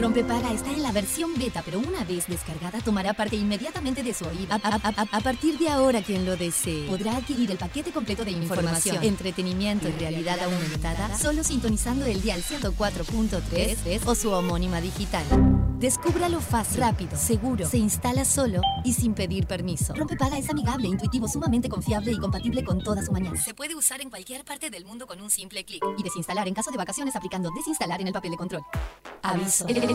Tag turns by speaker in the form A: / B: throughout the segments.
A: Rompe Paga está en la versión beta, pero una vez descargada tomará parte inmediatamente de su oído. A, a- a- a- a partir de ahora, quien lo desee podrá adquirir el paquete completo de información, entretenimiento y realidad aumentada solo sintonizando el dial 104.3 o su homónima digital. Descúbralo fácil, rápido, seguro. Se instala solo y sin pedir permiso. Rompepaga es amigable, intuitivo, sumamente confiable y compatible con toda su mañana.
B: Se puede usar en cualquier parte del mundo con un simple clic.
A: Y desinstalar en caso de vacaciones aplicando desinstalar en el papel de control. Aviso. El, el-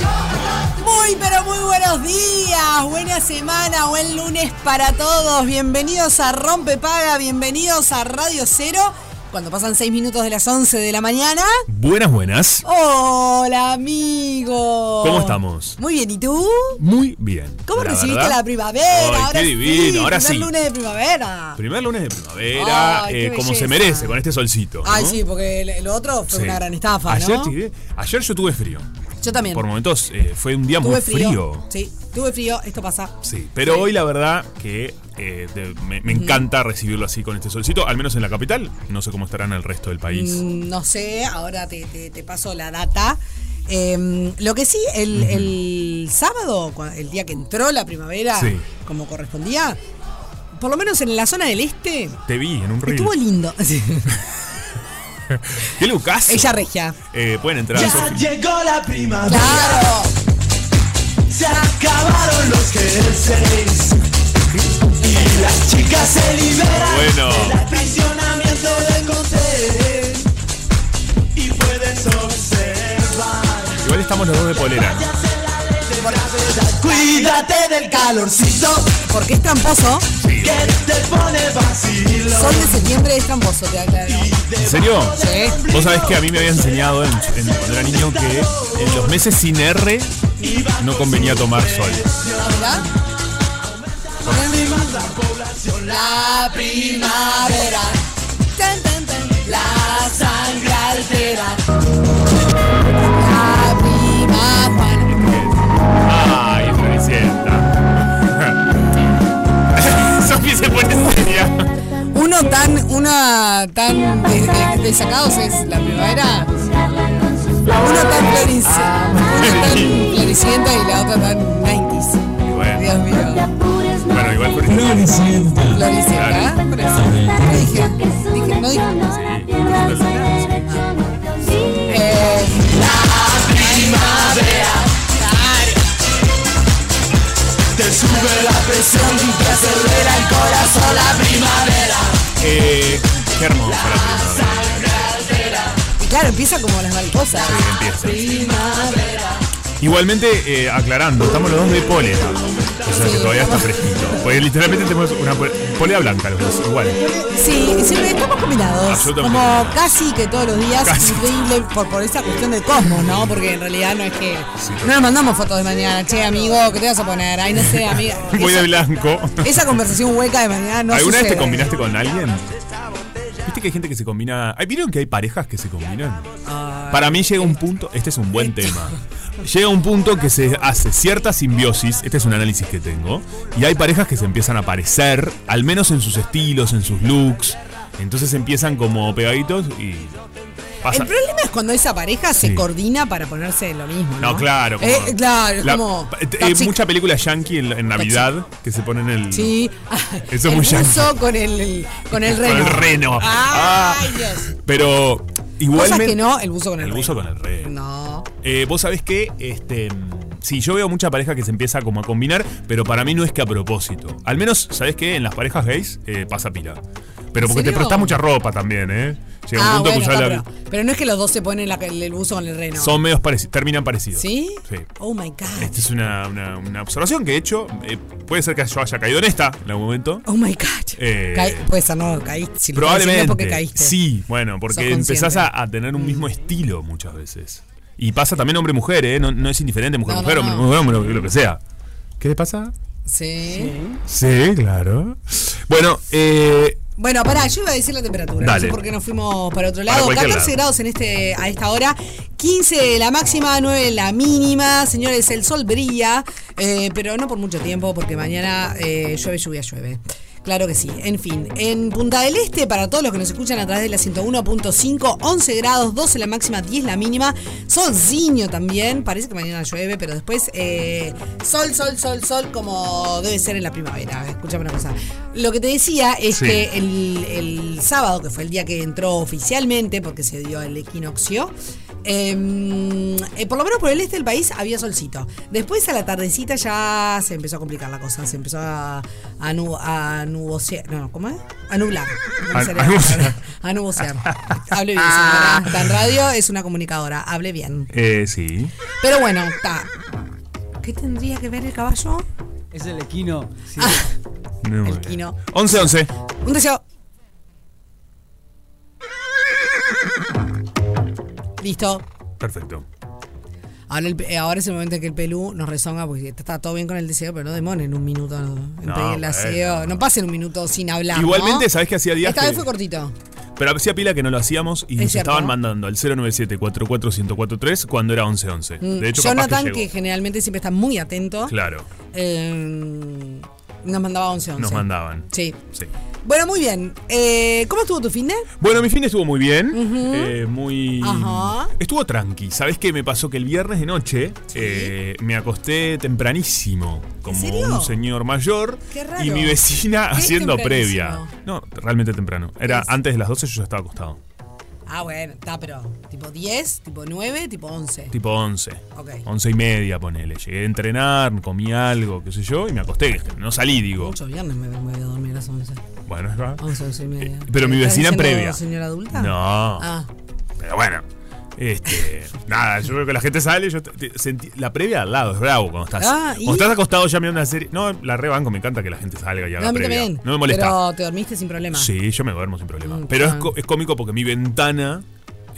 C: You're about to
D: Muy, pero muy buenos días, buena semana, buen lunes para todos. Bienvenidos a Rompe Paga, bienvenidos a Radio Cero. Cuando pasan 6 minutos de las 11 de la mañana.
E: Buenas, buenas.
D: Hola, amigo.
E: ¿Cómo estamos?
D: Muy bien, ¿y tú?
E: Muy bien.
D: Oh. ¿Cómo
E: la
D: recibiste
E: verdad.
D: la primavera?
E: Ay,
D: ahora
E: qué divino,
D: sí,
E: ahora
D: primer
E: sí.
D: lunes de primavera.
E: Primer lunes de primavera,
D: Ay, qué
E: eh, como se
D: belleza.
E: merece, con este solcito.
D: Ay,
E: ¿no?
D: sí, porque el- lo otro fue
E: Sí.
D: una gran estafa,
E: ayer,
D: ¿no?
E: tiré- ayer yo tuve frío.
D: Yo también.
E: Por momentos eh, fue un día
D: tuve
E: muy frío.
D: Sí, tuve frío, esto pasa.
E: Sí, pero hoy la verdad que eh, de- me, me encanta recibirlo así con este solcito, al menos en la capital. No sé cómo estarán el resto del país.
D: Mm, No sé, ahora te, te- te paso la data. Eh, lo que sí, el, el sábado, cua- el día que entró la primavera,
E: Sí.
D: como correspondía, por lo menos en la zona del este,
E: Te vi en un río.
D: estuvo lindo. Sí.
E: ¡Qué Lucas!
D: Ella regia.
E: pueden entrar. a Sofi.
F: Llegó la primavera,
D: Claro.
F: se acabaron los jerseys y las chicas se liberan
E: Bueno.
F: del aprisionamiento del cóctel y puedes observar.
E: Igual estamos los dos de polera. ¿no?
F: Cuídate del calorcito
D: Porque es tramposo.
E: Sí.
F: que te pone vacilo.
D: Sol de septiembre es tramposo, te aclaro.
E: ¿En serio?
D: Sí.
E: Vos sabés que a mí me había enseñado en- en- cuando era niño que en los meses sin R no convenía tomar sol.
D: ¿Verdad? La primavera. Tan, tan, tan. La sangre altera. La primavera.
E: ¡Ay, Floricienta! Sofi se pone seria.
D: Uno tan, una tan de, de- de sacados es la
F: Ah,
D: primavera. Uno tan floreci- una tan floricienta y la otra tan 90s.
E: Y Bueno,
D: Dios mío.
E: bueno, igual Floricienta.
D: Floricienta. ¿eh? Por eso. ¿Qué dije? Dije, no dije. Eh,
E: Eh, qué hermoso la primavera.
D: y claro, empieza como las mariposas.
E: Empieza. Igualmente, eh, aclarando, estamos los dos de polera. O sea que todavía está fresquito. Pues literalmente tenemos una pol- polea blanca los dos, igual.
D: Sí, siempre estamos combinados.
E: Absolutamente.
D: Como casi que todos los días,
E: Casi.
D: increíble por, por esa cuestión del cosmos, ¿no? Porque en realidad no es que.
E: Sí.
D: No nos mandamos fotos de mañana, che, amigo, ¿qué te vas a poner? Ay, no sé, amiga.
E: Voy de
D: Esa,
E: blanco.
D: esa conversación hueca de mañana no
E: ¿Alguna vez te
D: sucede.
E: combinaste con alguien? ¿Viste que hay gente que se combina? Ay, ¿Vieron que hay parejas que se combinan? Para mí llega un punto, este es un buen tema. Llega un punto que se hace cierta simbiosis, este es un análisis que tengo, y hay parejas que se empiezan a parecer, al menos en sus estilos, en sus looks, entonces empiezan como pegaditos y Pasa-
D: El problema es cuando esa pareja se
E: Sí.
D: coordina para ponerse lo mismo. No,
E: No, claro.
D: Eh,
E: como-
D: claro, es
E: La-
D: como.
E: eh, eh,
D: Toxic.
E: mucha película yankee en, en Navidad que se ponen el.
D: Sí.
E: Eso es
D: el
E: muy
D: buzo
E: yankee.
D: con el, el- con el
E: Con
D: reno.
E: el reno.
D: Ay,
E: Ah.
D: Dios.
E: Pero igualmente.
D: Cosas que no, el buzo con el,
E: El
D: reno.
E: buzo con el reno.
D: No.
E: Eh, Vos sabés que, este, sí, yo veo mucha pareja que se empieza como a combinar, pero para mí no es que a propósito. Al menos, ¿sabés que En las parejas gays eh, pasa pila. Pero
D: ¿En
E: porque te
D: serio?
E: prestás mucha ropa también, ¿eh? Llega un
D: Ah,
E: punto
D: bueno,
E: que usás
D: está,
E: la-
D: pero, pero no es que los dos se ponen la- el, el buzo con el reno.
E: Son medios parecidos, terminan parecidos.
D: ¿Sí?
E: Sí.
D: Oh my God.
E: Esta es una, una- una observación que he hecho. Eh, puede ser que yo haya caído en esta en algún momento.
D: Oh my God.
E: Eh,
D: Caí- puede ser, no, caíste. Si lo estás diciendo
E: Probablemente.
D: es porque caíste.
E: Sí, bueno, porque
D: Sos consciente. Mm.
E: empezás a, a tener un mismo estilo muchas veces. Y pasa también hombre-mujer, ¿eh? No, no es indiferente
D: No,
E: mujer-mujer,
D: no, no.
E: hombre-mujer, hombre, lo que sea. ¿Qué le pasa?
D: Sí.
E: Sí, claro. Bueno, eh,
D: Bueno, pará, yo iba a decir la temperatura. No
E: Dale.
D: sé por qué nos fuimos para otro
E: Para
D: lado.
E: cualquier
D: 14
E: lado.
D: grados en este, a esta hora. 15 la máxima, 9 la mínima. Señores, el sol brilla, eh, pero no por mucho tiempo, porque mañana eh, llueve, lluvia, llueve. Claro que sí. En fin, en Punta del Este, para todos los que nos escuchan a través de la 101.5, 11 grados, 12 la máxima, 10 la mínima. Solzinho también. Parece que mañana llueve, pero después eh, sol, sol, sol, sol, como debe ser en la primavera. Escúchame una cosa. Lo que te decía es
E: Sí.
D: que el, el sábado, que fue el día que entró oficialmente, porque se dio el equinoccio, em, eh, por lo menos por el este del país había solcito. Después a la tardecita ya se empezó a complicar la cosa, se empezó a, a, nu- a nubocear. No, no, ¿cómo es? A nublar. No me
E: A-
D: sale la
E: a Ah. nubocear.
D: palabra. A nubocear. Hable bien, señora. Está en radio, es una comunicadora. Hable bien.
E: eh, sí.
D: Pero bueno, está. ¿Qué tendría que ver el caballo?
G: Es el equino. Sí.
E: No,
D: El quino.
E: 11-11.
D: Un deseo. Listo.
E: Perfecto.
D: Ahora, el pe- eh, ahora es el momento en que el pelú nos rezonga porque está, está todo bien con el deseo, pero no demonen un minuto en
E: No,
D: pedir el
E: bueno.
D: deseo. No pasen un minuto sin hablar.
E: Igualmente,
D: ¿no?
E: ¿sabés que hacía días
D: Esta
E: que-
D: vez fue cortito.
E: Pero hacía pila que no lo hacíamos y
D: Es
E: nos
D: cierto.
E: estaban mandando al 097-44143 cuando era 11-11. De hecho, capaz
D: Mm. Jonathan,
E: que,
D: que,
E: llegó.
D: generalmente siempre está muy atento,
E: Claro,
D: eh, nos mandaba 11
E: nos mandaban.
D: Sí.
E: Sí.
D: Bueno, muy bien. Eh, ¿Cómo estuvo tu fin de?
E: Bueno, mi fin estuvo muy bien. eh, muy.
D: Ajá.
E: Estuvo tranqui. ¿Sabés qué me pasó? Que el viernes de noche eh, me acosté tempranísimo. Como
D: serio?
E: un señor mayor.
D: Qué raro.
E: Y mi vecina
D: ¿Qué es
E: haciendo previa.
D: tempranísimo?
E: No, realmente temprano. Era
D: Es-
E: antes de las 12 yo ya estaba acostado.
D: Ah, bueno, está, pero tipo 10, tipo 9, tipo 11.
E: Tipo 11.
D: Ok.
E: 11 y media, ponele. Llegué a entrenar, comí algo, qué sé yo, y me acosté. No salí, digo.
D: Muchos viernes me, me voy a dormir a las 11.
E: Bueno, es verdad.
D: 11, 11 y media.
E: Pero mi
D: ¿Estás
E: vecina en
D: diciendo
E: previa.
D: señora adulta?
E: No.
D: Ah,
E: Pero bueno. Este, nada, yo veo que la gente sale, yo te- te- sentí- la previa al lado es bravo cuando estás.
D: Ah, ¿y?
E: Cuando estás acostado ya mirando una serie. No, la rebanco, me encanta que la gente salga y haga
D: no, a mí
E: previa.
D: también.
E: No me molesta.
D: Pero te dormiste sin problema.
E: Sí, yo me duermo sin problema.
D: Mm,
E: Pero es,
D: claro.
E: co- es cómico porque mi ventana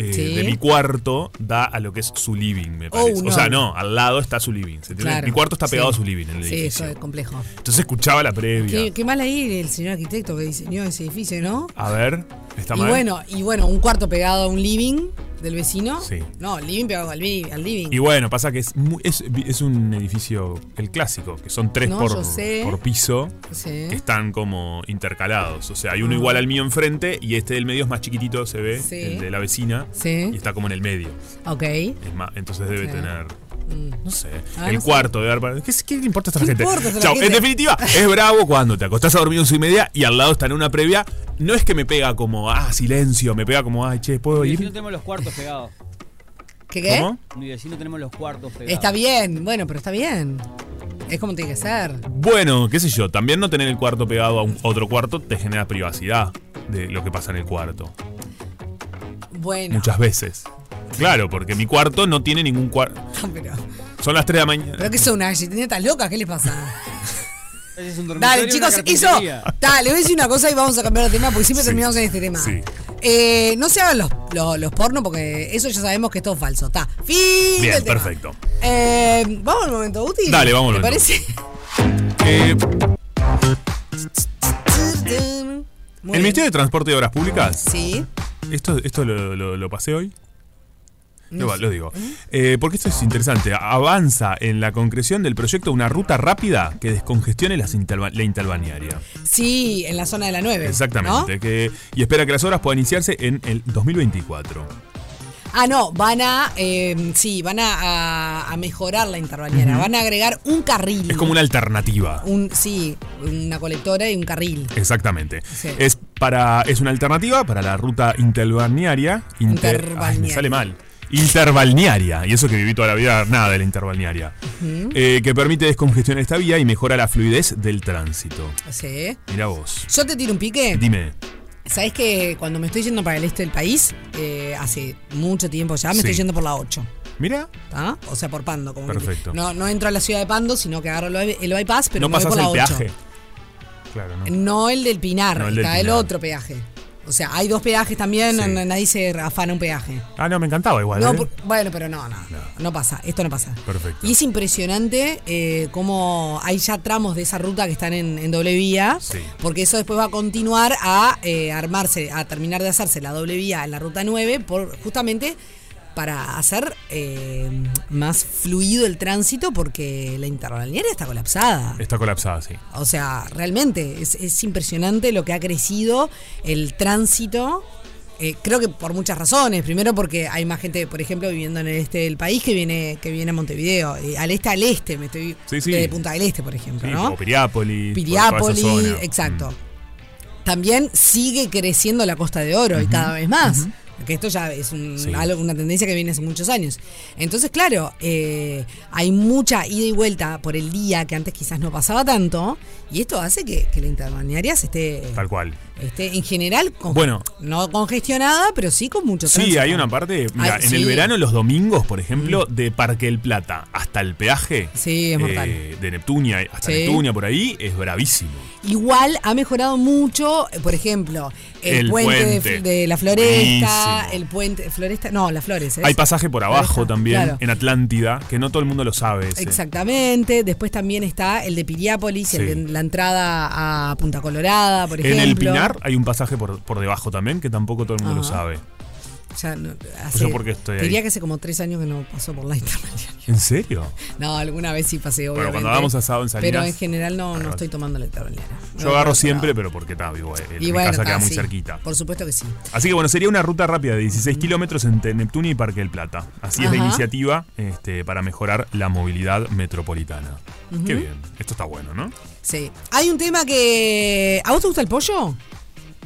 E: eh,
D: Sí. Oh,
E: de mi cuarto da a lo que es su living, me parece.
D: no.
E: O sea, no, al lado está su living. ¿se entiende?
D: Claro,
E: Mi cuarto está pegado
D: sí.
E: a su living en el
D: Sí, eso
E: edificio.
D: es complejo.
E: Entonces escuchaba la previa.
D: Qué, qué mal ahí el señor arquitecto que diseñó ese edificio, ¿no?
E: A ver, está
D: Y
E: mal.
D: bueno, y bueno, un cuarto pegado a un living del vecino.
E: Sí.
D: No, living pegado al, vi- al living.
E: Y bueno, pasa que es, mu- es, es un edificio, el clásico, que son tres
D: No,
E: por,
D: yo sé.
E: por piso,
D: Sí. Ah.
E: que están como intercalados. O sea, hay uno igual al mío enfrente y este del medio es más chiquitito, se ve,
D: Sí.
E: el de la vecina,
D: Sí.
E: y está como en el medio.
D: Ok.
E: Es más, entonces debe
D: Sí.
E: tener... No sé.
D: Ah,
E: el
D: no sé.
E: cuarto de Arpa. ¿Qué, qué le importa a esta
D: ¿Qué
E: gente?
D: importa a esta
E: Chau,
D: gente?
E: En definitiva, es bravo cuando te acostás a dormir once y media y al lado está en una previa. No es que me pega como, ah, silencio, me pega como, ay, che, ¿puedo
G: Mi
E: ir?
G: vecino tenemos los cuartos pegados.
D: ¿Qué qué?
E: ¿Cómo?
G: Mi vecino tenemos los cuartos pegados.
D: Está bien, bueno, pero está bien. Es como tiene que ser.
E: Bueno, qué sé yo, también no tener el cuarto pegado a un- otro cuarto te genera privacidad de lo que pasa en el cuarto,
D: Bueno.
E: muchas veces. Claro, porque mi cuarto no tiene ningún cuarto.
D: Pero,
E: Son las 3 de la mañana.
D: pero que son unas gallinetas locas, ¿qué les pasa?
G: Ese es un dormitorio
D: Dale,
G: y una
D: chicos, hizo.
G: carpintería.
D: Dale, voy a decir una cosa y vamos a cambiar de tema porque siempre
E: Sí.
D: terminamos en este tema.
E: Sí.
D: Eh, no se hagan los, los, los pornos porque eso ya sabemos que es todo falso. Está. Fin.
E: Bien,
D: del tema.
E: perfecto.
D: Eh, vamos al momento útil.
E: Dale, vamos al
D: ¿Te parece?
E: momento
D: Muy
E: Eh, el
D: bien.
E: Ministerio de Transporte y Obras Públicas,
D: Sí.
E: esto, esto lo, lo- lo pasé hoy.
D: No
E: Lo,
D: sé.
E: lo digo. Eh, porque esto es interesante. Avanza en la concreción del proyecto una ruta rápida que descongestione las interba- la interbalnearia.
D: Sí, en la zona de la 9.
E: Exactamente. Que, y espera que las obras puedan iniciarse en el 2024.
D: Ah, no, van a, eh, sí, van a, a- a mejorar la interbañera.
E: Ujú.
D: Van a agregar un carril.
E: Es como una alternativa.
D: Un, sí, una colectora y un carril.
E: Exactamente.
D: Sí.
E: Es para es una alternativa para la ruta interbalnearia. Inter-
D: Interbalnearia.
E: Ay, me sale mal. Interbalnearia. Y eso que viví toda la vida, nada de la interbalnearia. Eh, que permite descongestionar esta vía y mejora la fluidez del tránsito.
D: Sí.
E: Mira vos.
D: Yo te tiro un pique.
E: Dime.
D: ¿Sabés que cuando me estoy yendo para el este del país, eh, hace mucho tiempo ya, me
E: Sí.
D: estoy yendo por la 8.
E: Mira.
D: ¿Tá? O sea, por Pando. Como que-
E: Perfecto.
D: no, no entro a la ciudad de Pando, sino que agarro el, el bypass, pero
E: no
D: me voy
E: pasas
D: por la
E: el
D: 8.
E: peaje. Claro, ¿no?
D: No el del Pinar,
E: No el del
D: está el
E: Pinar.
D: otro peaje. O sea, hay dos peajes también,
E: Sí.
D: n- nadie se afana un peaje.
E: Ah, no, me encantaba igual.
D: No,
E: ¿eh?
D: por- bueno, pero no, no, no, pasa, esto no pasa.
E: Perfecto.
D: Y es impresionante eh, cómo hay ya tramos de esa ruta que están en, en doble vía,
E: Sí.
D: porque eso después va a continuar a eh, armarse, a terminar de hacerse la doble vía en la ruta 9, por, justamente para hacer eh, más fluido el tránsito, porque la interbalnearia está colapsada.
E: Está colapsada, sí.
D: O sea, realmente es, es impresionante lo que ha crecido el tránsito. Eh, creo que por muchas razones. Primero porque hay más gente, por ejemplo, viviendo en el este del país que viene que viene a Montevideo. Eh, al este al este, me estoy
E: Sí, sí.
D: de Punta del Este, por ejemplo,
E: Sí,
D: ¿no?
E: como Piriápolis. por toda esa
D: Piriápolis,
E: zona. Mm.
D: exacto. También sigue creciendo la Costa de Oro y cada vez más. Que esto ya es un-
E: Sí.
D: algo- una tendencia que viene hace muchos años. Entonces, claro, eh, hay mucha ida y vuelta por el día que antes quizás no pasaba tanto. Y esto hace que, que la interbalnearia se esté,
E: Mm, Tal cual.
D: esté en general, con-
E: Bueno.
D: no congestionada, pero sí con mucho
E: Sí,
D: tránsito.
E: hay una parte, mira,
D: Ay,
E: en el
D: sí. Mm.
E: verano, los domingos, por ejemplo, de Parque del Plata hasta el peaje eh,
D: Sí, es mortal.
E: de Neptunia, hasta
D: Sí.
E: Neptunia por ahí, es bravísimo.
D: Igual ha mejorado mucho, eh, por ejemplo, el,
E: El
D: puente, de
E: puente.
D: fl- De, la floresta,
E: Buenísimo.
D: el puente, floresta, no, las flores. ¿eh? ¿es?
E: Hay pasaje por abajo
D: Floresta,
E: también,
D: claro.
E: en Atlántida, que no todo el mundo lo sabe. ese.
D: Exactamente, después también está el de Piriápolis, el
E: Sí.
D: de la entrada a Punta Colorada, por
E: En
D: ejemplo. Ah.
E: el Pinar hay un pasaje por, por debajo también, que tampoco todo el mundo lo
D: Ajá.
E: sabe. Pues
D: Ya no- hace-
E: Yo porque estoy ahí.
D: Diría que hace como tres años que no pasó por la interbalnearia.
E: ¿En serio?
D: No, alguna vez sí pasé, obviamente.
E: cuando hagamos asado en Salinas-
D: Pero en general no, no
E: Claro.
D: estoy tomando la interbalnearia.
E: Yo agarro siempre, pero porque está vivo, eh,
D: Y
E: mi
D: bueno,
E: casa queda
D: está,
E: muy
D: sí.
E: cerquita.
D: Por supuesto que sí.
E: Así que bueno, sería una ruta rápida de 16 kilómetros entre Neptunia y Parque del Plata. Así es la
D: Ajá.
E: iniciativa este, para mejorar la movilidad metropolitana. Qué bien, esto está bueno, ¿no?
D: Sí. Hay un tema que... ¿A vos te gusta el pollo?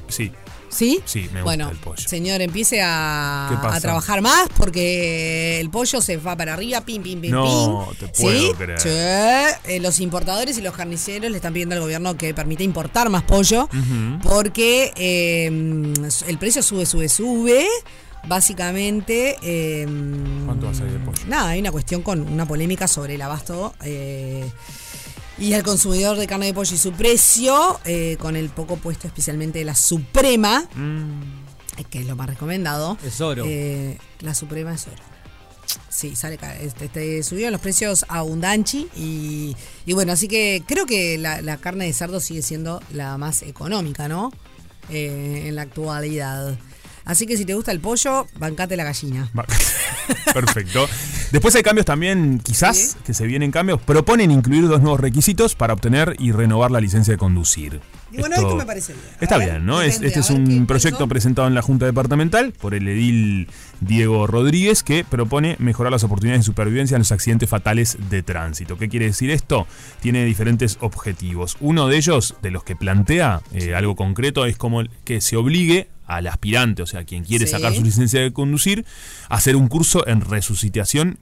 E: Sí.
D: ¿Sí?
E: Sí, me gusta
D: bueno,
E: el pollo.
D: Señor, empiece
E: ¿Qué
D: a,
E: pasa?
D: a trabajar más porque el pollo se va para arriba, pim, pim, pim,
E: No,
D: pim.
E: te puedo
D: ¿Sí?
E: creer.
D: Sí. Eh, los importadores y los carniceros le están pidiendo al gobierno que permita importar más pollo porque eh, el precio sube, sube, sube. Básicamente. eh,
E: ¿Cuánto va a salir el pollo?
D: Nada, hay una cuestión con una polémica sobre el abasto. eh, y al consumidor de carne de pollo y su precio, eh, con el poco puesto especialmente de la Suprema, eh, que es lo más recomendado.
G: Es oro.
D: Eh, la Suprema es oro. Sí, sale, ca- este, este, subieron los precios a un danchi y, y bueno, así que creo que la, la carne de cerdo sigue siendo la más económica, ¿no? Eh, en la actualidad. Así que si te gusta el pollo, bancate la gallina.
E: Va- Perfecto. Después hay cambios también, quizás,
D: Sí.
E: que se vienen cambios. Proponen incluir dos nuevos requisitos para obtener y renovar la licencia de conducir.
D: Y bueno, esto me parece bien. A
E: Está
D: ver,
E: bien, ¿no? Es-
D: depende,
E: este
D: a
E: es
D: ver
E: un
D: qué
E: proyecto
D: pensó.
E: presentado en la Junta Departamental por el edil Diego Rodríguez que propone mejorar las oportunidades de supervivencia en los accidentes fatales de tránsito. ¿Qué quiere decir esto? Tiene diferentes objetivos. Uno de ellos, de los que plantea eh, algo concreto, es como el- que se obligue al aspirante, o sea, quien quiere
D: Sí.
E: sacar su licencia de conducir, a hacer un curso en resucitación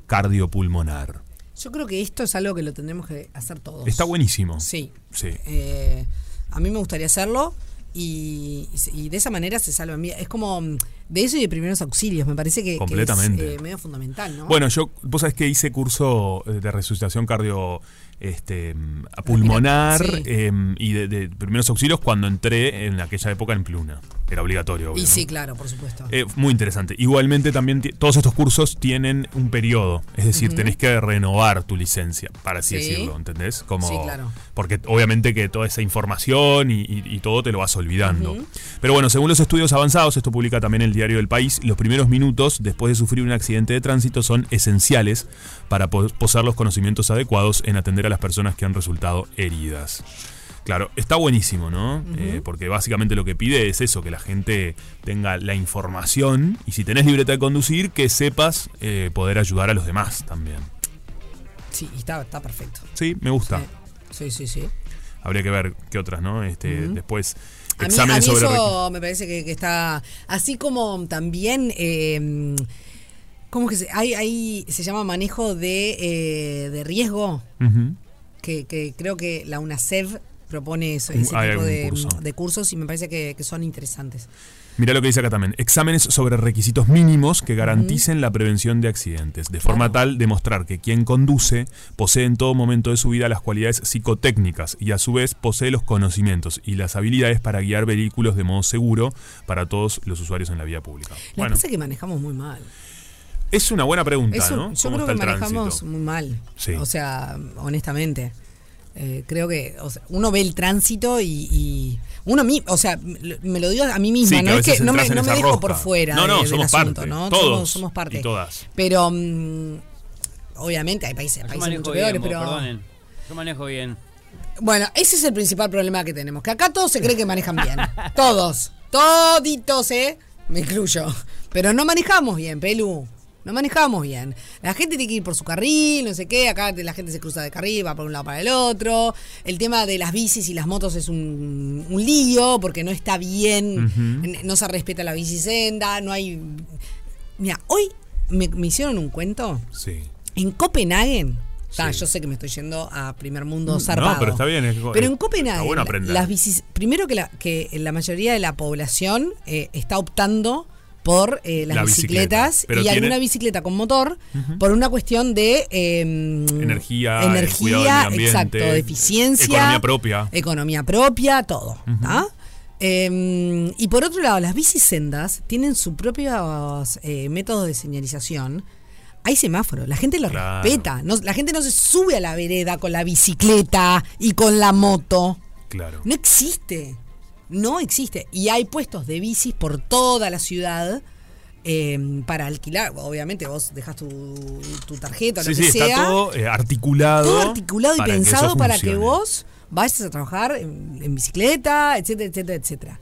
E: cardiopulmonar.
D: Yo creo que esto es algo que lo tendremos que hacer todos.
E: Está buenísimo.
D: Sí.
E: Sí.
D: Eh, a mí me gustaría hacerlo y, y de esa manera se salvan. vidas. Es como mm, de eso y de primeros auxilios. Me parece que, que
E: Completamente.
D: es eh, medio fundamental, ¿no?
E: Bueno, yo, vos sabés que hice curso eh, de resucitación cardio este, mm, a pulmonar
D: Sí.
E: em, y de, de primeros auxilios cuando entré en aquella época en Pluna. Era obligatorio. obvio,
D: y
E: ¿no?
D: sí, claro, por supuesto.
E: Eh, muy interesante. Igualmente también ti- todos estos cursos tienen un periodo, es decir, tenés que renovar tu licencia, para así
D: Sí.
E: decirlo, ¿entendés? Como,
D: Sí, claro.
E: Porque obviamente que toda esa información y, y- y todo te lo vas olvidando. Pero bueno, según los estudios avanzados, esto publica también el diario El País, los primeros minutos después de sufrir un accidente de tránsito son esenciales para po- posar los conocimientos adecuados en atender a las personas que han resultado heridas. Claro, está buenísimo, ¿no? Eh, porque básicamente lo que pide es eso, que la gente tenga la información y si tenés libreta de conducir, que sepas eh, poder ayudar a los demás también.
D: Sí, y está, está perfecto.
E: Sí, me gusta.
D: Sí, sí, sí.
E: Habría que ver qué otras, ¿no? Este, Después,
D: A mí,
E: exámenes
D: a mí
E: sobre...
D: eso me parece que, que está. Así como también. eh, ¿Cómo que se, hay, hay- se llama manejo de, eh, de riesgo?
E: Ujú.
D: Que, que creo que la UNACEF propone eso,
E: Un-
D: ese
E: hay
D: tipo
E: algún
D: de,
E: curso.
D: de cursos y me parece que, que son interesantes.
E: Mirá lo que dice acá también. Exámenes sobre requisitos mínimos que garanticen la prevención de accidentes, de forma tal de mostrar que quien conduce posee en todo momento de su vida las cualidades psicotécnicas y a su vez posee los conocimientos y las habilidades para guiar vehículos de modo seguro para todos los usuarios en la vía pública.
D: Lo que
E: Bueno,
D: pasa es que manejamos muy mal.
E: es una buena pregunta,
D: Eso,
E: ¿no?
D: Yo
E: ¿Cómo
D: creo
E: está
D: que
E: el
D: manejamos
E: tránsito?
D: muy mal.
E: Sí.
D: O sea, honestamente. Eh, creo que o sea, uno ve el tránsito y, y uno mi- o sea, m- me lo digo a mí misma,
E: Sí, que
D: no
E: a
D: es que
E: veces
D: no me,
E: entras en
D: no me
E: esa
D: dejo
E: rosca.
D: por fuera
E: No, no,
D: de- del
E: somos
D: asunto,
E: parte,
D: ¿no?
E: todos
D: somos, somos parte.
E: y todas.
D: Pero mm, obviamente hay países,
G: Yo
D: países mucho
G: manejo bien,
D: peores,
G: vos,
D: pero
G: perdonen. Yo manejo bien.
D: bueno, ese es el principal problema que tenemos, que acá todos se cree que manejan bien. todos, toditos, ¿eh? Me incluyo. Pero no manejamos bien, Pelu. No manejamos bien. La gente tiene que ir por su carril, no sé qué. Acá la gente se cruza de carril, va por un lado para el otro. El tema de las bicis y las motos es un, un lío porque no está bien, n- no se respeta la bicisenda, no hay... Mira, hoy me- me hicieron un cuento.
E: Sí.
D: En Copenhague, ta,
E: Sí. Mm,
D: yo sé que me estoy yendo a primer mundo
E: No,
D: zarpado.
E: pero está bien, es-
D: pero en
E: está
D: Copenhague,
E: bueno aprender.
D: las bicis- primero que la, que la mayoría de la población eh, está optando por eh, las
E: La bicicleta,
D: bicicletas
E: pero
D: y
E: tiene-
D: alguna bicicleta con motor por una cuestión de eh,
E: Energía,
D: energía,
E: cuidado del medio ambiente,
D: exacto, de eficiencia,
E: economía propia.
D: economía propia, todo. ¿tá? Eh, y por otro lado, las bicisendas tienen sus propios eh, métodos de señalización. Hay semáforos, la gente lo
E: Claro.
D: respeta. no- la gente no se sube a la vereda con la bicicleta y con la moto.
E: Claro.
D: No existe. No existe. Y hay puestos de bicis por toda la ciudad eh, para alquilar. Obviamente vos dejas tu, tu tarjeta o lo
E: Sí, sí,
D: que
E: está
D: sea.
E: todo eh, articulado.
D: Todo articulado y
E: para que eso
D: pensado para que
E: funcione.
D: vos vayas a trabajar en, en bicicleta, etcétera, etcétera, etcétera.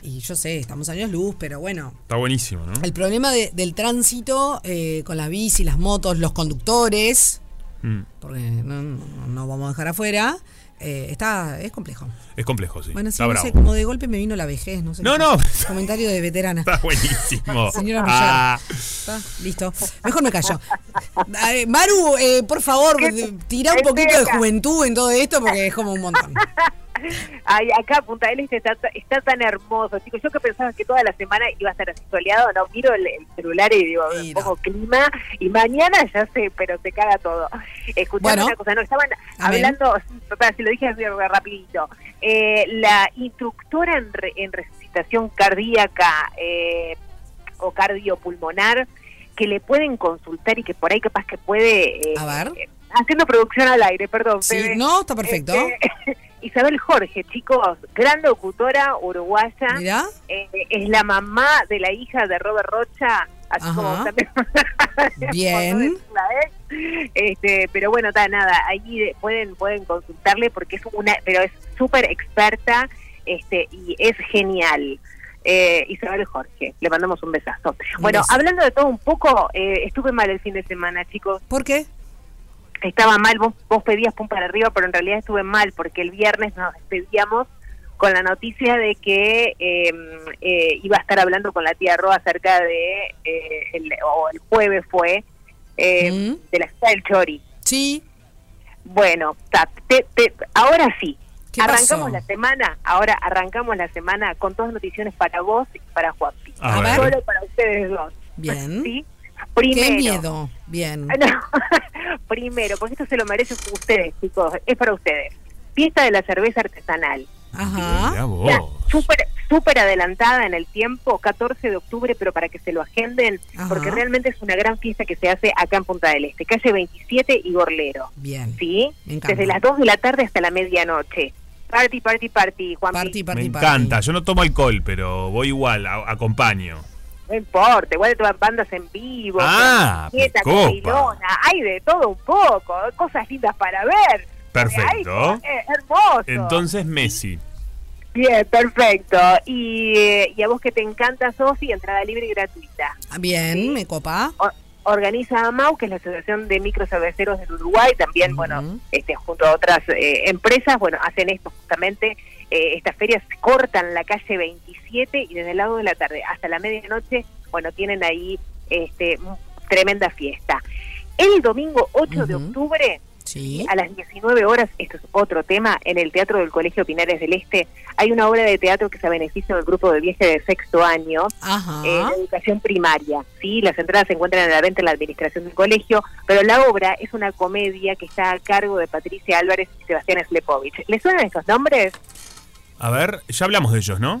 D: Y yo sé, estamos años luz, pero bueno,
E: Está buenísimo, ¿no?
D: el problema de- del tránsito eh, con las bicis, las motos, los conductores,
E: Mm.
D: porque no, no- no vamos a dejar afuera, eh, está, es complejo.
E: Es complejo, sí.
D: Bueno, sí,
E: está
D: no
E: bravo.
D: sé, como de golpe me vino la vejez, no sé.
E: No,
D: qué
E: no.
D: fue. Comentario de veterana.
E: Está buenísimo.
D: Señora Roger.
E: Ah,
D: Está, listo. Mejor me callo. Eh, Maru, eh, por favor, tira un
H: qué
D: poquito de
H: seca.
D: juventud en todo esto porque es como un montón.
H: Ay, acá Punta del Este está, ta- está tan hermoso, chicos. Yo que pensaba que toda la semana iba a estar así soleado, no, miro el, el celular y digo,
D: Y
H: un
D: no.
H: poco clima, y mañana ya sé, pero se caga todo. Escuchame
D: Bueno.
H: una cosa, no, estaban
D: A ver.
H: hablando, para, si lo dije así rapidito, eh, la instructora en, re- en resucitación cardíaca eh, o cardiopulmonar, que le pueden consultar y que por ahí capaz que puede... eh,
D: A ver.
H: Haciendo producción al aire, perdón.
D: Sí,
H: Fede.
D: no, está perfecto.
H: Este, Isabel Jorge, chicos, gran locutora uruguaya,
D: Mirá.
H: eh, es la mamá de la hija de Robert Rocha, así
D: Ajá.
H: como también.
D: Bien.
H: por no decirla, ¿eh? Este, pero bueno, ta, nada, ahí de- pueden pueden consultarle porque es una, pero es súper experta, este y es genial. Eh, Isabel Jorge, le mandamos un besazo. Bueno,
D: beso.
H: hablando de todo un poco, eh, estuve mal el fin de semana, chicos
D: ¿Por qué?
H: estaba mal, vos, vos pedías pum para arriba, pero en realidad estuve mal porque el viernes nos despedíamos con la noticia de que eh, eh, iba a estar hablando con la tía Ro acerca de, eh, el, o el jueves fue, eh,
D: Mm.
H: de la fiesta del chori.
D: Sí.
H: Bueno, ta- te- te- ahora sí,
D: ¿Qué
H: arrancamos
D: pasó?
H: la semana, ahora arrancamos la semana con dos noticiones para vos y para Juanpi.
E: a,
D: A
E: ver.
D: ver.
H: Solo para ustedes dos.
D: Bien.
H: ¿Sí?
D: Qué
H: Primero.
D: miedo. Bien.
H: Ah, no. Primero, porque esto se lo merecen ustedes, chicos. Es para ustedes. Fiesta de la cerveza artesanal.
E: Mirá
D: Ajá.
E: vos.
H: Ya, Súper súper adelantada en el tiempo, 14 de octubre, pero para que se lo agenden,
D: Ajá.
H: porque realmente es una gran fiesta que se hace acá en Punta del Este, calle 27 y Gorlero.
D: Bien.
H: ¿Sí?
D: Me encanta.
H: Desde las 2 de la tarde hasta la medianoche. Party, party, party, Juan.
D: Party,
E: Me
D: party, party.
E: encanta. Yo no tomo alcohol, pero voy igual, a- acompaño.
H: No importa, igual te van bandas en vivo,
E: Ah,
H: fiesta,
E: me copa.
H: comilona, hay de todo un poco, cosas lindas para ver.
E: Perfecto.
H: Ay, eh, hermoso.
E: Entonces Messi.
H: Bien, perfecto. Y, eh, y a vos que te encanta, Sofi, entrada libre y gratuita.
D: Ah, Bien, me copa.
H: O- organiza AMAU, que es la Asociación de Microcebeceros del Uruguay, también, bueno, este, junto a otras eh, empresas, bueno, hacen esto justamente, eh, estas ferias cortan la calle 27 y desde el lado de la tarde hasta la medianoche, bueno, tienen ahí este, m- tremenda fiesta. El domingo 8 de
D: Ujú.
H: octubre,
D: Sí.
H: a las 19 horas, esto es otro tema, en el Teatro del Colegio Pinares del Este, hay una obra de teatro que se beneficia del grupo de viaje de sexto año,
D: Ajá.
H: eh, de educación primaria. Sí, las entradas se encuentran a la venta en la administración del colegio, pero la obra es una comedia que está a cargo de Patricia Álvarez y Sebastián Slepovich. ¿Les suenan estos nombres?
E: A ver, ya hablamos de ellos, ¿no?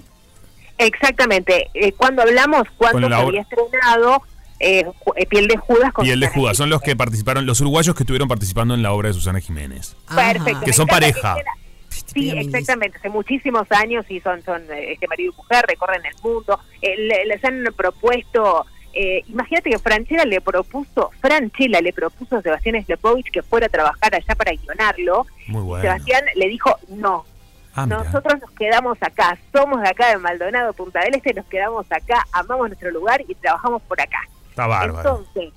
H: Exactamente. Eh, cuando hablamos, cuando
E: Con
H: se
E: la
H: había
E: obra.
H: estrenado eh, Ju- eh, Piel de Judas con
E: Y el de
H: Susana
E: Judas son los que participaron, los uruguayos que estuvieron participando en la obra de Susana Jiménez.
D: Ajá.
H: Perfecto.
E: Que
H: me
E: son
H: encanta
E: pareja.
H: queda- Sí,
D: Pirámides.
H: exactamente. Hace muchísimos años y son, son eh, este marido y mujer, recorren el mundo. Eh, le- les han propuesto. eh, imagínate que Franchella le propuso, Franchella le propuso a Sebastián Slepovich que fuera a trabajar allá para guionarlo.
E: Muy bueno.
H: Sebastián le dijo no.
E: Ah, mirá.
H: Nosotros nos quedamos acá, somos de acá de Maldonado, Punta del Este, nos quedamos acá, amamos nuestro lugar y trabajamos por acá.
E: Está bárbaro.
H: Entonces,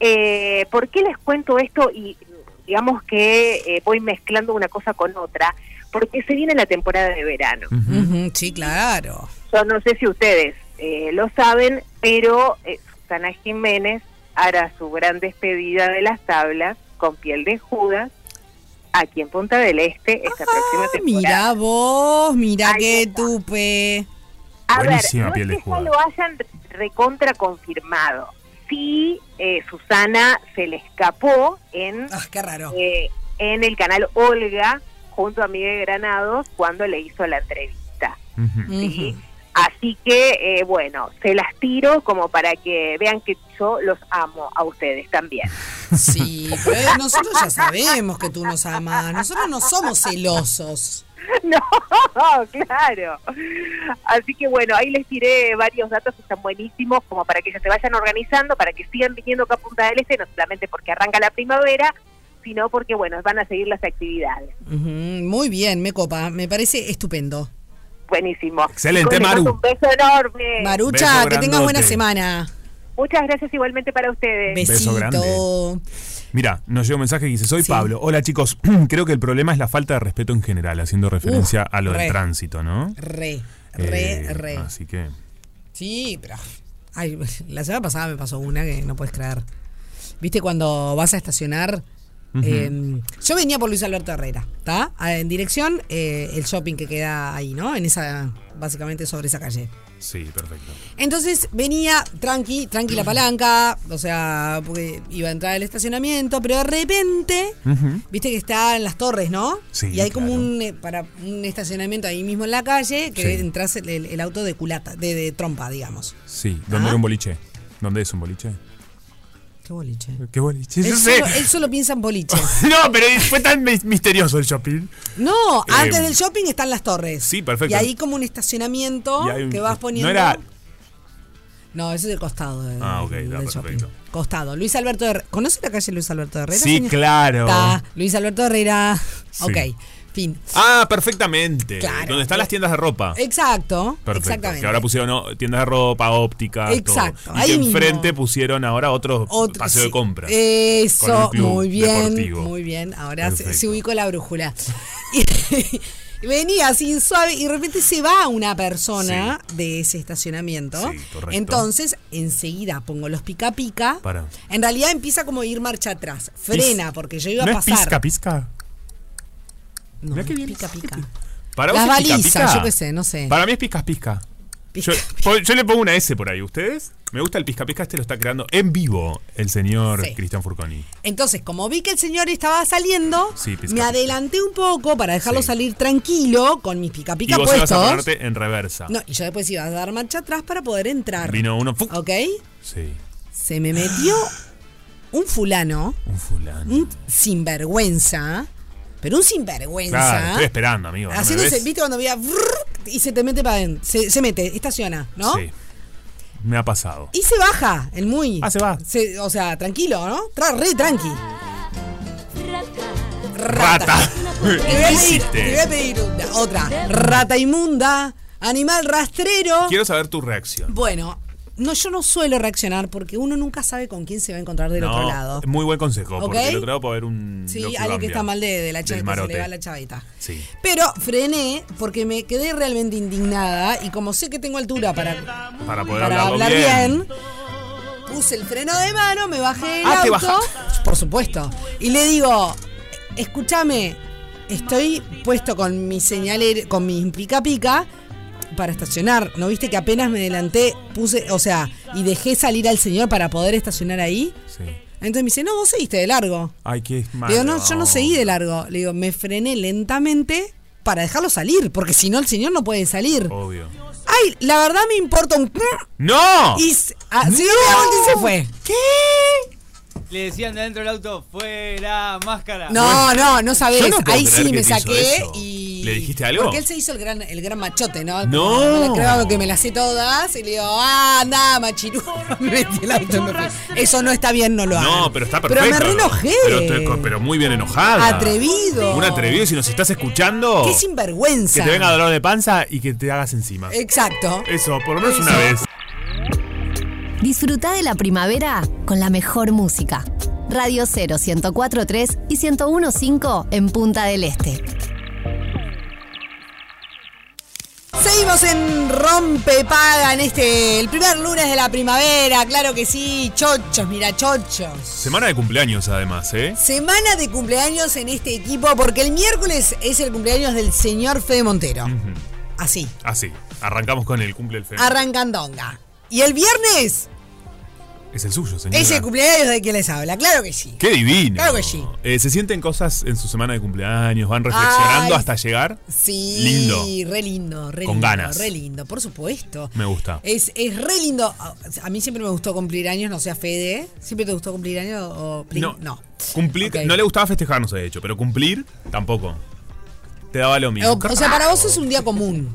H: eh, ¿por qué les cuento esto? Y digamos que eh, voy mezclando una cosa con otra, porque se viene la temporada de verano.
E: Ujú.
D: Ujú, Mm, sí, claro.
H: Yo no sé si ustedes eh, lo saben, pero eh, Susana Jiménez hará su gran despedida de las tablas con piel de Judas aquí en Punta del Este esta próxima
D: Ah,
H: temporada.
D: mira vos, mira
H: Ahí
D: qué
H: está.
D: tupe.
H: A ver,
E: Buenísima
H: no
E: piel de
H: es que ya
E: Judas.
H: lo hayan recontra confirmado. Sí, eh, Susana se le escapó en
D: Ah, qué raro.
H: eh, en el canal Olga junto a Miguel Granados cuando le hizo la entrevista.
E: Ujú.
H: ¿sí?
D: Ujú.
H: Así que, eh, bueno, se las tiro como para que vean que yo los amo a ustedes también.
D: Sí, pero Eh, nosotros ya sabemos que tú nos amas. Nosotros no somos celosos.
H: No, claro. Así que, bueno, ahí les tiré varios datos que están buenísimos como para que ya se vayan organizando, para que sigan viniendo acá a Punta del Este, no solamente porque arranca la primavera, sino porque, bueno, van a seguir las actividades.
D: Ujú, Muy bien, me copa. Me parece estupendo.
H: Buenísimo.
E: Excelente,
H: Chicos, les mando Un
E: Maru.
H: beso enorme.
D: Marucha,
E: Beso
D: que tengas buena
E: grandote.
D: semana.
H: Muchas gracias igualmente para ustedes.
D: Besito.
E: Beso grande. Mira, nos llega un mensaje que dice, soy
D: Sí.
E: Pablo. Hola chicos, creo que el problema es la falta de respeto en general, haciendo referencia a lo
D: re.
E: del tránsito, ¿no?
D: Re, re,
E: Eh,
D: re.
E: Así que...
D: Sí, pero. Ay, la semana pasada me pasó una que no puedes creer. ¿Viste cuando vas a estacionar? Eh, yo venía por Luis Alberto Herrera, ¿está? Ah, En dirección, eh, el shopping que queda ahí, ¿no? En esa, básicamente sobre esa calle.
E: Sí, perfecto.
D: Entonces venía tranqui, tranqui la palanca, o sea, porque iba a entrar al estacionamiento, pero de repente,
E: Ujú.
D: viste que está en las torres, ¿no?
E: Sí,
D: Y hay como
E: claro.
D: un, eh, para un estacionamiento ahí mismo en la calle que
E: Sí.
D: entras el, el- el auto de culata, de, de trompa, digamos.
E: Sí, ¿dónde
D: Ah.
E: era un boliche? ¿Dónde es un boliche?
D: Qué boliche.
E: ¿Qué boliche?
D: Él,
E: Yo sé.
D: solo, él solo piensa en boliche.
E: No, pero fue tan mis- misterioso el shopping.
D: No,
E: Eh,
D: antes del shopping están las torres.
E: sí, perfecto.
D: Y ahí como un estacionamiento
E: Y hay un-
D: que vas poniendo.
E: No era...
D: No, eso es el costado del,
E: Ah, ok, está
D: del shopping.
E: perfecto.
D: Costado. Luis Alberto Herrera. ¿Conoce la calle Luis Alberto Herrera?
E: Sí, claro.
D: Está Luis Alberto Herrera.
E: Sí.
D: Ok, fin.
E: Ah, perfectamente.
D: Claro.
E: Donde están las tiendas de ropa.
D: Exacto.
E: Ah. Perfecto.
D: Exactamente.
E: Que ahora pusieron ¿no? tiendas de ropa, óptica.
D: Exacto,
E: Todo. Y
D: ahí
E: que
D: mismo.
E: enfrente pusieron ahora otro,
D: Otro-
E: paseo
D: sí,
E: de compra. con
D: Eso,
E: un club
D: muy bien.
E: deportivo.
D: Muy bien. Ahora se,
E: Perfecto.
D: se ubicó la brújula. Y- Venía así suave y de repente se va una persona de ese estacionamiento.
E: Sí, correcto.
D: Entonces, enseguida pongo los pica pica.
E: Para.
D: En realidad empieza como a ir marcha atrás. Frena,
E: Pis-
D: porque yo iba
E: ¿No
D: a
E: es
D: pasar.
E: pizca, pizca?
D: No,
E: Mirá qué bien.
D: pica pica.
E: Para
D: Las
E: vos es
D: balizas,
E: pica, pica.
D: yo qué sé, no sé.
E: Para mí es pizca, pizca.
D: Pica,
E: yo, po- yo le pongo una S por ahí. ¿Ustedes? Me gusta el pizca, pizca. Este lo está creando en vivo el señor
D: Sí.
E: Cristian Furconi.
D: Entonces, como vi que el señor estaba saliendo,
E: Sí, pisca,
D: me
E: pisca.
D: adelanté un poco para dejarlo
E: Sí.
D: salir tranquilo con mis pica
E: Y
D: pica
E: vos
D: puestos.
E: ibas a ponerte en reversa.
D: No, y yo después iba a dar marcha atrás para poder entrar.
E: Vino uno. ¡fuc!
D: ¿Ok?
E: Sí,
D: Se me metió un fulano,
E: un fulano.
D: un sinvergüenza, pero un sinvergüenza.
E: Claro, estoy esperando, amigo. ¿no me
D: haciéndose,
E: ves?
D: ¿viste cuando veía y se te mete para adentro? Se, se mete, estaciona, ¿no?
E: Sí. Me ha pasado.
D: Y se baja, el muy.
E: Ah, se va.
D: o sea, tranquilo, ¿no? Tra- re tranqui. Rata. Te voy a pedir,
E: Hiciste.
D: te voy a pedir una- otra. Rata inmunda, animal rastrero.
E: Quiero saber tu reacción.
D: Bueno, no, yo no suelo reaccionar porque uno nunca sabe con quién se va a encontrar del
E: No, Mm,
D: otro lado.
E: Muy buen consejo,
D: ¿Ok?
E: porque del otro lado puede haber un.
D: Sí,
E: loquibambia
D: alguien que está mal de, de la
E: del
D: chaveta, se
E: marote.
D: le va la chaveta.
E: Sí.
D: Pero frené porque me quedé realmente indignada y como sé que tengo altura para,
E: Para poder
D: para
E: hablarlo
D: hablar
E: bien.
D: bien, puse el freno de mano, me bajé el
E: Ah, te
D: auto, por supuesto, y le digo, escúchame, estoy puesto con mi señaler, con mi pica pica para estacionar. ¿No viste que apenas me adelanté, puse, o sea, y dejé salir al señor para poder estacionar ahí?
E: Sí.
D: Entonces me dice, no, vos seguiste de largo.
E: Ay, qué malo.
D: Le digo, no, yo no seguí de largo. Le digo, me frené lentamente para dejarlo salir, porque si no el señor no puede salir.
E: Obvio.
D: Ay, la verdad me importa un...
E: ¡No!
D: Y se, ah, se dio la vuelta y se fue. ¿Qué?
G: Le decían de adentro del auto, fuera máscara.
D: No, no, no sabés.
E: Yo no puedo
D: Ahí
E: creer
D: sí
E: que
D: me
E: te hizo
D: saqué
E: eso.
D: y...
E: ¿Le dijiste algo?
D: Porque él se hizo el gran, el gran machote, ¿no?
E: No.
D: Como, me la creo que me las sé todas. Y le digo, ah, anda, machiru. Me metí el auto y me fui. Eso no está bien, no lo hagas.
E: No, pero está perfecto.
D: Pero me re enojé.
E: Pero, estoy co- pero muy bien enojada.
D: Atrevido.
E: Un atrevido, si nos estás escuchando.
D: Qué sinvergüenza.
E: Que te venga dolor de panza y que te hagas encima.
D: Exacto.
E: Eso, por lo menos una vez.
A: Disfruta de la primavera con la mejor música. Radio 0 1043 y 1015 en Punta del Este.
D: Seguimos en Rompe Paga en este, el primer lunes de la primavera, claro que sí, chochos, mira, chochos.
E: Semana de cumpleaños, además, ¿eh?
D: Semana de cumpleaños en este equipo, porque el miércoles es el cumpleaños del señor Fede Montero. Así,
E: Así. Ah, Arrancamos con el cumple del fe.
D: arrancandonga. Y el viernes
E: es el suyo, señor.
D: es el cumpleaños de quien les habla, claro que sí.
E: Qué divino.
D: Claro que sí.
E: Eh, se sienten cosas en su semana de cumpleaños, van reflexionando
D: Ay.
E: hasta llegar.
D: Sí,
E: Lindo.
D: re lindo, re
E: Con
D: lindo,
E: ganas. Ah.
D: re lindo, por supuesto.
E: Me gusta.
D: Es, es re lindo. A- A mí siempre me gustó cumplir años, no sea Fede. ¿Siempre te gustó cumplir años o plin? no.
E: Cumplir.
D: Ok.
E: No le gustaba festejarnos, de hecho, pero cumplir tampoco. Te daba lo mismo.
D: O, o sea, para vos es un día común,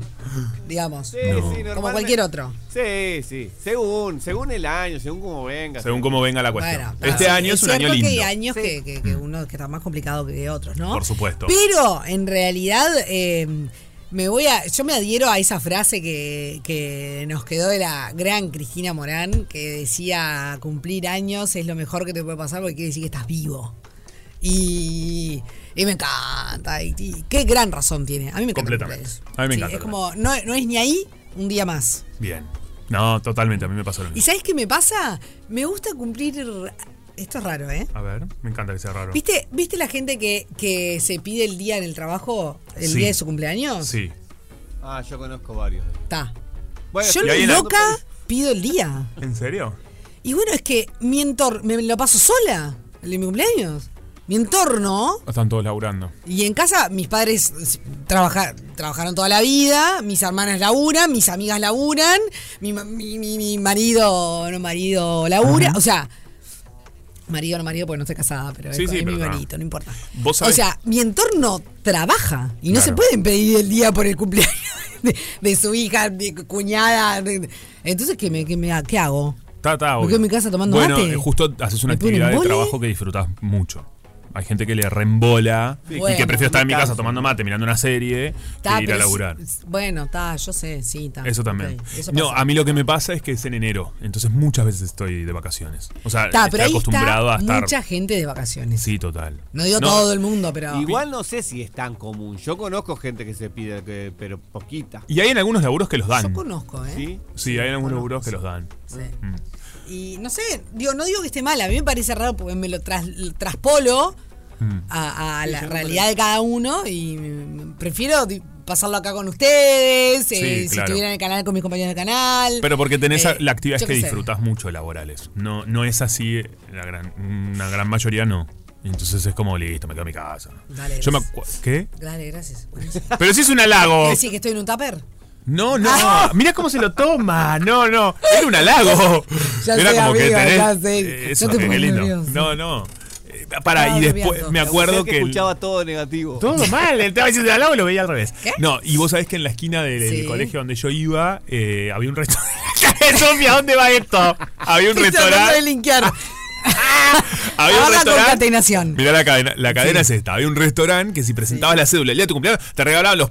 D: digamos.
I: Sí,
E: No.
I: sí,
E: Como
D: Como
I: normalmente-
D: cualquier otro.
I: Sí, sí. Según, según el año, según cómo venga.
E: Según cómo venga la cuestión.
D: Bueno,
E: este
D: pero
E: año es, un año
D: cierto
E: lindo.
D: que hay años que, que- que uno que está más complicado que otros, ¿no?
E: Por supuesto.
D: Pero en realidad eh, me voy a, yo me adhiero a esa frase que, que nos quedó de la gran Cristina Morán, que decía cumplir años es lo mejor que te puede pasar porque quiere decir que estás vivo. Y, y me encanta. Y, y qué gran razón tiene. A mí me encanta.
E: Completamente.
D: cumplir.
E: A mí me
D: Sí,
E: encanta
D: Es como, no, no es ni ahí un día más.
E: Bien. No, totalmente, a mí me pasó lo
D: ¿Y
E: mismo.
D: sabes qué me pasa? Me gusta cumplir. Esto es raro, ¿eh?
E: A ver, me encanta que sea raro.
D: ¿Viste, ¿Viste la gente que, que se pide el día en el trabajo, el
E: Sí.
D: día de su cumpleaños?
E: Sí.
I: Ah, yo conozco varios.
D: Está.
I: Bueno,
D: Yo
E: y ahí
D: lo
E: en la-
D: loca pido el día.
E: ¿En serio?
D: Y bueno, es que mi entorno, me lo paso sola, el de mi cumpleaños. Mi entorno,
E: Están todos laburando.
D: y en casa mis padres s- trabaja- trabajaron toda la vida, mis hermanas laburan, mis amigas laburan, mi, ma- mi, mi- mi marido, no marido, labura. O sea, marido, no marido, porque no estoy casada, pero
E: Sí,
D: es,
E: sí,
D: es mi
E: pero no.
D: marido, no importa.
E: Vos sabés-
D: O sea, mi entorno trabaja y no
E: Claro.
D: se pueden pedir el día por el cumpleaños de, de su hija, de cuñada. de- entonces, ¿qué, me, qué, me- qué hago?
E: Está, está,
D: Me
E: obvio.
D: quedo en mi casa tomando
E: bueno,
D: mate.
E: eh, justo haces una
D: Me pego un
E: actividad de
D: embole.
E: trabajo que disfrutás mucho. Hay gente que le reembola y que
D: Bueno,
E: prefiere estar en mi casa
I: canso.
E: tomando mate, mirando una serie,
D: Ta,
E: que ir
D: pero
E: a
D: es-
E: laburar.
D: es- Bueno, está, yo sé, sí, está.
E: Eso también. no,
D: no,
E: a mí lo que me pasa es que es en enero, entonces muchas veces estoy de vacaciones. O sea,
D: Está,
E: estoy
D: pero ahí
E: ah, acostumbrado
D: está
E: a estar.
D: mucha gente de vacaciones.
E: Sí, total.
D: No digo todo el mundo, pero.
I: Igual no sé si es tan común. Yo conozco gente que se pide, que- pero poquita.
E: Y hay en algunos laburos que los dan.
D: Yo conozco, ¿eh?
I: ¿Sí?
E: Sí, hay en algunos laburos que los dan. Mm.
D: Sí. Y no sé, digo, no digo que esté mal, a mí me parece raro porque me lo tras- traspolo
E: Mm.
D: a, a la realidad de cada uno y mm, prefiero di- pasarlo acá con ustedes, eh,
E: Sí,
D: si
E: claro.
D: estuviera en el canal con mis compañeros del canal.
E: Pero porque tenés
D: Eh,
E: la actividad
D: yo
E: que
D: qué sé.
E: disfrutas mucho laborales. No, no es así, la gran, una gran mayoría no. Entonces es como listo, me quedo en mi casa.
D: Dale,
E: Yo me
D: gracias.
E: acu- ¿Qué?
D: Dale, gracias.
E: Pero si es un halago.
D: ¿Quieres decir que estoy en un tupper?
E: No, no.
D: Ah.
E: Mirá cómo se lo toma. No, no. Era un halago.
D: Ya
E: Era
D: sé,
E: como que
D: amiga,
E: tenés.
D: ya sé.
E: eh, Eso,
D: No te
E: qué
D: pongas
E: lindo.
D: nervioso.
E: No, no. Eh, Para,
D: No,
E: y
D: no
E: después
D: miento.
E: me acuerdo
I: Sé que
E: que. el-
I: escuchaba todo negativo.
E: todo mal, él estaba diciendo halago y lo veía al revés.
D: ¿Qué?
E: No, y vos sabés que en la esquina del del
D: Sí.
E: colegio donde yo iba, eh, había un restaurante. Sofía, ¿dónde va esto? Había un
D: Estoy tratando de
E: restaurante.
D: linkear.
E: Había un
D: Ahora con
E: restaurante.
D: concatenación.
E: Mirá la cadena, la cadena es esta. Había un restaurante que si presentabas la cédula el día de tu cumpleaños, te regalaban los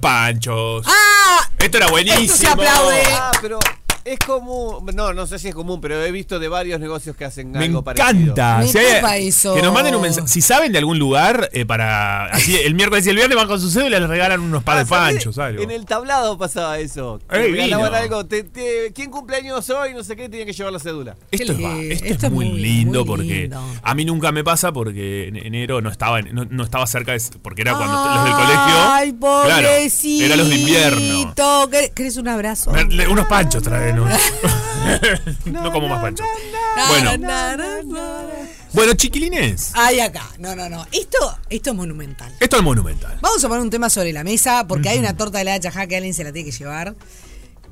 E: panchos.
D: ¡Ah!
E: Esto era buenísimo.
D: Esto se aplaude.
I: Ah, pero es común. No, no sé si es común, pero he visto de varios negocios que hacen
E: Me
I: algo
E: encanta.
D: Me
E: Si hay-
D: copa eso.
E: Que nos manden un mensaje. Si saben de algún lugar, eh, para. Así, el miércoles y el viernes van con su cédula y les regalan unos par
D: Ah,
E: de
I: ¿sabés?
E: panchos, algo.
I: En el tablado pasaba eso.
E: Eh,
I: Te regalaban
E: vino.
I: algo. te- te- ¿Quién cumpleaños hoy? No sé qué, tenía que llevar la cédula.
E: Esto, es,
D: Qué
E: va-
D: lindo.
E: esto es
D: Esto es
E: muy,
D: muy-
E: lindo
D: muy
E: porque
D: lindo.
E: a mí nunca me pasa porque en enero no estaba en- no, no estaba cerca de- porque era Ah, cuando los del colegio
D: Ay,
E: claro,
D: pobrecito.
E: era los de invierno
D: ¿Quer- ¿Querés un abrazo?
E: Me- le- unos panchos traenos no como más panchos bueno
D: Na, na, na, na.
E: bueno chiquilines
D: Ah, Ay, acá. No, no, no. Esto, esto es monumental.
E: esto es monumental
D: Vamos a poner un tema sobre la mesa porque hay una torta de la chajá que alguien se la tiene que llevar.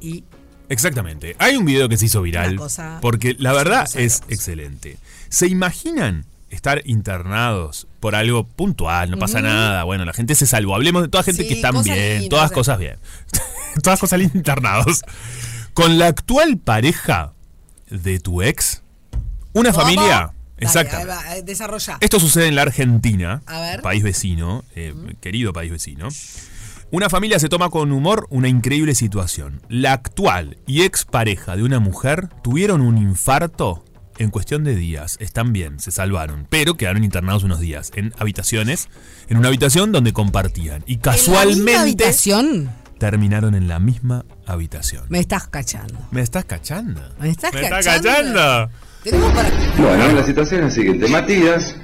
D: Y
E: Exactamente. Hay un video que se hizo viral.
D: Una cosa-
E: porque la verdad
D: cosa
E: es
D: grosa.
E: excelente. ¿Se imaginan estar internados por algo puntual? No pasa nada. Bueno, la gente se salvó. Hablemos de toda gente
D: Sí,
E: que están
D: cosas
E: bien.
D: lindas,
E: todas
D: eh.
E: cosas bien. todas cosas lindas, internados. Con la actual pareja de tu ex, una
D: ¿Cómo?
E: familia.
D: Dale,
E: Exactamente.
D: ahí va, eh, desarrolla.
E: Esto sucede en la Argentina,
D: A ver.
E: país vecino, eh, querido país vecino. Una familia se toma con humor una increíble situación. La actual y expareja de una mujer tuvieron un infarto en cuestión de días. Están bien, se salvaron, pero quedaron internados unos días en habitaciones, en una habitación donde compartían. Y
D: ¿En la misma
E: casualmente
D: habitación
E: terminaron en la misma habitación.
D: me estás cachando.
E: ¿Me estás cachando?
D: Me estás
E: estás
D: cachando.
E: cachando?
D: Tenemos para.
J: Bueno, la situación es la siguiente. Matías,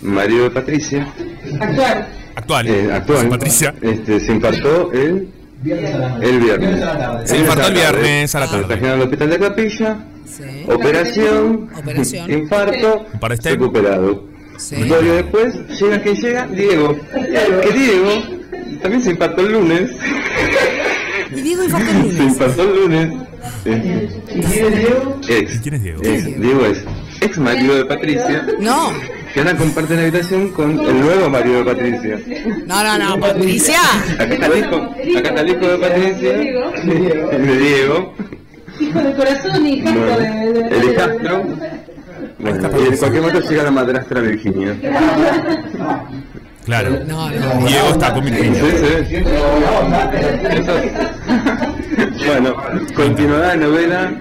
J: marido de Patricia,
E: Actual.
J: eh, actual,
E: Patricia.
J: Este, se infartó el, el viernes.
E: Se infartó el viernes a la
J: Se
E: tarde.
J: Ah. trajeron al hospital de Capilla,
D: Sí.
J: operación,
D: Operación.
J: infarto,
E: Para este-
J: recuperado.
D: Sí.
J: Dos días después, llega quien llega, Diego. Que Diego también se infartó el lunes.
D: Y Diego infartó el
J: se
D: lunes.
J: infartó el lunes. ¿Y quién es Diego? Ex.
E: ¿Y quién es Diego?
J: Ex. Diego es ex marido de Patricia.
D: No,
J: que ahora comparten habitación con el nuevo marido de Patricia.
D: no, no, no, Patricia.
J: Acá está el hijo, acá está el hijo de Patricia, de Diego,
K: Hijo de corazón,
J: bueno,
K: hijastro de, de-
J: el hijastro, bueno, y en cualquier momento llega la madrastra Virginia.
E: Claro.
D: No, no.
E: Diego está con Virginia.
J: Sí, sí. Eso es. Bueno, continuará la novela.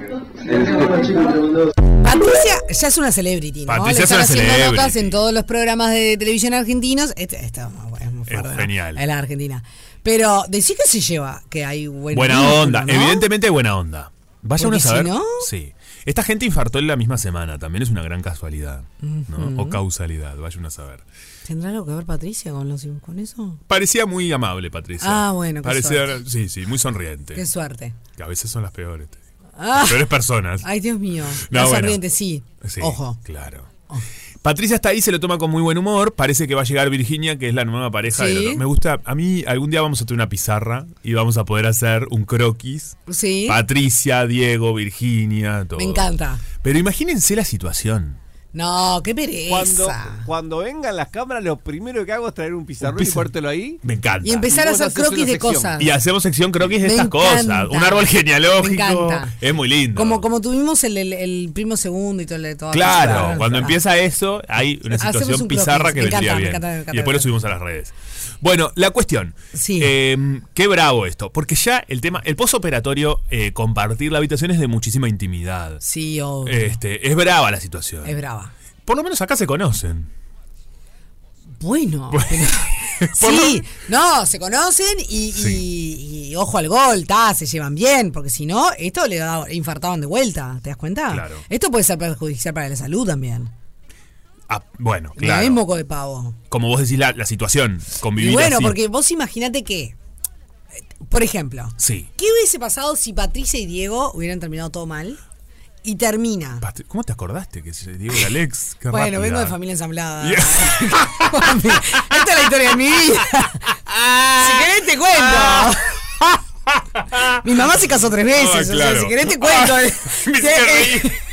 J: El-
D: Patricia ya es una celebrity, ¿no?
E: Patricia
D: Le
E: es
D: están
E: una
D: haciendo
E: celebrity.
D: notas en todos los programas de televisión argentinos. Esto, esto es muy bueno, es muy
E: Es
D: fuerte, ¿no?
E: genial.
D: Es la Argentina. Pero decís que se lleva, que hay buen
E: Buena
D: vínculo,
E: onda,
D: ¿no?
E: evidentemente buena onda. Vaya uno a
D: Porque si
E: saber.
D: no-
E: Sí. Esta gente infartó en la misma semana, también es una gran casualidad, ¿no? O causalidad, vaya uno a saber.
D: ¿Tendrá algo que ver Patricia con, los, con eso?
E: Parecía muy amable, Patricia.
D: Ah, bueno, qué
E: Parecía,
D: suerte.
E: sí, sí, muy sonriente.
D: Qué suerte.
E: Que a veces son las peores. te digo.
D: Ah,
E: Las peores personas.
D: ay, Dios mío.
E: No,
D: La
E: bueno.
D: sonriente, sí.
E: Sí,
D: Ojo.
E: Claro. Patricia está ahí, se lo toma con muy buen humor. Parece que va a llegar Virginia, que es la nueva pareja del
D: Sí.
E: otro. Me gusta. A mí, algún día vamos a tener una pizarra y vamos a poder hacer un croquis.
D: Sí.
E: Patricia, Diego, Virginia, todo.
D: Me encanta.
E: Pero imagínense la situación.
D: No, qué pereza.
I: Cuando, cuando vengan las cámaras, lo primero que hago es traer un pizarrón y
E: pizarrón.
I: ponértelo ahí.
E: Me encanta.
D: Y empezar a
I: vos
D: hacer
I: haces una
D: croquis de
I: sección.
D: cosas.
E: Y hacemos sección croquis de
D: Me
E: estas cosas.
D: encanta.
E: Un árbol
D: Me
E: genealógico.
D: encanta.
E: Es muy lindo.
D: Como, como tuvimos el, el- el primo segundo y todo el todo
E: Claro, cuando
D: empieza
E: empieza eso, hay una
D: Hacemos
E: situación
D: un croquis.
E: pizarra que
D: Me encanta,
E: vendría
D: me
E: bien.
D: encanta, me encanta,
E: y después
D: me
E: lo subimos a las redes. Bueno, la cuestión.
D: Sí.
E: Eh, qué bravo esto. Porque ya el tema, el posoperatorio, eh, compartir la habitación es de muchísima intimidad.
D: Sí, obvio.
E: Este, es brava la situación.
D: es brava.
E: Por lo menos acá se conocen.
D: Bueno. pero-
E: Por
D: sí, no, se conocen y, y- y ojo al gol, ta, se llevan bien, porque si no, esto le da- infartaban de vuelta, ¿te das cuenta?
E: Claro.
D: Esto puede ser perjudicial para la salud también.
E: Ah, bueno,
D: Le da
E: claro.
D: el moco de pavo.
E: Como vos decís, la, la situación, convivir
D: y bueno,
E: así.
D: porque vos imaginate que, eh, por ejemplo,
E: Sí.
D: ¿qué hubiese pasado si Patricia y Diego hubieran terminado todo mal? Y termina.
E: Patri- ¿Cómo te acordaste que se- Diego y Alex? Qué
D: Bueno,
E: rápida.
D: vengo de familia ensamblada.
E: Yeah.
D: Esta es la historia de mi vida. si
E: Ah.
D: querés te cuento. mi mamá se casó tres
E: Ah,
D: veces, o sea,
E: claro.
D: si querés te cuento.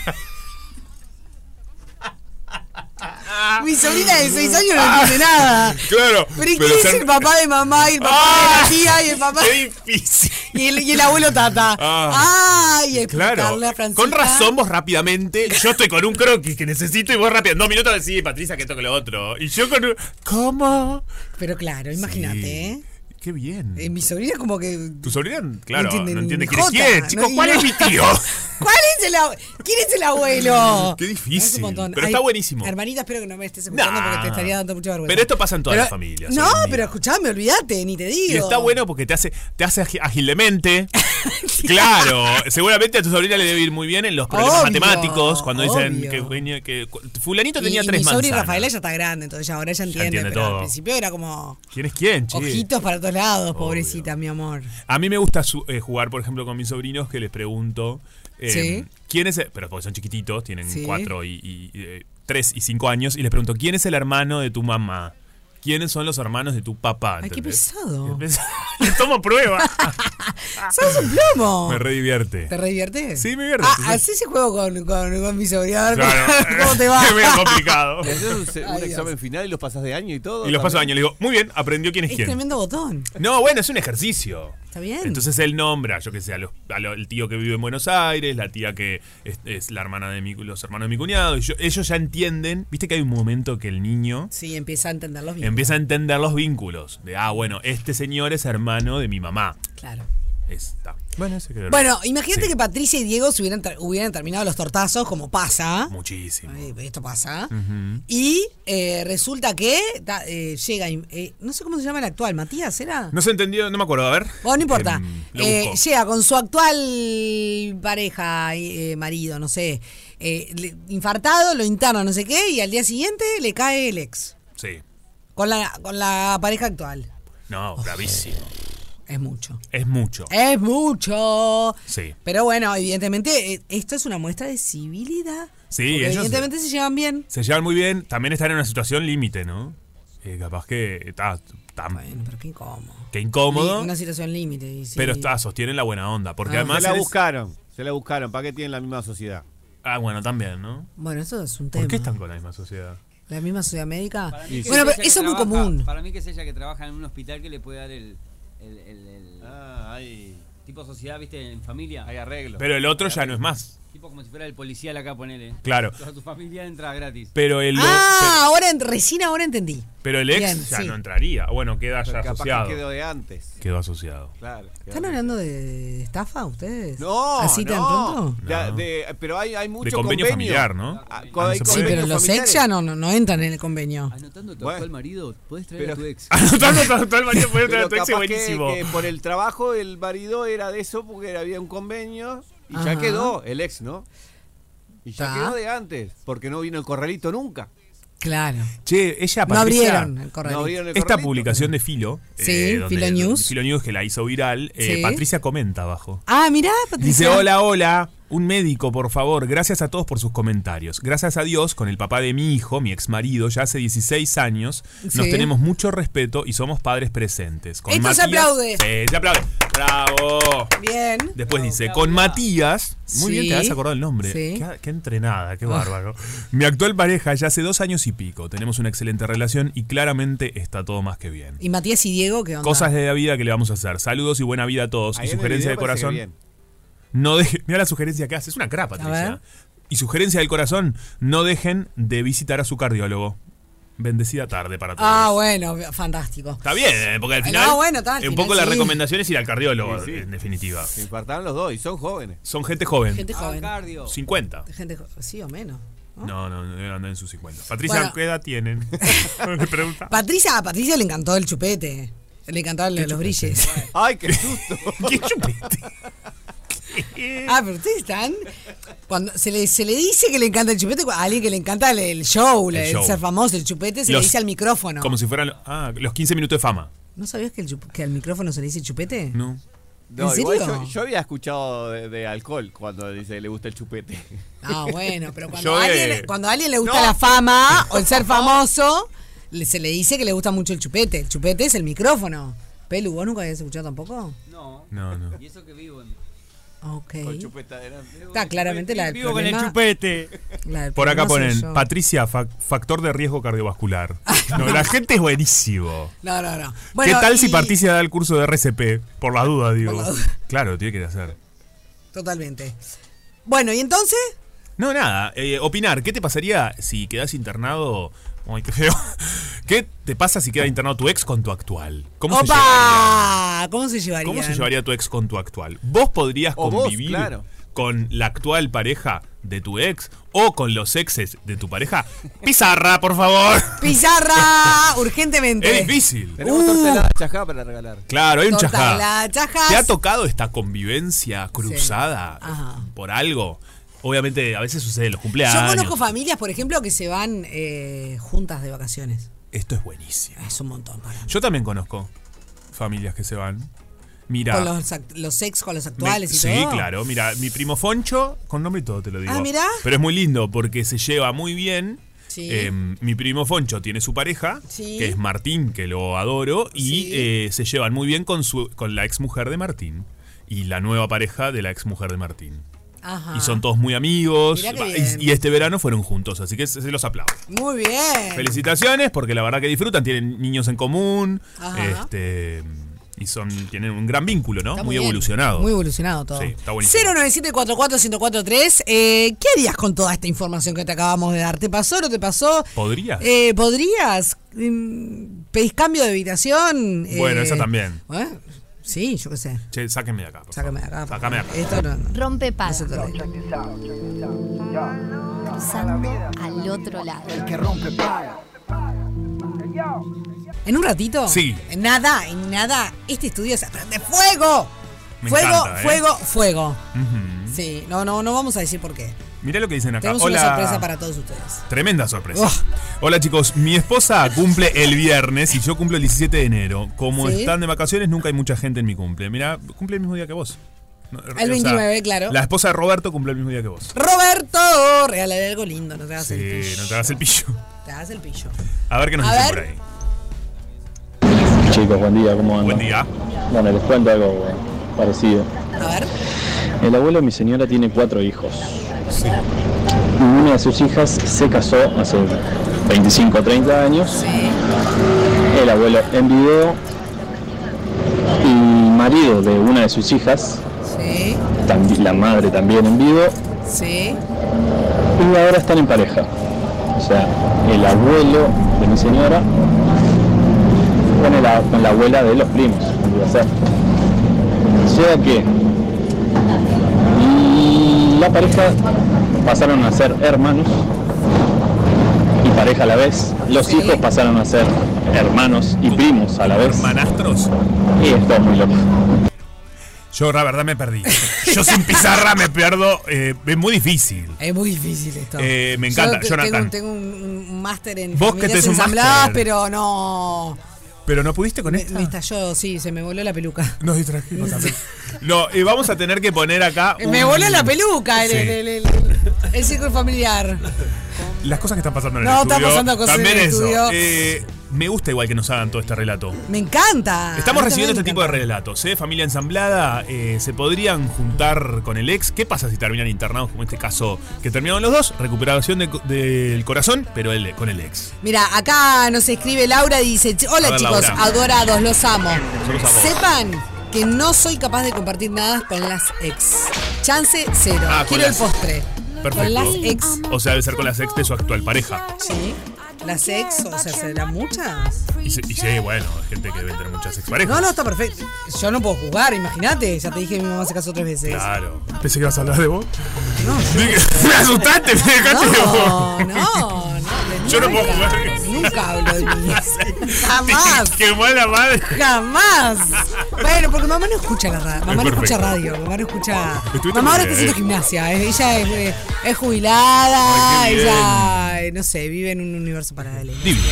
E: Ah, me hiciste
D: Sí.
E: reír.
D: mi sobrina de seis años no entiende nada.
E: Ah. Claro.
D: Pero ¿y
E: pero
D: quién es
E: ser-
D: el papá de mamá y el papá de
E: Ah.
D: la tía y el papá?
E: Qué difícil.
D: Y Y el, y el abuelo Tata.
E: Ah.
D: Ay,
E: Claro.
D: explicarle a Francisca.
E: Con razón vos rápidamente. Yo estoy con un croquis que necesito y vos rápido. Dos minutos decís, Patricia, que toque lo otro. Y yo con un. ¿Cómo?
D: Pero claro, imagínate, ¿eh?
E: Qué bien.
D: Eh, mi sobrina como que.
E: Tu sobrina, claro,
D: No entiende
E: no entiende
D: ni
E: quién es
D: jota,
E: quién.
D: no-
E: Chicos, ¿cuál
D: no.
E: es mi tío?
D: ¿Cuál es el abuelo? ¿Quién es el abuelo?
E: Qué
D: Es
E: difícil.
D: un montón.
E: Pero
D: Ay,
E: está buenísimo.
D: Hermanita, espero que no me estés escuchando porque te estaría dando mucha vergüenza.
E: Pero esto pasa en todas
D: Pero-
E: las familias.
D: No, pero escuchame, olvídate, ni te digo.
E: Y está bueno porque te hace, te hace ágil- ágilmente. claro, seguramente a tu sobrina le debe ir muy bien en los problemas
D: Obvio,
E: matemáticos, cuando dicen
D: obvio.
E: que, genio- que cu- fulanito tenía
D: y,
E: tres
D: mi sobrina
E: manzanas.
D: Rafaela ya está grande, entonces ya ahora ya entiende.
E: entiende
D: pero
E: todo.
D: al principio era como
E: ¿Quién es quién, che?
D: ojitos para todos lados, pobrecita, mi amor.
E: A mí me gusta su- eh, jugar, por ejemplo, con mis sobrinos que les pregunto eh,
D: Sí.
E: quién es, el- pero porque son chiquititos, tienen
D: Sí.
E: cuatro y, y, eh, tres y cinco años y les pregunto quién es el hermano de tu mamá, quiénes son los hermanos de tu papá.
D: Ay, qué
E: ¿entendés?
D: pesado.
E: Le tomo prueba.
D: sos un plomo.
E: Me re divierte.
D: ¿Te re diviertes?
E: Sí, me divierte.
D: Ah, así se juego con, con, con mi sobrina. A ver cómo,
E: Claro.
D: cómo te va.
E: Es medio complicado.
I: Le haces un, se- un
D: Ay, Dios.
I: examen final y los pasas de año y todo.
E: Y los paso
I: también.
E: años, le digo, muy bien, aprendió quién es
D: Es
E: quién.
D: tremendo botón.
E: No, bueno, es un ejercicio.
D: Este Está bien.
E: Entonces él nombra, yo que sé, al tío que vive en Buenos Aires, la tía que es, es la hermana de mi, cu- los hermanos de mi cuñado. y yo- ellos ya entienden, viste que hay un momento que el niño
D: sí, empieza a entenderlos bien.
E: empieza a entender los vínculos. De, ah, bueno, este señor es hermano de mi mamá.
D: Claro.
E: Está. Bueno, eso creo.
D: Bueno, imagínate
E: Sí,
D: que Patricia y Diego se hubieran, ter- hubieran terminado los tortazos, como pasa.
E: Muchísimo.
D: Ay, esto pasa.
E: Ujú.
D: Y eh, resulta que ta- eh, llega, eh, no sé cómo se llama el actual, Matías, ¿era?
E: No se entendió, no me acuerdo, a ver.
D: Bueno, no importa.
E: Em, lo
D: Eh,
E: busco.
D: llega con su actual pareja, eh, marido, no sé, eh, le- infartado, lo interna, no sé qué, y al día siguiente le cae el ex.
E: Sí.
D: Con la, con la pareja actual.
E: No, bravísimo.
D: Es mucho.
E: Es mucho.
D: Es mucho.
E: Sí.
D: Pero bueno, evidentemente, eh, esto es una muestra de civilidad.
E: Sí,
D: Porque
E: ellos-
D: evidentemente se llevan bien.
E: Se llevan muy bien, también están en una situación límite, ¿no? Eh, capaz que está tan.
D: pero qué incómodo.
E: Qué incómodo.
D: Una situación límite. y sí.
E: Pero está, sostienen la buena onda. Porque
I: Ah.
E: además.
I: Se la
E: eres-
I: buscaron, se la buscaron. ¿Para qué tienen la misma sociedad?
E: Ah, bueno, también, ¿no?
D: Bueno, eso es un tema.
E: ¿Por qué están con la misma sociedad?
D: La misma ciudad médica.
E: mí que
D: Bueno,
G: ella
D: pero
G: que
D: eso es muy
G: trabaja-
D: común.
G: Para mí que es ella que trabaja en un hospital que le puede dar el... el, el- el-
L: Ah,
G: Tipo sociedad, viste, en familia. Hay
I: arreglo.
E: Pero el otro ya no es más.
G: Tipo como si fuera el policial acá, ponele.
E: Claro.
G: Toda tu familia entra gratis.
E: Pero el,
D: Ah, ahora en- recién ahora entendí.
E: pero el ex
D: Bien,
E: ya
D: sí.
E: no entraría. Bueno, queda ya
I: capaz que
E: asociado.
I: quedó de antes.
E: Quedó asociado.
I: Claro.
D: ¿Están hablando de estafa ustedes?
I: No,
D: ¿Así tan
I: no.
D: pronto?
I: De- de- pero hay, hay mucho
E: convenio familiar, ¿no?
I: Ah,
E: Ah,
I: co-
E: no
I: hay
E: se
D: Sí,
E: puede.
I: convenios
D: pero los ex
I: familiares.
D: ya no, no, no entran en el convenio.
G: Anotando tu
I: Bueno.
G: actual marido, puedes traer a
I: Pero-
G: tu ex.
E: Anotando tu actual marido, puedes traer
I: Pero
E: a tu ex,
I: capaz
E: buenísimo.
I: Que, que por el trabajo el marido era de eso porque era- había un convenio y
D: Ajá.
I: ya quedó el ex, ¿no? Y ya
D: Ta.
I: quedó de antes, porque no vino el corralito nunca.
D: Claro.
E: Che, ella
D: No
E: Patricia,
D: abrieron el correo.
I: No abrieron el
E: Esta
I: corralito.
E: publicación de Filo. eh,
D: Sí,
E: donde-
D: Filo News.
E: Filo News que la hizo viral. eh,
D: Sí.
E: Patricia comenta abajo.
D: Ah, mirá,
E: Dice,
D: Patricia.
E: hola, hola, un médico, por favor, gracias a todos por sus comentarios. Gracias a Dios, con el papá de mi hijo, mi ex marido, ya hace 16 años, nos
D: Sí.
E: tenemos mucho respeto y somos padres presentes. Con
D: Esto se
E: Matías-
D: aplaude.
E: Sí, se aplaude. Bravo.
D: Bien.
E: Después dice, con Matías, muy
D: Sí.
E: bien te has acordado el nombre,
D: Sí.
E: qué, qué entrenada, qué
D: Ah.
E: bárbaro. Mi actual pareja ya hace dos años y pico, tenemos una excelente relación y claramente está todo más que bien.
D: ¿Y Matías y Diego qué onda?
E: Cosas de la vida que le vamos a hacer. Saludos y buena vida a todos.
I: Ahí
E: y
I: en el
E: sugerencia de
I: video parece
E: corazón.
I: que bien.
E: No deje, mira la sugerencia que hace, es una crapa, Patricia.
D: ver.
E: Y sugerencia del corazón, no dejen de visitar a su cardiólogo. Bendecida tarde para todos.
D: Ah, bueno, fantástico.
E: Está bien, eh, porque al final
D: No, bueno, está, al
E: eh, un
D: final
E: poco la
D: sí.
E: recomendación es ir al cardiólogo
I: Sí, sí.
E: en definitiva.
I: Se infartaron los dos y son jóvenes.
E: Son gente joven,
D: Gente joven.
E: 50.
D: Gente jo- sí o menos.
E: No, no, no deben andar en sus 50. Patricia,
D: Bueno.
E: ¿qué edad tienen? Le pregunta.
D: Patricia, a Patricia le encantó el chupete. Le encantaron los brilles.
I: Ay, qué susto.
D: Ah, pero ustedes están. Cuando se le, se le dice que le encanta el chupete, a alguien que le encanta el, el show, el,
E: El show.
D: ser famoso, el chupete, Este se
E: Los-
D: le dice al micrófono.
E: Como si fueran lo- ah, los 15 minutos de fama.
D: ¿No sabías que, el chup- que al micrófono se le dice chupete?
E: No.
I: No,
D: ¿En
I: igual
D: serio?
I: yo, yo había escuchado de, de alcohol cuando dice le gusta el chupete. eh,
D: Ah, bueno, pero cuando,
E: Yo eh,
D: a
E: de-
D: alguien, cuando a alguien le gusta
I: No.
D: la fama o el ser famoso, le- se le dice que le gusta mucho el chupete. El chupete es el micrófono. Pelu, ¿vos nunca habías escuchado tampoco?
G: No.
E: No, no.
G: Y eso que vivo en...
D: Ok.
I: Con chupeta adelante.
D: Está claramente la del
I: Vivo con
D: problema-
I: el chupete.
D: la del
E: Por acá
D: problema soy
E: ponen,
D: yo.
E: Patricia, fa- factor de riesgo cardiovascular. No, la gente es buenísimo.
D: No, no, no.
E: ¿Qué tal si
D: y-
E: Patricia da el curso de RCP? Por las dudas, digo.
D: la duda.
E: Claro, tiene que hacer.
D: Totalmente. Bueno, ¿y entonces?
E: No, nada. eh, opinar, ¿qué te pasaría si quedás internado? Ay, qué feo. ¿Qué te pasa si queda internado tu ex con tu actual? ¿Cómo se
D: ¡Opa! ah, ¿Cómo se llevaría?
E: ¿Cómo se llevaría tu ex con tu actual? ¿Vos podrías
D: O vos,
E: convivir
D: claro.
E: con la actual pareja de tu ex o con los exes de tu pareja? Pizarra, por favor.
D: Pizarra, urgentemente. Uh.
E: Es difícil.
I: Tenemos torta de chajá para regalar.
E: Claro, hay un
D: Total,
E: chajá.
D: la chajá.
E: ¿Te ha tocado esta convivencia cruzada
D: Ajá.
E: por algo? Obviamente, a veces sucede en los
D: Yo
E: cumpleaños.
D: conozco familias, por ejemplo, que se van eh, juntas de vacaciones.
E: Esto es buenísimo.
D: Es un montón. para mí.
E: Yo también conozco familias que se van. Mira.
D: Con los, act- los ex, con los
E: me-
D: actuales y
E: sí,
D: todo.
E: claro. Mira, mi primo Foncho, con nombre y todo te lo digo.
D: Ah, mirá.
E: Pero es muy lindo porque se lleva muy bien.
D: Sí.
E: Eh, mi primo Foncho tiene su pareja,
D: Sí.
E: que es Martín, que lo adoro, y eh, se llevan muy bien con, su, con la ex mujer de Martín y la nueva pareja de la ex mujer de Martín.
D: Ajá.
E: Y son todos muy amigos.
D: Ah. Mirá qué
E: Va, y-
D: bien.
E: Y, este verano fueron juntos, así que se, se los aplaudo.
D: Muy bien.
E: Felicitaciones, porque la verdad que disfrutan, tienen niños en común.
D: Ajá.
E: Este. Y son, tienen un gran vínculo, ¿no?
D: Está
E: muy
D: muy bien.
E: evolucionado.
D: Muy evolucionado todo.
E: Sí, está buenísimo.
D: 097-44-1043. Eh, ¿Qué harías con toda esta información que te acabamos de dar? ¿Te pasó o no te pasó?
E: ¿Podrías?
D: Eh, ¿Podrías? Mm, ¿Pedís cambio de habitación?
E: bueno,
D: Eh,
E: esa también.
D: ¿eh? Sí, yo qué sé.
E: Che, sáquenme de acá. por
D: Sácame de acá.
E: favor. Sácame de acá.
D: Esto no.
A: Rompe paga. Cruzando al otro lado.
D: ¿En un ratito?
E: Sí.
D: En nada, en nada. Este estudio se prende fuego.
E: Me
D: fuego,
E: encanta, ¿eh?
D: fuego, fuego.
E: Ujú.
D: Sí, no, no, no vamos a decir por qué.
E: Mirá lo que dicen acá.
D: Tenemos
E: Hola.
D: una sorpresa para todos ustedes.
E: Tremenda sorpresa. Hola chicos, mi esposa cumple el viernes y yo cumplo el 17 de enero. Como
D: Sí.
E: están de vacaciones, nunca hay mucha gente en mi cumple. Mira, cumple el mismo día que vos. No, o sea,
D: 29, claro.
E: La esposa de Roberto cumple el mismo día que vos.
D: Roberto, regálale algo lindo, no te hagas el
E: Sí,
D: pillo.
E: no te hagas el pillo.
D: Te hagas el pillo.
E: A ver qué nos
D: A
E: dicen
D: ver.
E: por ahí.
M: Chicos, buen día, ¿cómo andan?
E: Buen día.
M: Bueno, les cuento algo eh, parecido.
D: A ver.
M: El abuelo de mi señora tiene cuatro hijos. Y Una de sus hijas se casó hace 25 o 30 años. El abuelo en video y marido de una de sus hijas,
D: Sí,
M: tambi- la madre también en vivo,
D: sí.
M: y ahora están en pareja. O sea, el abuelo de mi señora con, la- con la abuela de los primos. vendría a ser. O sea que la pareja pasaron a ser hermanos y pareja a la vez. Los hijos pasaron a ser hermanos y primos a la vez.
E: ¿Hermanastros?
M: Y es todo muy loco.
E: Yo la verdad me perdí. Yo sin pizarra me pierdo. eh, es muy difícil.
D: Es muy difícil esto.
E: Eh, me encanta,
D: Yo te- Tengo,
E: Jonathan.
D: tengo un, un máster en
E: Vos que
D: familias
E: tenés un
D: ensambladas,
E: máster.
D: pero no.
E: Pero no pudiste con
D: Me,
E: esta.
D: me estalló, sí, se me voló la peluca.
E: Nos distrajimos también. No, eh, vamos a tener que poner acá.
D: Me
E: un-
D: voló la peluca el,
E: Sí.
D: el, el, el- el círculo familiar.
E: Las cosas que están pasando en el
D: No,
E: estudio.
D: están pasando cosas en
E: También
D: el
E: eso.
D: estudio.
E: Eh, me gusta igual que nos hagan todo este relato.
D: Me encanta.
E: Estamos
D: A mí
E: recibiendo este
D: también
E: tipo de relatos, ¿eh? Familia ensamblada, eh, se podrían juntar con el ex. ¿Qué pasa si terminan internados, como en este caso que terminaron los dos? Recuperación de co- del corazón, pero el- con el ex.
D: Mira, acá nos escribe Laura y dice, hola
E: A ver,
D: chicos,
E: Laura.
D: adorados, los amo.
E: Yo los amo.
D: Sepan que no soy capaz de compartir nada con las ex. Chance cero.
E: Ah, con
D: Quiero el
E: las-
D: postre. Con las
E: Perfecto.
D: ex.
E: O sea, debe ser con las ex de su actual pareja.
D: Sí. Las ex, o sea, serán muchas.
E: Y, se- y sí, bueno, hay gente que debe tener muchas exparejas.
D: No, no, está perfecto. Yo no puedo jugar, imagínate. Ya te dije que mi mamá se casó tres veces.
E: Claro. Pensé que ibas a hablar de vos. me asustaste, me dejaste de
D: No,
E: Ah, vos.
D: no,
E: Yo no puedo jugar.
D: Nunca hablo de mí. Jamás.
E: Qué mala madre.
D: Jamás. Bueno, porque mamá no escucha la radio. Mamá no
E: perfecto.
D: escucha radio. Mamá no escucha.
E: Estuviste
D: Mamá
E: muy
D: ahora está
E: bien,
D: haciendo
E: eh.
D: gimnasia. eh, Ella es, eh, es jubilada.
E: Ay, qué bien.
D: ella, eh, no sé, vive en un universo paralelo.
E: Divino.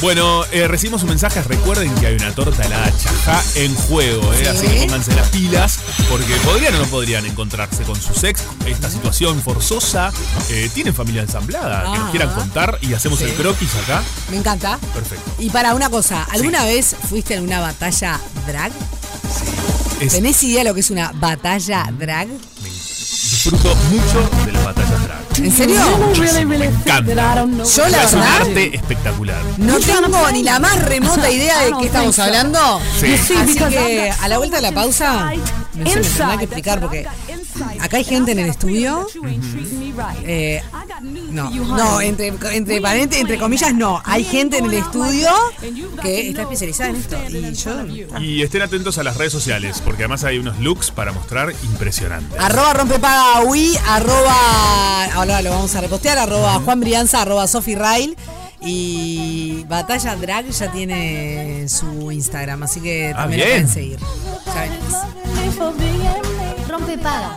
E: Bueno, eh, recibimos un mensaje. Recuerden que hay una torta helada chajá en juego, eh,
D: Sí.
E: así que pónganse las pilas, porque podrían o no podrían encontrarse con sus ex. Esta situación forzosa. Eh, Tienen familia ensamblada que nos
D: Ajá.
E: quieran contar y hacemos
D: Ah. Sí.
E: el croquis acá.
D: Me encanta.
E: Perfecto.
D: Y para una cosa, ¿alguna vez fuiste a alguna batalla drag?
E: es-
D: ¿Tenés idea lo que es una batalla drag?
E: Disfruto mucho de las batallas drag.
D: ¿En serio?
E: Me encanta.
D: Yo la
E: es un
D: verdad
E: arte espectacular.
D: no Ah, tengo ni la más remota idea de qué estamos hablando.
E: Sí.
D: Así que a la vuelta de la pausa no sé, me tendrán que explicar porque acá hay gente en el estudio. Eh, no, no, entre, entre, parente- entre comillas no. Hay gente en el estudio que está especializada en esto. Y yo
E: Y estén atentos a las redes sociales, porque además hay unos looks para mostrar impresionantes.
D: Arroba rompepaga UI, arroba. Ahora lo vamos a repostear, arroba Juan Brianza, arroba Sofi Rail. Y Batalla Drag ya tiene su Instagram, así que
E: Ah,
D: también lo
E: bien.
D: pueden seguir. Ya venimos.
A: Rompe paga.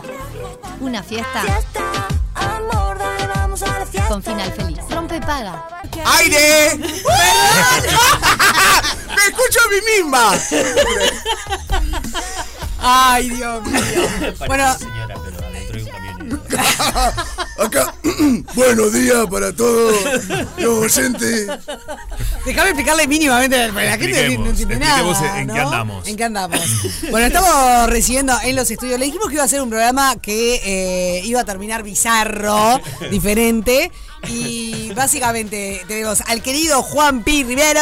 A: Una fiesta. Con final feliz. Rompe paga.
N: ¡Aire! ¡Me escucho a mí misma!
D: ¡Ay, Dios mío!
N: Bueno.
L: señora, pero adentro hay un camión.
N: Acá, buenos días para todos los oyentes.
D: Déjame explicarle mínimamente. La gente no
E: Expliquemos,
D: entiende
E: expliquemos
D: nada.
E: en qué
D: ¿no?
E: andamos.
D: ¿En qué andamos? Bueno, estamos recibiendo en los estudios. Le dijimos que iba a ser un programa que eh, iba a terminar bizarro, diferente. Y básicamente tenemos al querido Juan P. Rivero.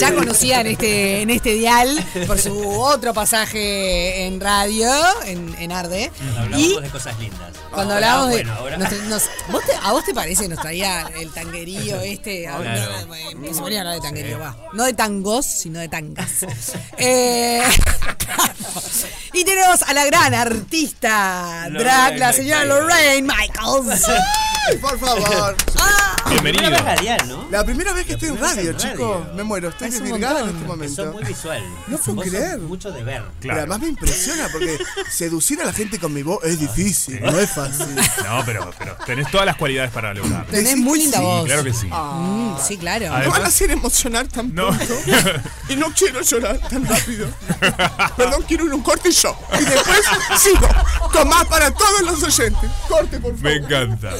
D: Ya conocía en este, en este dial por su otro pasaje en radio, en, en Arde. Y
L: Hablábamos de cosas lindas.
E: Ah,
L: Ah,
D: cuando hablábamos de.
L: Bueno, ahora.
D: nos- nos- ¿vos te- ¿A vos te parece? Nos traía el tanguerío este. a-
L: Claro.
D: se ponía a hablar de tanguerío, va. No de tangos, sino de tangas. Eh, y tenemos a la gran artista drag, la señora Lorraine Michaels.
N: Por favor.
D: Ah.
L: Bienvenido. Primera
N: La primera
L: vez
N: vez,
L: radial, ¿no?
N: que
L: La
N: estoy en
L: primera vez
N: radio,
L: en
N: chicos.
L: radio.
N: Me muero, estoy
L: Es un
N: desvirgada en
L: montón.
N: este momento.
L: Sos muy visual.
N: No
L: Vos
N: puedo
L: sos
N: creer.
L: Mucho de ver.
N: Pero además me impresiona porque seducir a la gente con mi voz es difícil, no es fácil.
E: No, pero, pero tenés todas las cualidades para lograrlo.
N: Tenés muy linda
E: Sí,
N: voz.
E: Claro que sí.
D: Mm, sí, claro.
E: Ah, Además-
N: Me van a hacer emocionar tan pronto. y no quiero llorar tan rápido. Perdón, quiero ir a un corte yo. Y después sigo con más para todos los oyentes. Corte, por favor.
E: Me encanta.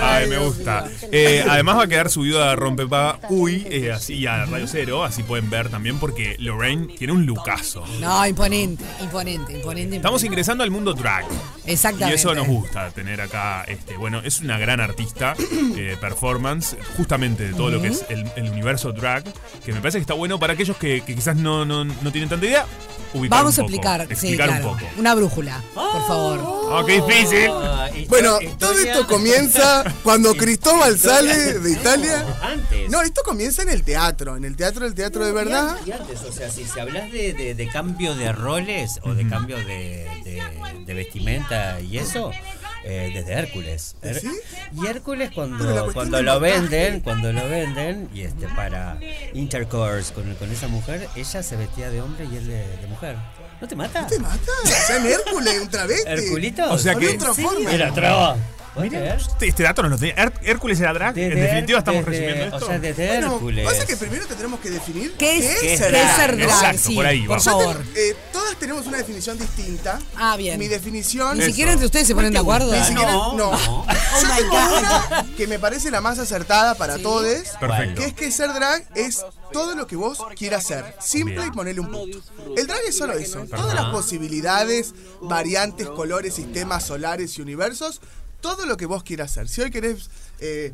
E: Ay, me gusta. Eh, además va a quedar subido a Rompepaga Uy, eh, así y a Radio Cero, así pueden ver también porque Lorraine tiene un lucazo.
D: No, imponente, imponente, imponente.
E: Estamos
D: imponente.
E: ingresando al mundo drag.
D: Exactamente.
E: Y eso nos gusta tener acá. Este, bueno, es una gran artista eh, performance, justamente de todo lo que es el, el universo drag, que me parece que está bueno para aquellos que, que quizás no, no, no tienen tanta idea. ubicar
D: Vamos a
E: un poco,
D: explicar, sí,
E: explicar
D: claro.
E: un poco.
D: Una brújula, por favor.
E: Oh, qué difícil.
N: Bueno, todo esto comienza cuando Cristóbal sale de Italia. No, esto comienza en el teatro, en el teatro, el teatro de verdad.
L: Y antes, o sea, si, si hablas de, de- de cambio de roles o de cambio de, de- de vestimenta y eso, eh, desde Hércules. Her- Y Hércules
N: ¿Ah, Pero Ah, la
L: cuando,
N: cuestión
L: cuando
N: del
L: lo
N: montaje.
L: venden, cuando lo venden, y este para intercourse con, con esa mujer, ella se vestía de hombre y él de, de mujer. ¿No te mata? ¿No te
N: mata? O sea, en Hércules, un travesti.
L: ¿Hérculito?
E: O sea que-
N: Había otra forma.
L: Era traba.
E: Mira, este, este dato no lo tenía. Her- Hércules era drag. en
L: Her-
E: definitiva, estamos
L: desde-
E: recibiendo esto.
L: o sea, desde
N: Bueno,
L: Hércules.
N: pasa que primero que tenemos que definir
D: ¿Qué es- qué es ser drag?
E: Exacto, Sí, por ahí, por vamos. favor.
N: Ya te- eh, todas tenemos una definición distinta.
D: Ah, bien.
N: Mi definición.
D: Ni siquiera entre ustedes se ponen de acuerdo.
L: Ah,
N: Ni siquiera- no.
D: No.
N: Yo tengo una que me parece la más acertada para todos.
E: Perfecto.
N: Que es que ser drag es todo lo que vos quieras ser. Simple
E: Bien.
N: y ponele un punto. El drag es solo eso. Todas
E: Ajá.
N: las posibilidades, variantes, colores, sistemas solares y universos. Todo lo que vos quieras ser. Si hoy querés. eh,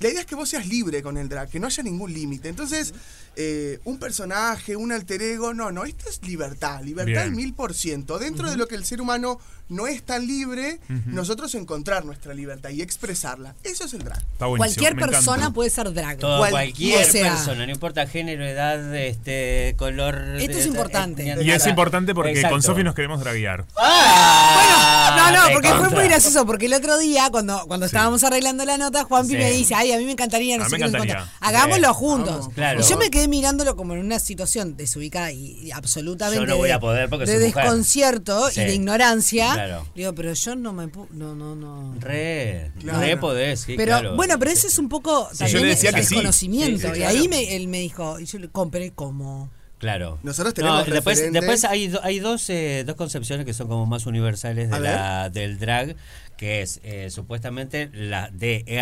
N: la idea es que vos seas libre con el drag, que no haya ningún límite. Entonces, eh, un personaje, un alter ego, no, no, esto es libertad, libertad al
E: Bien.
N: mil por ciento. Dentro de lo que el ser humano no es tan libre,
E: Ujú.
N: nosotros encontrar nuestra libertad y expresarla. Eso es el drag.
E: Está buenísimo,
D: Cualquier
E: me encanta.
D: persona puede ser drag.
L: Todo,
D: Cual-
L: cualquier
D: o sea,
L: persona, no importa género, edad, este, color.
D: Esto es
L: de-
D: importante.
L: etnia,
E: Y es
L: nada.
E: importante porque con
L: Exacto.
E: Sofi nos queremos draguear.
D: No,
L: Ah,
D: no,
E: te
D: porque fue
E: contra.
D: muy gracioso, porque el otro día, cuando, cuando estábamos arreglando la nota, Juanpi
L: Sí.
D: me dice, ay, a mí me encantaría, no
L: A mí
D: sé
L: me
D: qué, no sé
L: encantaría.
D: cuánto". Hagámoslo
L: Sí.
D: juntos.
L: Vamos. Claro.
D: Y yo me quedé mirándolo como en una situación desubicada y, y absolutamente
L: Yo no voy
D: de-
L: a poder porque
D: de
L: soy mujer.
D: desconcierto
L: Sí.
D: y de ignorancia.
L: Claro.
D: Le digo, pero yo no me... pu- No, no, no.
L: Re,
D: Claro.
L: re podés, sí,
D: pero
L: claro.
D: bueno, pero eso es un poco
L: Sí,
D: también
L: yo le decía
D: el
L: que sí.
D: desconocimiento.
L: Sí, sí,
D: y
L: claro.
D: ahí me, él me dijo, y yo le compré como...
L: Claro.
N: Nosotros
D: tenemos
L: después,
D: referentes.
L: después hay, do- hay dos, eh, dos concepciones que son como más universales de
N: A
L: la- del drag, que es eh, supuestamente la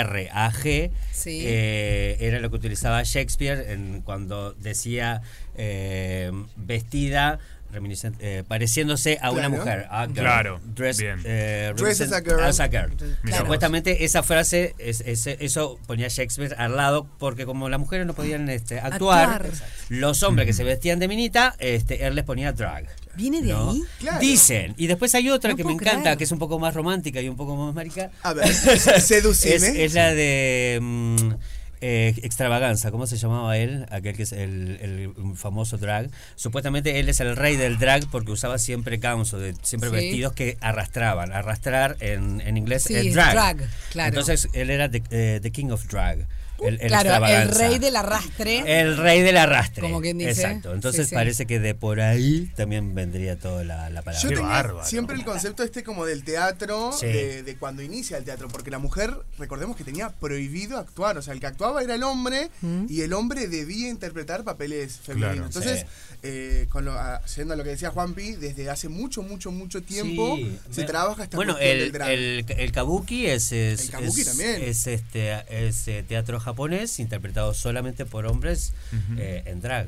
L: DRAG,
D: Sí.
L: eh, era lo que utilizaba Shakespeare en- cuando decía eh, vestida reminiscen- eh, pareciéndose a una
I: Claro.
L: mujer. a girl.
E: Claro,
L: Dress,
E: bien.
L: eh,
E: Dress
L: represent-
E: as a girl.
L: as a girl.
E: Mira vos.
L: Supuestamente esa frase, es- es- eso ponía Shakespeare al lado, porque como las mujeres no podían este, actuar,
D: Actuar.
L: los hombres que se vestían de minita, este, él les ponía drag.
D: ¿Viene de
L: ¿no?
D: ahí?
L: Dicen. Y después hay otra
D: No
L: que me
D: puedo
L: encanta,
D: creer.
L: que es un poco más romántica y un poco más marica.
N: A ver, seducime.
L: Es, es la de. mm, eh, extravaganza, ¿cómo se llamaba él? Aquel que es el, el famoso drag. Supuestamente él es el rey del drag porque usaba siempre ganso, de, siempre
D: Sí.
L: vestidos que arrastraban. Arrastrar en, en inglés
D: Sí,
L: es
D: es
L: drag.
D: drag, claro. Uh,
L: Entonces él era the, eh, the king of drag. El, el
D: claro, el
L: extravaganza.
D: rey del arrastre.
L: El rey del arrastre.
D: Como quien dice.
L: Exacto. Entonces
D: Sí, sí.
L: parece que de por ahí también vendría toda la, la palabra.
N: Yo tenía siempre el concepto este como del teatro,
L: Sí.
N: de, de cuando inicia el teatro, porque la mujer, recordemos que tenía prohibido actuar, o sea, el que actuaba era el hombre
L: Mm.
N: y el hombre debía interpretar papeles femeninos.
E: Claro.
N: Entonces,
E: Sí.
N: eh, con lo, a- yendo a lo que decía Juanpi, desde hace mucho, mucho, mucho tiempo
L: Sí.
N: se
L: Me-
N: trabaja esta
L: bueno
N: cuestión
L: el,
N: del drag.
L: el, el kabuki es es,
N: El kabuki
L: es-
N: también.
L: es este es eh, teatro japonés interpretado solamente por hombres
E: Ujú.
L: eh, en drag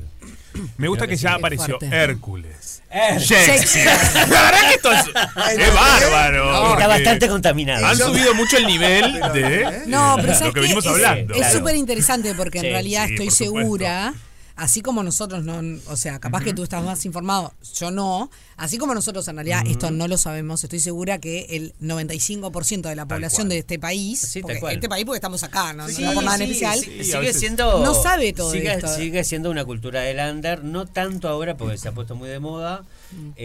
E: Me gusta
L: Creo
E: que ya
L: sí.
E: apareció Hércules.
L: Her-
E: Shakespeare.
L: Shakespeare.
E: La verdad que esto es, es bárbaro.
L: Está
E: porque
L: bastante contaminado.
E: Han
L: Yo- ¿eh?
E: subido mucho el nivel de
D: No, pero
E: ¿Eh? lo
D: ¿sabes
E: que
D: qué?
E: venimos
D: Es-
E: hablando.
D: Es súper interesante porque
E: Sí,
D: en realidad
E: sí,
D: estoy
E: por supuesto.
D: segura, así como nosotros, no, o sea, capaz que tú estás más informado, yo no, así como nosotros en realidad
L: Ujú.
D: esto no lo sabemos, estoy segura que el 95% de la población de este país,
L: tal
D: porque
L: cual.
D: este país porque estamos acá, no,
L: Sí,
D: no por nada en
L: sí,
D: especial,
L: sí, sigue siendo
D: no sabe todo
L: sigue,
D: esto.
L: sigue siendo una cultura del under no tanto ahora porque se ha puesto muy de moda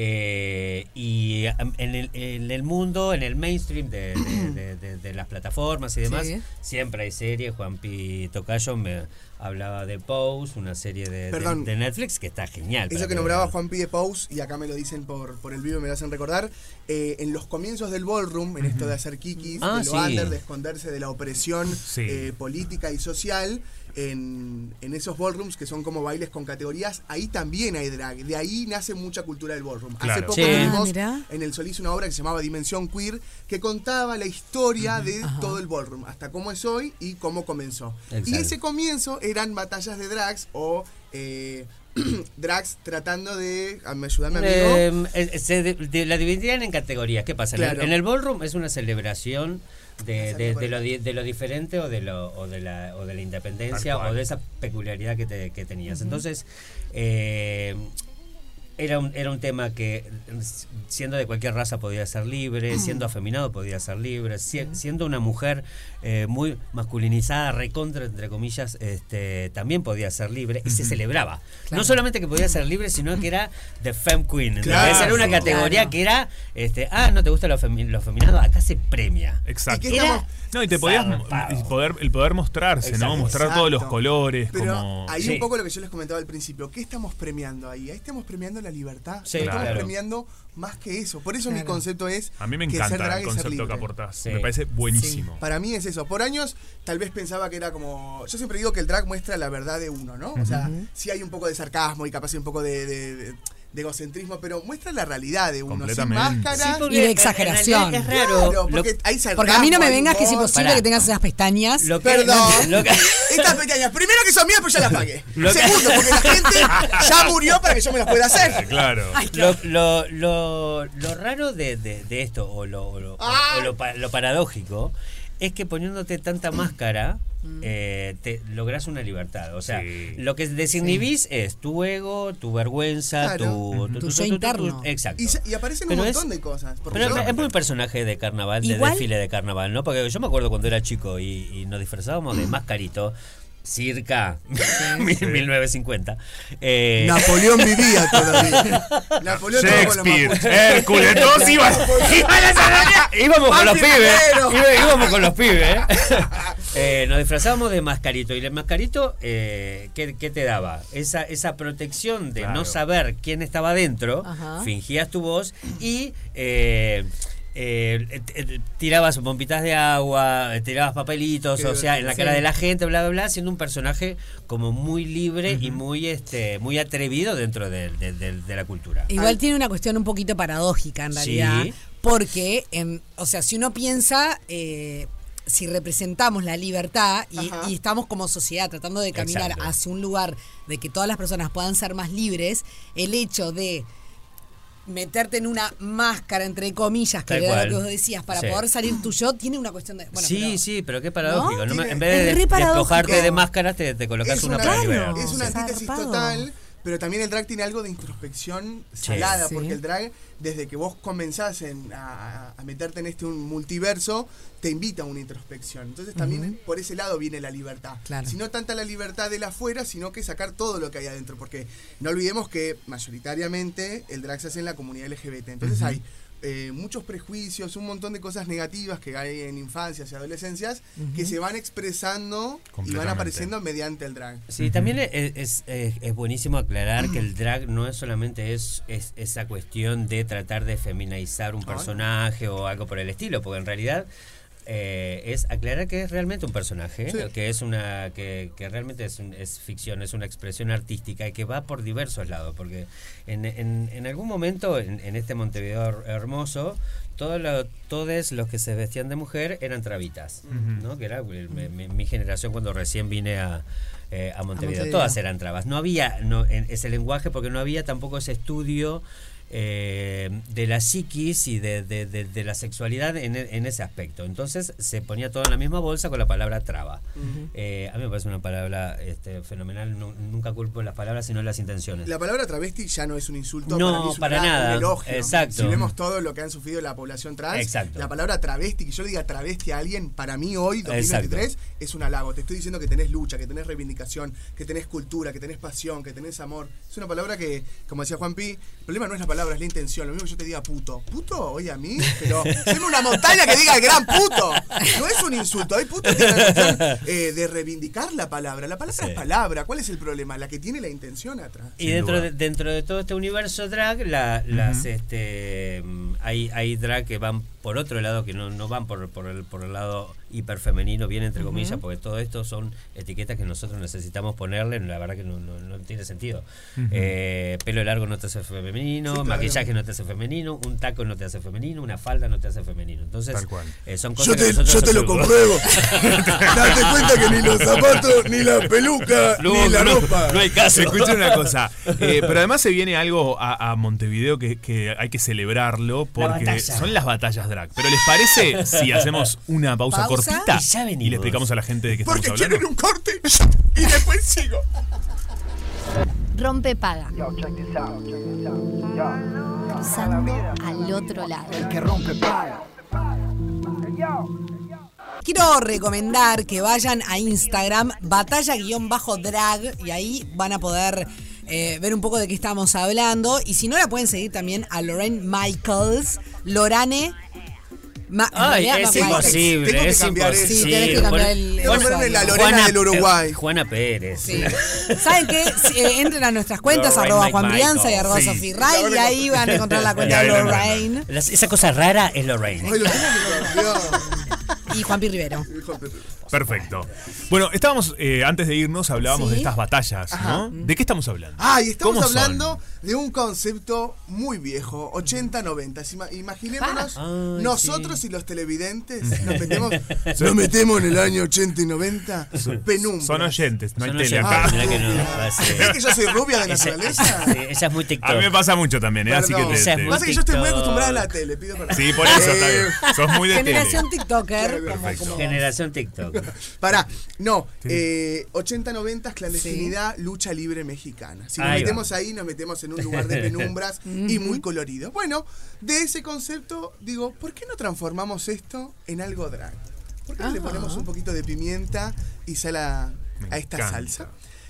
L: eh, y am, en el, en el mundo en el mainstream de, de- de- de- de las plataformas y demás
D: Sí.
L: siempre hay series Juanpi Tocayo me hablaba de Pose una serie de, de-
N: Perdón.
L: de Netflix que está genial
N: Eso
L: para
N: que
L: ver.
N: nombraba Juan P. de Pous, y acá me lo dicen por, por el vivo y me lo hacen recordar, eh, en los comienzos del ballroom, en esto de hacer kikis,
L: Ah,
N: de lo
L: sí.
N: under, de esconderse de la opresión eh, política y social, en, en esos ballrooms que son como bailes con categorías, ahí también hay drag. De ahí nace mucha cultura del ballroom. Hace
L: Claro.
N: poco
L: Sí. Ah,
N: vimos
L: mirá.
N: en el Solís una obra que se llamaba Dimensión Queer, que contaba la historia de todo el ballroom, hasta cómo es hoy y cómo comenzó. Y
L: Exacto.
N: ese comienzo eran batallas de drags o eh, drags tratando de. ah, me ayudame, amigo.
L: Eh, eh, se de- de- la dividían en categorías. ¿Qué pasa? En el-
N: Claro.
L: En, el, ballroom es una celebración de, de- de lo, di- de lo diferente o de, lo, o de, la, o de la independencia
I: Tal cual.
L: o de esa peculiaridad que, te- que tenías.
I: Ujú.
L: Entonces, eh, era, un, era un tema que eh, siendo de cualquier raza podía ser libre, siendo afeminado podía ser libre, si- siendo una mujer eh, muy masculinizada, recontra, entre comillas, este, también podía ser libre y se
I: Ujú.
L: celebraba.
I: Claro.
L: No solamente que podía ser libre, sino que era The Femme Queen. ¿entendés?
I: Claro.
L: Esa era una
I: Sí,
L: categoría
I: claro.
L: que era, este, ah, no te gusta lo, femi- lo feminado, acá se premia.
E: Exacto.
L: Era
E: no, y te podías mo-
L: zarpado.
E: y poder, el poder mostrarse, ¿no?
L: Exacto.
E: Mostrar todos los colores,
N: Pero
E: como.
N: ahí
E: Sí.
N: un poco lo que yo les comentaba al principio. ¿Qué estamos premiando ahí? Ahí estamos premiando la libertad.
E: Sí,
N: estamos
E: claro.
N: premiando más que eso. Por eso mi
E: Claro.
N: concepto es.
E: A mí me
N: que ser
E: encanta
N: drag
E: el
N: es ser
E: concepto que
N: libre.
E: aportás. Me parece buenísimo.
N: Para mí es eso. Por años tal vez pensaba que era como... Yo siempre digo que el drag muestra la verdad de uno, ¿no? O sea,
E: Ujú.
N: sí hay un poco de sarcasmo y capaz hay un poco de... de- de- de egocentrismo, pero muestra la realidad de uno, sin
E: Completamente.
N: máscara
D: Sí, porque Y de en exageración. realidad es raro.
N: Claro, porque
D: Lo-
N: hay
D: Porque a mí no
N: sarcasmo,
D: me
N: hay
D: vengas que es
N: humor.
D: imposible que tengas esas pestañas.
L: Lo
N: que- Perdón. Estas pestañas, primero que son mías, pero ya las pagué.
L: Lo que-
N: Segundo, porque la gente ya murió para que yo me las pueda hacer.
E: Claro.
N: Ay,
L: Lo, lo, lo- lo raro de, de- de esto, o, lo, o lo- o- o lo pa- lo paradójico, es que poniéndote tanta máscara, eh, te logras una libertad. O sea, lo que desinhibís es tu ego, tu vergüenza,
N: Claro.
L: tu,
N: Tu
L: tu-
N: yo
L: tu- tu-
N: interno.
L: Exacto.
N: Y, se- y aparecen
L: Pero
N: un
L: es-
N: montón de cosas. porque
L: Pero
N: yo-
L: es muy personaje de carnaval, de
N: Igual-
L: desfile de carnaval, ¿no? Porque yo me acuerdo cuando era chico y, y nos disfrazábamos de mascarito, circa 1950. Eh,
N: Napoleón vivía todavía. Napoleón estaba con los
L: Shakespeare,
N: mapuches.
L: Hércules, todos iban, iban a esa reunión. Íbamos con los
N: Martín
L: pibes.
N: Lutero.
L: iba- Íbamos con los pibes. Eh, nos disfrazábamos de mascarito. Y el mascarito, eh, ¿qué, qué te daba? Esa, esa protección de
I: Claro.
L: no saber quién estaba dentro,
I: Ajá.
L: fingías tu voz y. eh, eh, eh, eh, tirabas bombitas de agua, eh, tirabas papelitos,
I: Qué
L: o sea, en la
I: divertido.
L: cara
I: Sí.
L: de la gente, bla, bla, bla, siendo un personaje como muy libre y muy este muy atrevido dentro de, de- de- de la cultura.
D: Igual tiene una cuestión un poquito paradójica en
L: Sí.
D: realidad. Porque, en, o sea, si uno piensa, eh, si representamos la libertad y, y estamos como sociedad tratando de caminar
L: Exacto.
D: hacia un lugar de que todas las personas puedan ser más libres, el hecho de meterte en una máscara, entre comillas, que
L: Tal
D: era
L: cual.
D: lo que vos decías, para
L: Sí.
D: poder salir tu yo, tiene una cuestión de. Bueno,
L: sí, sí, pero qué paradójico.
D: ¿No?
L: no me-
D: Tiene-
L: en
D: es
L: vez de
D: re
L: de
D: paradójico.
L: despojarte de máscaras, te, te colocas
N: es
L: una
N: una,
L: para liberar.
N: es una antítesis
O: Zarpado.
N: total, pero también el drag tiene algo de introspección
L: Sí.
N: salada,
L: Sí.
N: porque el drag, desde que vos comenzás en- a, a meterte en este un multiverso, te invita a una introspección. Entonces también
D: Ujú.
N: por ese lado viene la libertad.
D: Claro.
N: Si no tanta la libertad del afuera, sino que sacar todo lo que hay adentro, porque no olvidemos que mayoritariamente el drag se hace en la comunidad LGBT. Entonces
D: Ujú.
N: hay... eh, muchos prejuicios, un montón de cosas negativas que hay en infancias y adolescencias que
L: Ujú.
N: se van expresando y van
L: Completamente.
N: apareciendo mediante el drag.
L: Sí, también es, es- es- es buenísimo aclarar que el drag no es solamente es, es esa cuestión de tratar de feminizar un personaje o algo por el estilo, porque en realidad eh, es aclarar que es realmente un personaje,
P: Sí.
L: que es una que, que realmente es, un- es ficción, es una expresión artística y que va por diversos lados, porque en, en- en algún momento en, en este Montevideo hermoso todos lo- todes los que se vestían de mujer eran trabitas,
P: Ujú.
L: ¿no? que era el- mi- mi- mi generación cuando recién vine a, eh, a Montevideo.
P: Montevideo.
L: Todas eran trabas. No había no, en- ese lenguaje porque no había tampoco ese estudio eh, de la psiquis y de, de- de- de la sexualidad en, e- en ese aspecto. Entonces se ponía todo en la misma bolsa con la palabra traba.
N: Ujú.
L: Eh, a mí me parece una palabra este, fenomenal. Nu- nunca culpo las palabras, sino las intenciones.
N: La palabra travesti ya no es un insulto,
L: No,
N: para, mí es un
L: para
N: gran-
L: nada.
N: un elogio.
L: Exacto.
N: Si vemos todo lo que han sufrido la población trans,
L: Exacto.
N: la palabra travesti, que yo le diga travesti a alguien, para mí hoy, 2023, es un halago. Te estoy diciendo que tenés lucha, que tenés reivindicación, que tenés cultura, que tenés pasión, que tenés amor. Es una palabra que, como decía Juan Pi, el problema no es la palabra, es la intención. Lo mismo que yo te diga puto. ¿Puto? Oye, a mí, pero tengo una montaña que diga el gran puto. No es un insulto. Hay puto que tiene una cuestión, eh, de reivindicar la palabra. La palabra
L: Sí.
N: es palabra. ¿Cuál es el problema? La que tiene la intención atrás.
L: Y dentro de, dentro de todo este universo drag, la- las este mm, hay, hay drag que van por otro lado, que no, no van por, por el, por el lado hiperfemenino, bien entre
P: Ujú.
L: comillas, porque todo esto son etiquetas que nosotros necesitamos ponerle, la verdad que no, no- no tiene sentido.
P: Ujú.
L: Eh, pelo largo no te hace femenino,
P: Sí, claro.
L: maquillaje no te hace femenino, un taco no te hace femenino, una falda no te hace femenino. Entonces,
P: Tal cual.
L: eh, son
P: Yo
L: cosas
P: te-
L: que nosotros
P: yo te lo
L: hacemos.
P: compruebo. Date cuenta que ni los zapatos, ni la peluca,
E: No,
P: ni la
E: no,
P: ropa.
E: No hay caso. Escuchen una cosa. eh, pero además se viene algo a, a Montevideo que, que hay que celebrarlo porque
P: batalla.
E: son las batallas drag. Pero ¿les parece si hacemos una pausa,
P: Pausa
E: cortita
P: y ya venimos.
E: le explicamos a la gente de qué
P: Porque
E: estamos hablando?
P: quieren un
N: corte y después sigo.
A: Rompe paga. Cruzando al otro lado.
D: Quiero recomendar que vayan a Instagram batalla-drag y ahí van a poder eh, ver un poco de qué estamos hablando. Y si no, la pueden seguir también a Lorraine Michaels. Lorane. Ma-
L: Ay,
D: Lorena
L: es
D: Michaels.
L: imposible,
D: Tengo que
L: es
D: cambiar eso.
L: imposible.
D: Sí, tenés que cambiar el-
L: Bueno,
D: el
L: Juana-
D: usuario.
L: Juana-
D: Lorena del Uruguay.
L: eh, Juana Pérez.
D: ¿Saben qué? Si, eh, entren a nuestras cuentas,
L: Lorraine
D: arroba Juan
L: Michael.
D: Brianza y arroba
L: Sí.
D: Sofi Ray, y ahí van a encontrar la cuenta de
L: Ya, Lorena.
D: Lorraine
L: Las- esa cosa rara es Lorraine.
D: y Juan P. Rivero.
E: Perfecto. Bueno, estábamos, eh, antes de irnos, hablábamos
N: Sí.
E: de estas batallas,
N: Ajá.
E: ¿no? ¿De qué estamos hablando?
N: Ah, y estamos
E: ¿Cómo son?
N: hablando de un concepto muy viejo, 80-90. Si ma- Imaginémonos,
E: Ah. Ay,
N: nosotros y los televidentes nos metemos,
E: Sí.
N: nos metemos en el año 80 y 90,
E: Son-
N: penumbra.
E: Son oyentes, no hay
N: Son
E: tele
N: oyentes,
E: acá.
N: mirá que no, ¿Ves que yo soy rubia de
L: Esa-
N: naturaleza?
L: Sí, ella es muy TikTok.
E: A mí me pasa mucho también, ¿eh? Así que
N: Perdón.
E: te- te-
N: Pasa que yo estoy muy acostumbrada a la tele, Eh, pido perdón.
E: Sí, por eso, está bien. Sos muy de tele.
D: Generación TikToker.
E: Perfecto.
L: Generación TikTok.
N: Pará, no, eh, 80-90 clandestinidad, lucha libre mexicana. Si nos
L: Ahí va.
N: metemos ahí, nos metemos en un lugar de penumbras y muy colorido. Bueno, de ese concepto, digo, ¿por qué no transformamos esto en algo drag? ¿Por qué no le
D: Ajá.
N: ponemos un poquito de pimienta y sal a,
E: Me
N: a esta
E: encanta.
N: salsa?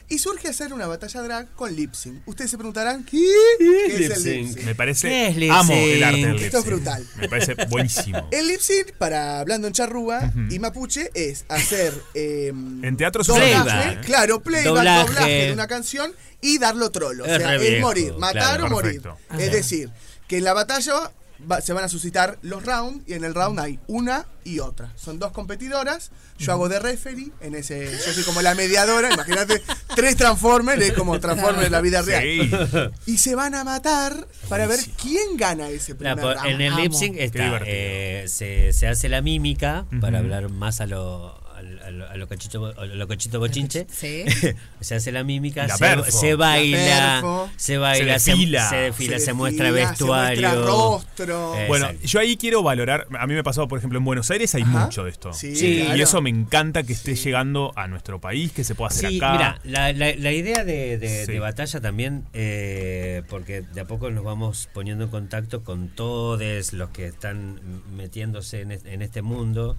N: Y surge hacer una batalla drag con lip sync. Ustedes se preguntarán, ¿qué, ¿Qué es el lip sync?
E: Me
L: ¿Qué
E: parece.
L: es lip
E: amo el arte del
L: sync?
E: lip
N: Esto es
E: sync.
N: brutal.
E: Me parece buenísimo.
N: El lip sync, para hablando en charrúa y mapuche, es hacer. eh,
E: En teatro es
N: doblaje,
E: una locura, ¿eh?
N: Claro, playback,
E: Doblaje.
N: doblaje. de una canción y darlo trolo. O
E: Es
N: sea,
E: re
N: es
E: viejo,
N: morir, matar
E: claro.
N: o morir.
E: Perfecto.
N: Es decir, que en la batalla va- se van a suscitar los rounds y en el round hay una y otra. Son dos competidoras. Yo hago de referee en ese. Yo soy como la mediadora. Imagínate, tres Transformers, es como Transformers en la vida real. Y se van a matar para ver quién gana ese
L: La
N: primer
L: po-
N: round.
L: en el lip eh,
N: Amo.
L: sync está, eh, se, se hace la mímica para hablar más a lo, a a lo- a lo cachito, a lo cachito bochinche.
D: Sí.
L: se hace la mímica,
D: La
L: se,
D: perfo.
L: se
D: La
L: baila,
D: perfo.
L: se baila,
E: Se
L: se
E: desfila.
L: se desfila,
E: Se
L: se muestra
E: desfila, se muestra
L: vestuario.
E: rostro. Bueno,
L: Exacto.
E: yo ahí quiero valorar. A mí me ha pasado, por ejemplo, en Buenos Aires hay mucho de esto.
L: Sí, Sí. claro.
E: Y eso me encanta que esté llegando a nuestro país, que se pueda hacer
L: Sí,
E: acá.
L: mira, la, la- la idea de, de-
E: Sí.
L: de batalla también, eh, porque de a poco nos vamos poniendo en contacto con todos los que están metiéndose en, es- en este mundo,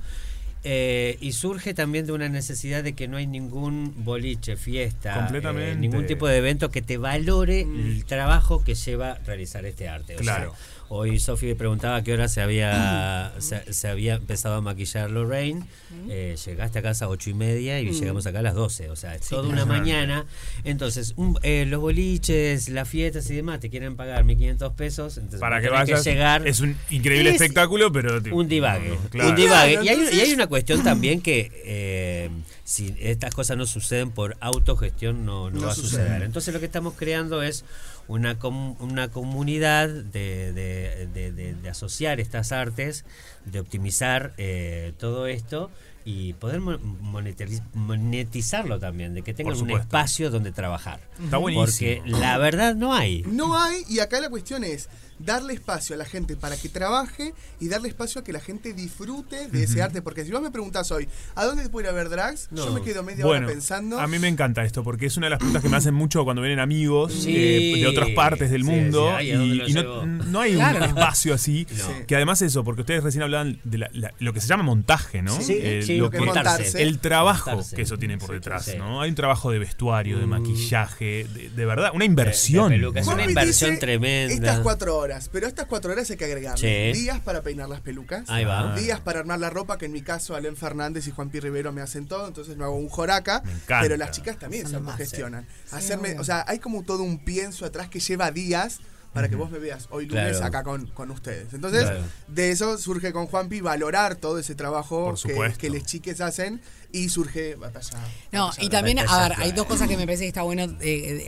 L: eh, y surge también de una necesidad de que no hay ningún boliche, fiesta, eh,
E: Completamente.
L: ningún tipo de evento que te valore el trabajo que lleva realizar este arte. O sea,
E: Claro.
L: Hoy Sofi preguntaba a qué hora se había se, se había empezado a maquillar Lorraine. Eh, llegaste a casa a ocho y media y
G: Mm.
L: llegamos acá a las 12. O sea, es
G: Sí,
L: toda
G: claro.
L: una mañana. Entonces, un- eh, los boliches, las fiestas y demás te quieren pagar 1.500 pesos. Entonces
E: Para
L: vos
E: que
L: tenés
E: vayas.
L: llegar.
E: Es un increíble
L: Es
E: espectáculo, pero. tipo,
L: Un divague.
E: no, claro.
L: Un divague.
E: Claro,
L: y, hay, y
E: entonces-
L: hay una cuestión también que eh, si estas cosas no suceden por autogestión, no, no
G: No
L: va a
G: suceden.
L: suceder. Entonces lo que estamos creando es una, com- una comunidad de, de- de- de- de asociar estas artes, de optimizar eh, todo esto y poder mo- monetari- monetizarlo también, de que tengan un
E: supuesto.
L: espacio donde trabajar.
E: Está buenísimo.
L: Porque la verdad no hay.
N: No hay, y acá la cuestión es darle espacio a la gente para que trabaje y darle espacio a que la gente disfrute de ese
E: Ujú.
N: arte. Porque si vos me preguntás hoy, ¿a dónde puedo ir a ver drags? Yo
E: No.
N: me quedo media
E: Bueno,
N: hora pensando.
E: A mí me encanta esto, porque es una de las preguntas que me hacen mucho cuando vienen amigos
N: Sí.
E: eh, de otras partes del
N: Sí,
E: mundo.
N: sí, ay, ¿a dónde
E: y
N: lo
E: y
N: llevo?
E: no, no hay
N: Claro.
E: un espacio así.
N: No.
E: Que además eso, porque ustedes recién hablaban de la- la- lo que se llama montaje, ¿no?
N: Sí,
E: Eh,
N: sí,
E: lo
N: lo que
E: que-
N: es montarse.
E: el trabajo
N: Montarse.
E: que eso tiene por detrás,
N: sí. Mm.
E: ¿no? Hay un trabajo de vestuario, de maquillaje, de, de verdad, una inversión.
L: De- de pelucas,
E: ¿no?
L: una
N: Juanpi
L: inversión
N: dice,
L: tremenda.
N: Estas cuatro horas, pero a estas cuatro horas hay que agregar
L: Sí.
N: días para peinar las pelucas,
L: Ahí va.
N: días para armar la ropa, que en mi caso Alén Fernández y Juan P. Rivero me hacen todo, entonces no hago un joraca,
E: encanta.
N: pero las chicas también
D: Son
N: se
D: lo más,
N: gestionan.
D: sí.
N: Hacerme,
D: Sí, obvio.
N: o sea, hay como todo un pienso atrás que lleva días para que vos me veas hoy lunes
E: Claro.
N: acá con, con ustedes. Entonces,
E: Claro.
N: de eso surge con Juanpi valorar todo ese trabajo
E: Por
N: que,
E: supuesto.
N: que les chiques hacen y surge batalla.
D: No,
N: Batalla
D: y
N: Brava.
D: también, a ver, hay dos cosas que me parece que está bueno eh,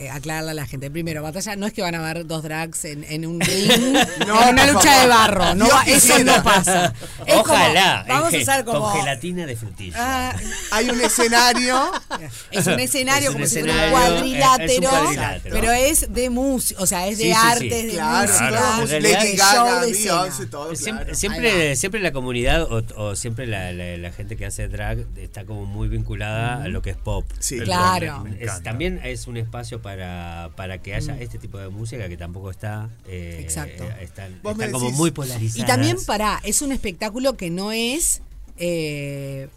D: eh, aclararle a la gente. Primero, batalla no es que van a ver dos drags en, en un ring,
L: No,
D: en una
L: por
D: lucha
L: favor.
D: de barro. No,
L: Dios
D: va- eso
L: quisiera.
D: no pasa. Es como,
L: Ojalá. en
D: vamos a
L: gel-
D: usar como.
L: Con gelatina de frutilla.
D: Ah,
N: Hay un escenario.
D: Es un
L: Es
D: escenario
L: un
D: como si
L: escenario,
D: fuera un cuadrilátero,
L: es un cuadrilátero.
D: Pero es de música, o sea, es de
L: Sí, sí, sí.
D: arte, es de
N: Claro,
D: música.
N: claro.
D: es
N: Lady
D: de
N: Gaga,
D: show de
N: Beyoncé,
D: escena.
N: todo, claro.
L: Siempre, siempre la comunidad o, o siempre la, la- la gente que hace drag está como muy vinculada a lo que es pop.
N: Sí.
L: El
D: Claro.
L: pop.
D: Me
L: Es- también es un espacio para, para que haya
D: Mm.
L: este tipo de música que tampoco está. eh,
D: Exacto.
L: eh, están
D: Vos me
L: están como
D: decís.
L: muy polarizada.
D: Y también para, es un espectáculo que no es eh,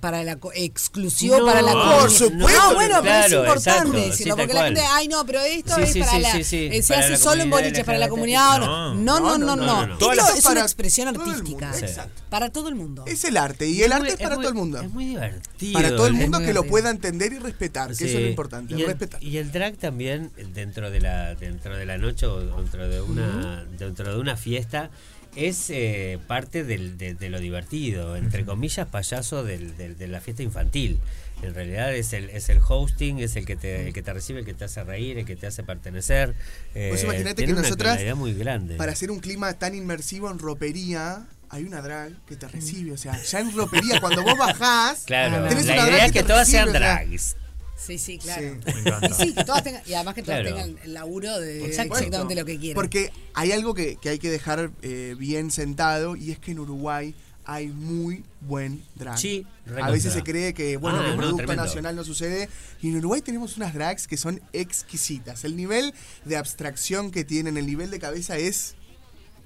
D: para la co- exclusión,
L: No,
D: para la
L: por
D: comunidad.
L: supuesto
D: No,
L: que- claro,
D: bueno, pero es importante
L: exacto,
D: decirlo,
L: sí,
D: porque
L: tal
D: la
L: cual.
D: gente, ay no, pero esto
L: Sí,
D: es
L: sí,
D: para
L: sí,
D: la.
L: sí, sí,
D: eh, se
L: para
D: hace
L: la
D: solo en
L: comunidad
D: boliches,
L: LGBT.
D: para la comunidad. No, no,
N: No.
D: no, no.
N: No, no, no, no, no.
D: Esto
N: Todas las-
D: es una
N: para
D: expresión
N: todo el mundo,
D: artística.
N: exacto.
D: Para todo el mundo.
N: Es el arte y el arte es para todo el mundo.
L: Es muy divertido.
N: Para todo el
L: es
N: mundo
L: muy
N: que lo
L: divertido.
N: pueda entender y respetar, que eso es lo
L: Sí.
N: importante,
L: Y el,
N: respetar.
L: y el drag también dentro de la dentro de la noche o dentro de una dentro de una fiesta es eh, parte del- de, de lo divertido, entre comillas, payaso del- del- de la fiesta infantil. En realidad es el, es el hosting, es el que, te, el que te recibe, el que te hace reír, el que te hace pertenecer. Eh,
N: Vos imaginate Pues que
L: tiene una
N: nosotras,
L: claridad muy grande.
N: para hacer un clima tan inmersivo en ropería, hay una drag que te recibe. O sea, ya en ropería, cuando vos bajás,
L: Claro,
N: tenés
L: la
N: una drag
L: idea es
N: que
L: que
N: te
L: todas
N: recibe,
L: sean
N: o sea,
L: drags.
D: Sí, sí, claro.
N: Sí. Me encanta.
D: Y sí, que todas tengan, y además que todas
N: Claro.
D: tengan el laburo de
N: Exacto.
D: exactamente lo que quieren.
N: Porque hay algo que, que hay que dejar eh, bien sentado y es que en Uruguay hay muy buen drag.
L: Sí,
N: A
L: recontra.
N: veces se cree que, bueno,
L: Ah,
N: que
L: no,
N: producto
L: tremendo.
N: nacional no sucede. Y en Uruguay tenemos unas drags que son exquisitas. El nivel de abstracción que tienen, el nivel de cabeza es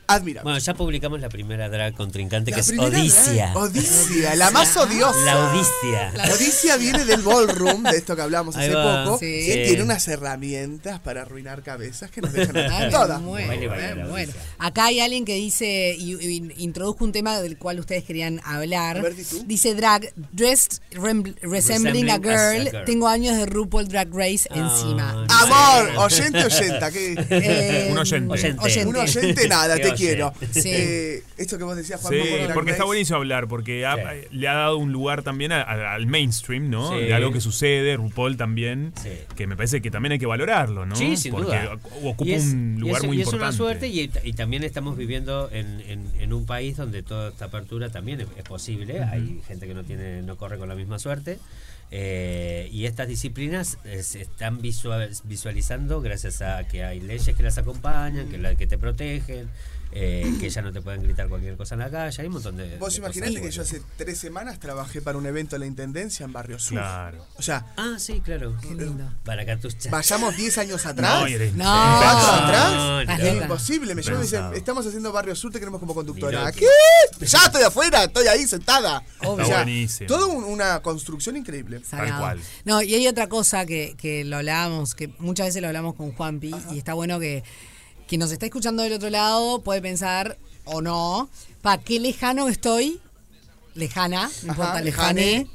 N: admirable.
L: Bueno, ya publicamos la primera drag contrincante
N: La
L: que es
N: primera drag,
L: Odisea.
N: Odisea, la más odiosa.
L: La Odisea.
N: La noticia viene del ballroom, de esto que hablamos
L: Ahí
N: hace
L: va.
N: poco,
L: Sí.
N: que
L: Sí.
N: tiene unas herramientas para arruinar cabezas que nos dejan
D: Ah,
N: todas.
D: me muero, me muero. Acá hay alguien que dice, y, y introdujo un tema del cual ustedes querían hablar. Dice drag, dressed rem- resembling,
N: Resembling
D: a
N: as
D: girl.
N: a girl. Ah,
D: Tengo años de RuPaul Drag Race encima.
N: Amor, oyente, oyenta. ¿qué?
D: Eh,
E: un oyente.
D: oyente.
N: Un oyente, nada, te quiero.
E: Sí.
N: Eh, esto que vos decías, Juan,
E: Sí, porque está buenísimo hablar, porque ha- eh, le ha dado un lugar también a- a- al mainstream, ¿no?
N: Sí.
E: De algo que sucede, RuPaul también, que me parece que también hay que valorarlo, ¿no?
L: Sí, sin
E: porque
L: duda.
E: o- ocupa
L: Y es-
E: un
L: y
E: lugar
L: es-
E: muy
L: y
E: importante.
L: Es una suerte y, y también estamos viviendo en, en- en un país donde toda esta apertura también es, es posible.
E: Ujú.
L: Hay gente que no tiene no corre con la misma suerte. Eh, y estas disciplinas eh, se están visual- visualizando gracias a que hay leyes que las acompañan, que, la- que te protegen, eh, que ya no te pueden gritar cualquier cosa en la calle. Hay un montón de.
N: Vos
L: de
N: imaginate
L: cosas
N: que yo
L: buenas.
N: hace tres semanas trabajé para un evento de la Intendencia en Barrio Sur.
L: Claro.
N: O sea...
L: Ah, sí, claro. Para acá tus chas-
N: Vayamos 10 años atrás.
L: No, eres-
N: ¿20
L: No,
N: años
L: no,
N: atrás.
L: no,
N: es
L: no.
N: imposible. Me llaman y dicen,
L: Pensado.
N: estamos haciendo Barrio Sur, te queremos como conductora.
L: Ni loco.
N: ¿Qué? Ya estoy afuera, estoy ahí sentada.
E: Obvio. Está buenísimo.
N: Toda un- una construcción increíble.
D: Sagrado. No, y hay otra cosa que, que lo hablábamos, que muchas veces lo hablamos con Juanpi, y está bueno que quien nos está escuchando del otro lado puede pensar, o no, para qué lejano estoy, lejana, no importa, lejané,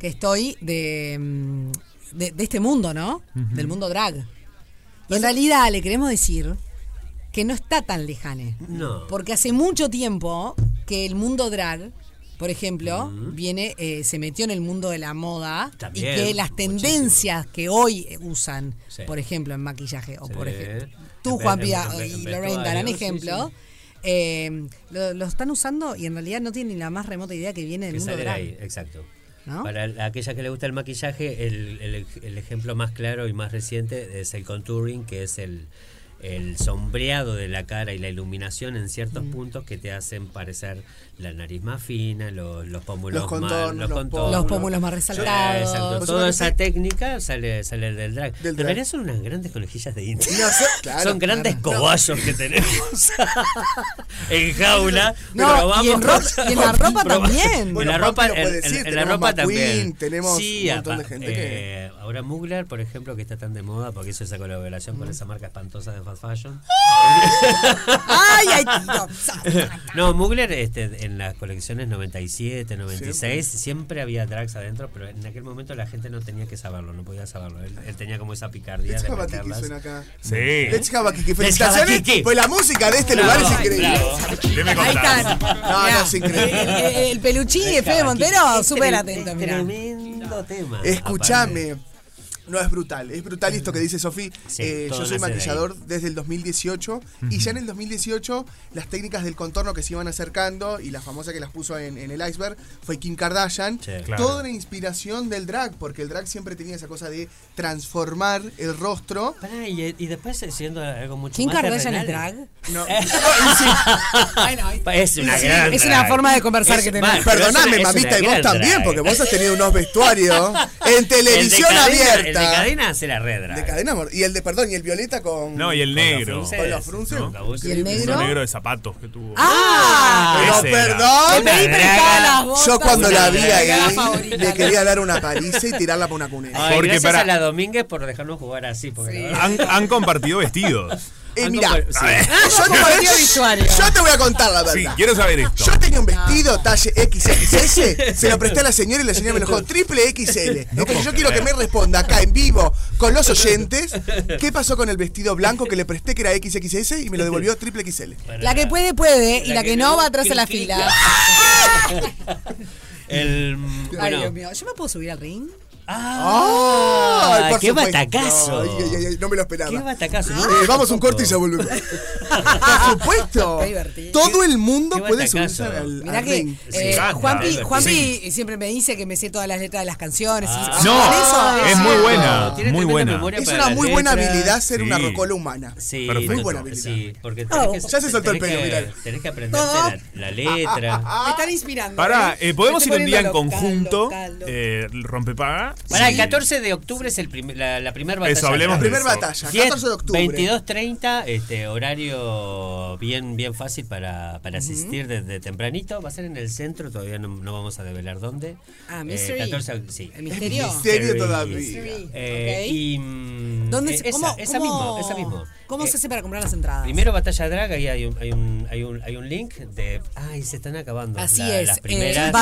D: que estoy de, mm, de, de este mundo, ¿no?
O: Ujú.
D: Del mundo drag. Y en realidad le queremos decir que no está tan lejane.
L: No.
D: Porque hace mucho tiempo que el mundo drag, por ejemplo, viene, eh, se metió en el mundo de la moda
L: También,
D: y que las tendencias que hoy usan,
L: Sí.
D: por ejemplo, en maquillaje, o
L: Sí.
D: por ejemplo,
L: Eh, En
D: tú,
L: vez-
D: Juan
L: en-
D: Pía,
L: en vez- en
D: y
L: vez-
D: Lorraine
L: vestuario,
D: darán
L: sí,
D: ejemplo, eh, lo, lo están usando y en realidad no tienen ni la más remota idea que viene del
L: que
D: mundo
L: sale de
D: drag.
L: ahí, exacto.
D: ¿No?
L: Para el- aquella que le gusta el maquillaje, el, el- el ejemplo más claro y más reciente es el contouring, que es el, el sombreado de la cara y la iluminación en ciertos puntos que te hacen parecer la nariz más fina, los, los pómulos
D: Los
L: más,
D: contornos, los pómulos. Los pómulos más resaltados.
L: Exacto.
D: Vos
L: Toda
D: sabés que
L: esa técnica sale, sale del drag. Pero en
D: drag.
L: realidad son unas grandes conejillas de India.
D: No sé, claro,
L: son grandes
D: claro.
L: cobayos que tenemos en jaula.
D: No,
L: probamos
D: y en ro- y en la ropa
L: probamos-
D: también.
L: En
D: Bueno,
L: la ropa,
D: Papi lo puede
L: en- en-
D: decir,
L: en la
D: tenemos
L: ropa
D: McQueen,
L: también.
D: tenemos
L: Sí,
D: un montón
L: apa-
D: de gente que-
L: eh, Ahora Mugler, por ejemplo, que está tan de moda porque hizo esa colaboración
D: Mm.
L: con esa marca espantosa de fast fashion.
D: ¡Ay, ay, tío!
L: No, Mugler este, en las colecciones 97, 96, siempre. había drags adentro, pero en aquel momento la gente no tenía que saberlo, no podía saberlo. Él, él tenía como esa picardía
N: Let's
L: de
N: have a Kiki
L: meterlas.
N: suena acá.
L: Sí.
N: Let's have a Kiki.
L: Let's have a
N: Felicitaciones.
L: Kiki.
N: Pues la música de este
L: Bravo,
N: lugar es increíble.
L: bravo.
D: Ahí está.
N: No, no, es increíble.
D: El, el- Eh, el peluchín de Fede Montero, súper atento, mirá.
L: Tremendo tema.
N: Escúchame. No, es brutal. Es brutal esto que dice Sofi.
L: Sí,
N: Eh,
L: todo
N: yo soy
L: nace de
N: maquillador desde el 2018 y ya en el 2018 las técnicas del contorno que se iban acercando y la famosa que las puso en, en el iceberg fue Kim Kardashian.
J: Sí, claro.
N: Toda una inspiración del drag, porque el drag siempre tenía esa cosa de transformar el rostro.
L: Pará, y, y después siendo algo mucho
D: ¿Kim
L: más
D: Kardashian es
L: terrenal.
D: drag?
N: No.
L: Es una
N: Sí,
L: gran
D: es una
L: drag.
D: forma de conversar
L: Es-
D: que tenemos.
L: va, pero es una-
N: Perdóname,
L: es
N: mamita,
L: una
N: y vos
L: gran
N: también,
L: drag.
N: porque vos has tenido unos vestuarios en televisión
L: El de cadena-
N: abierta.
L: El de cadena hace la red drag.
N: De cadena, amor. Y el de, perdón, y el violeta con.
E: No, y el
N: con los
E: negro.
N: frunces, Con los frunces.
E: ¿no?
N: Increíble.
E: El negro de zapatos que tuvo.
N: ¡Ah! Pero
E: Ese era.
N: perdón.
E: Una draga.
N: Yo cuando la vi
E: Una draga
N: ahí,
E: favorita.
N: le quería dar una paliza y tirarla para una cuneta.
L: Ay,
E: Porque
L: gracias
E: para-
L: a la Domínguez por dejarnos jugar así. Porque la verdad-
E: Han, han compartido vestidos.
N: Eh,
D: Ah,
L: Han
N: mirá,
L: compa- sí.
N: a
L: Han
N: ver, yo, te voy
L: compartido
N: a,
L: vestuario.
N: yo te voy a contar la verdad.
E: Sí, quiero saber esto.
N: Yo tenía un vestido talle XXS, se lo presté a la señora y la señora me lo dejó triple XL. Entonces yo quiero que me responda acá en vivo con los oyentes qué pasó con el vestido blanco que le presté que era XXS y me lo devolvió triple XL.
D: La que puede, puede, y la, que, no va atrás a la fila.
L: El,
D: Ay,
L: bueno,
D: Dios mío, ¿yo me puedo subir al ring?
N: ¡Ah!
L: Ay,
N: por
L: qué
N: supuesto.
L: batacazo.
N: Ay, ay, ay, no me lo esperaba.
L: Qué batacazo.
N: Eh, vamos a un corte y ya volvemos. por supuesto. Todo el mundo puede
L: batacazo.
N: subirse al,
D: Mirá
N: al
D: que
N: ring.
D: eh,
N: Sí.
D: Juanpi,
N: Sí.
D: Juanpi siempre me dice que me sé todas las letras de las canciones.
L: Ah.
D: y-
E: No,
D: ¿Con
C: Ah,
E: es muy buena,
L: Tiene
E: muy
L: tremenda
E: buena.
L: memoria
N: Es
L: para
N: una
L: las
N: muy buena
L: letras.
N: habilidad ser una
L: Sí.
N: rocola humana.
L: Sí,
N: Perfecto.
L: no,
N: Muy buena habilidad.
L: Sí, porque tenés
N: Oh.
L: que,
N: Ya se soltó el
L: tenés
N: pelo,
L: que-
N: mirá.
L: Tenés que aprenderte la, la letra.
D: Me están inspirando.
E: Pará,
D: ¿eh?
E: eh,
D: Me
E: podemos ir
D: estoy
E: un día en
D: poniendo loca,
E: conjunto.
D: loca, loca.
E: Eh, rompepaga.
L: Pará,
E: Sí.
L: el 14 de octubre es el prim- la, la primera
E: Eso,
L: batalla.
E: hablemos
L: La
E: de La primer eso. batalla, 14 de octubre.
L: 22.30, este, horario bien bien fácil para, para asistir desde tempranito. Va a ser en el centro, todavía no, no vamos a develar dónde. Eh,
D: Ah, Mystery.
L: 14, sí.
D: El misterio.
N: Misterio todavía.
L: Eh,
D: Ok.
L: y, mm,
D: ¿Dónde
L: eh,
D: se-
L: esa,
D: cómo-
L: esa
D: cómo-
L: mismo, esa mismo.
D: ¿Cómo
L: Eh,
D: se hace para comprar las entradas?
L: Primero Batalla Drag, ahí hay un, hay un, hay un, hay un link de... Ay, se están acabando.
D: Así
L: la-
D: es.
L: Las
D: eh,
L: primeras.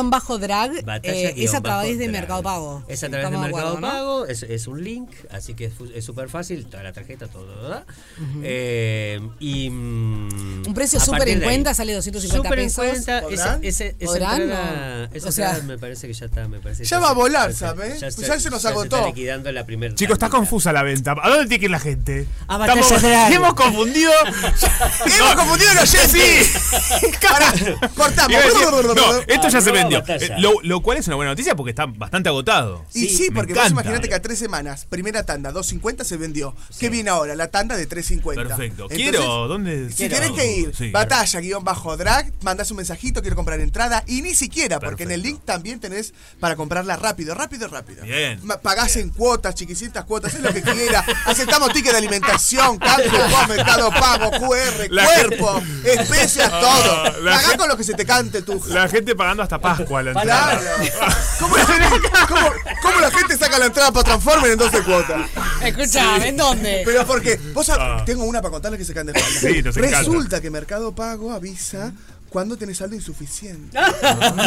D: batalla-drag
L: Batalla
D: eh, es
L: guión
D: a través
L: bajo
D: de
L: drag.
D: Mercado Pago.
L: Es a través de
D: Estamos
L: Mercado
D: acuerdo, ¿no?
L: Pago, es, es un link, así que es fu- es súper fácil, toda la tarjeta, todo, ¿verdad?
D: Ujú.
L: Eh, y, mm,
D: Un precio súper en cuenta, sale 250
L: Súper
D: pesos.
L: en cuenta, esa,
D: ¿Podrán?
L: esa, esa
D: ¿Podrán?
L: entrada-
D: No.
L: esa
D: O sea-
L: entrada me parece que ya está, me parece que
N: Ya va a volar,
L: ya se-
N: ¿sabes?
L: Ya,
N: Pues ya se nos agotó.
L: está liquidando la primera.
E: Chicos, está confusa la venta. ¿A dónde tiene que ir la gente?
L: A Batalla Real.
E: Hemos confundido.
N: Hemos confundido a la gente. Pará, cortamos.
E: Iba a decir, No, esto ya se
N: Arroba
E: vendió.
N: batalla.
E: Eh, Lo, lo cual es una buena noticia porque está bastante agotado.
N: Y sí,
E: Me
N: porque vos
E: encanta.
N: imaginate que a tres semanas, primera tanda, 2.50 se vendió. ¿Qué viene ahora? La tanda de 3.50.
E: Perfecto.
N: Entonces,
E: Quiero, ¿dónde?
N: Si
E: quiero?
N: tenés que ir,
E: Sí.
N: batalla, guión bajo drag, mandás un mensajito, quiero comprar entrada, y ni siquiera, porque en el link también tenés para comprarla rápido, rápido, rápido.
E: Bien.
N: Ma- Pagás en cuotas, chiquicitas cuotas, es lo que quieras. Aceptamos ticket de alimentación, cambio, vos, mercado pago, QR,
E: La
N: cuerpo, especias,
E: Ah,
N: todo.
E: la
N: Pagá
E: gente-
N: con lo que se te cante tu.
E: La gente pagando hasta Pascua la entrada.
N: Claro. ¿Cómo, la gente- cómo, cómo la gente saca la entrada para Transformer en 12 cuotas?
D: Escuchame,
N: Sí.
D: ¿en dónde?
N: Pero porque, vos sab-
E: Ah.
N: tengo una para contarles que se caen de espalda.
E: Sí, nos encanta.
N: Resulta que Mercado Pago avisa cuando tenés saldo insuficiente.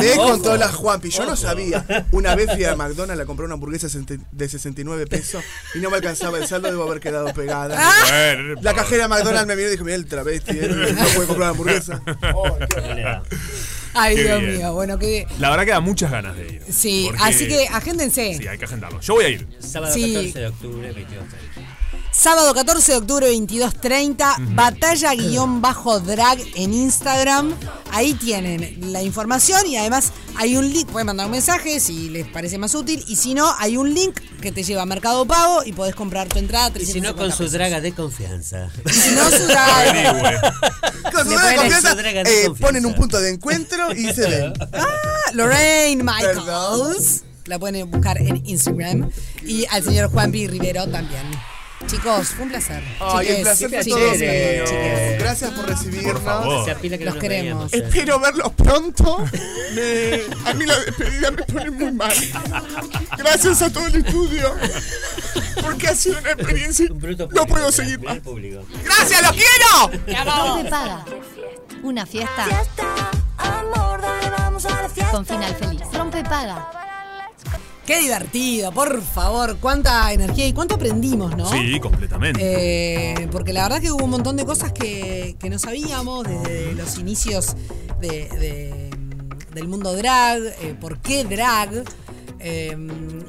N: Le
F: Ojo.
N: contó la Juanpi, yo no
F: Ojo.
N: sabía. Una vez fui a McDonald's a comprar una hamburguesa sesenta- de 69 pesos y no me alcanzaba el saldo, debo haber quedado pegada.
D: Ah.
E: Bueno,
N: La cajera de McDonald's me miró y dijo, mira el travesti, ¿eh? no puede comprar hamburguesa.
D: Ay,
E: Qué
D: Dios
E: bien.
D: mío, bueno, que.
E: La verdad que da muchas ganas de ir.
D: Sí,
E: Porque-
D: así que agéndense.
E: Sí, hay que agendarlo. Yo voy a ir.
L: Sábado
D: Sí.
L: 14 de octubre, 22.
D: Sábado 14 de octubre, 22.30, batalla-drag en Instagram. Ahí tienen la información y además hay un link. Pueden mandar un mensaje si les parece más útil. Y si no, hay un link que te lleva a Mercado Pago y podés comprar tu entrada.
L: Y si no,
D: 350
L: con su
D: pesos.
L: draga de confianza.
D: No, su drag.
N: Con su
D: Le
N: drag de
D: ponen
N: confianza,
D: su drag de
N: eh,
D: confianza.
N: ponen un punto de encuentro y se ven.
D: Ah, Lorraine Michaels. La pueden buscar en Instagram. Y al señor Juan B. Rivero también. Chicos, fue un placer.
N: Ay,
D: Chiques,
N: el placer de
D: chiques,
N: todos.
D: chiques,
N: amigos.
D: chiques.
N: Gracias por recibirnos.
D: favor. Se apila que no Los nos queremos. veíamos.
N: Espero verlos pronto. Me- a mí la despedida me pone muy mal. Gracias a todo el estudio. Porque ha sido una experiencia. No puedo seguir más. ¡Gracias, los quiero!
A: Rompe Paga. Una fiesta. Con final feliz. Rompe Paga.
D: Qué divertido, por favor. Cuánta energía y cuánto aprendimos, ¿no?
E: Sí, completamente.
D: Eh, porque la verdad que hubo un montón de cosas que, que no sabíamos desde los inicios de- de, mm, del mundo drag, eh, por qué drag. Eh,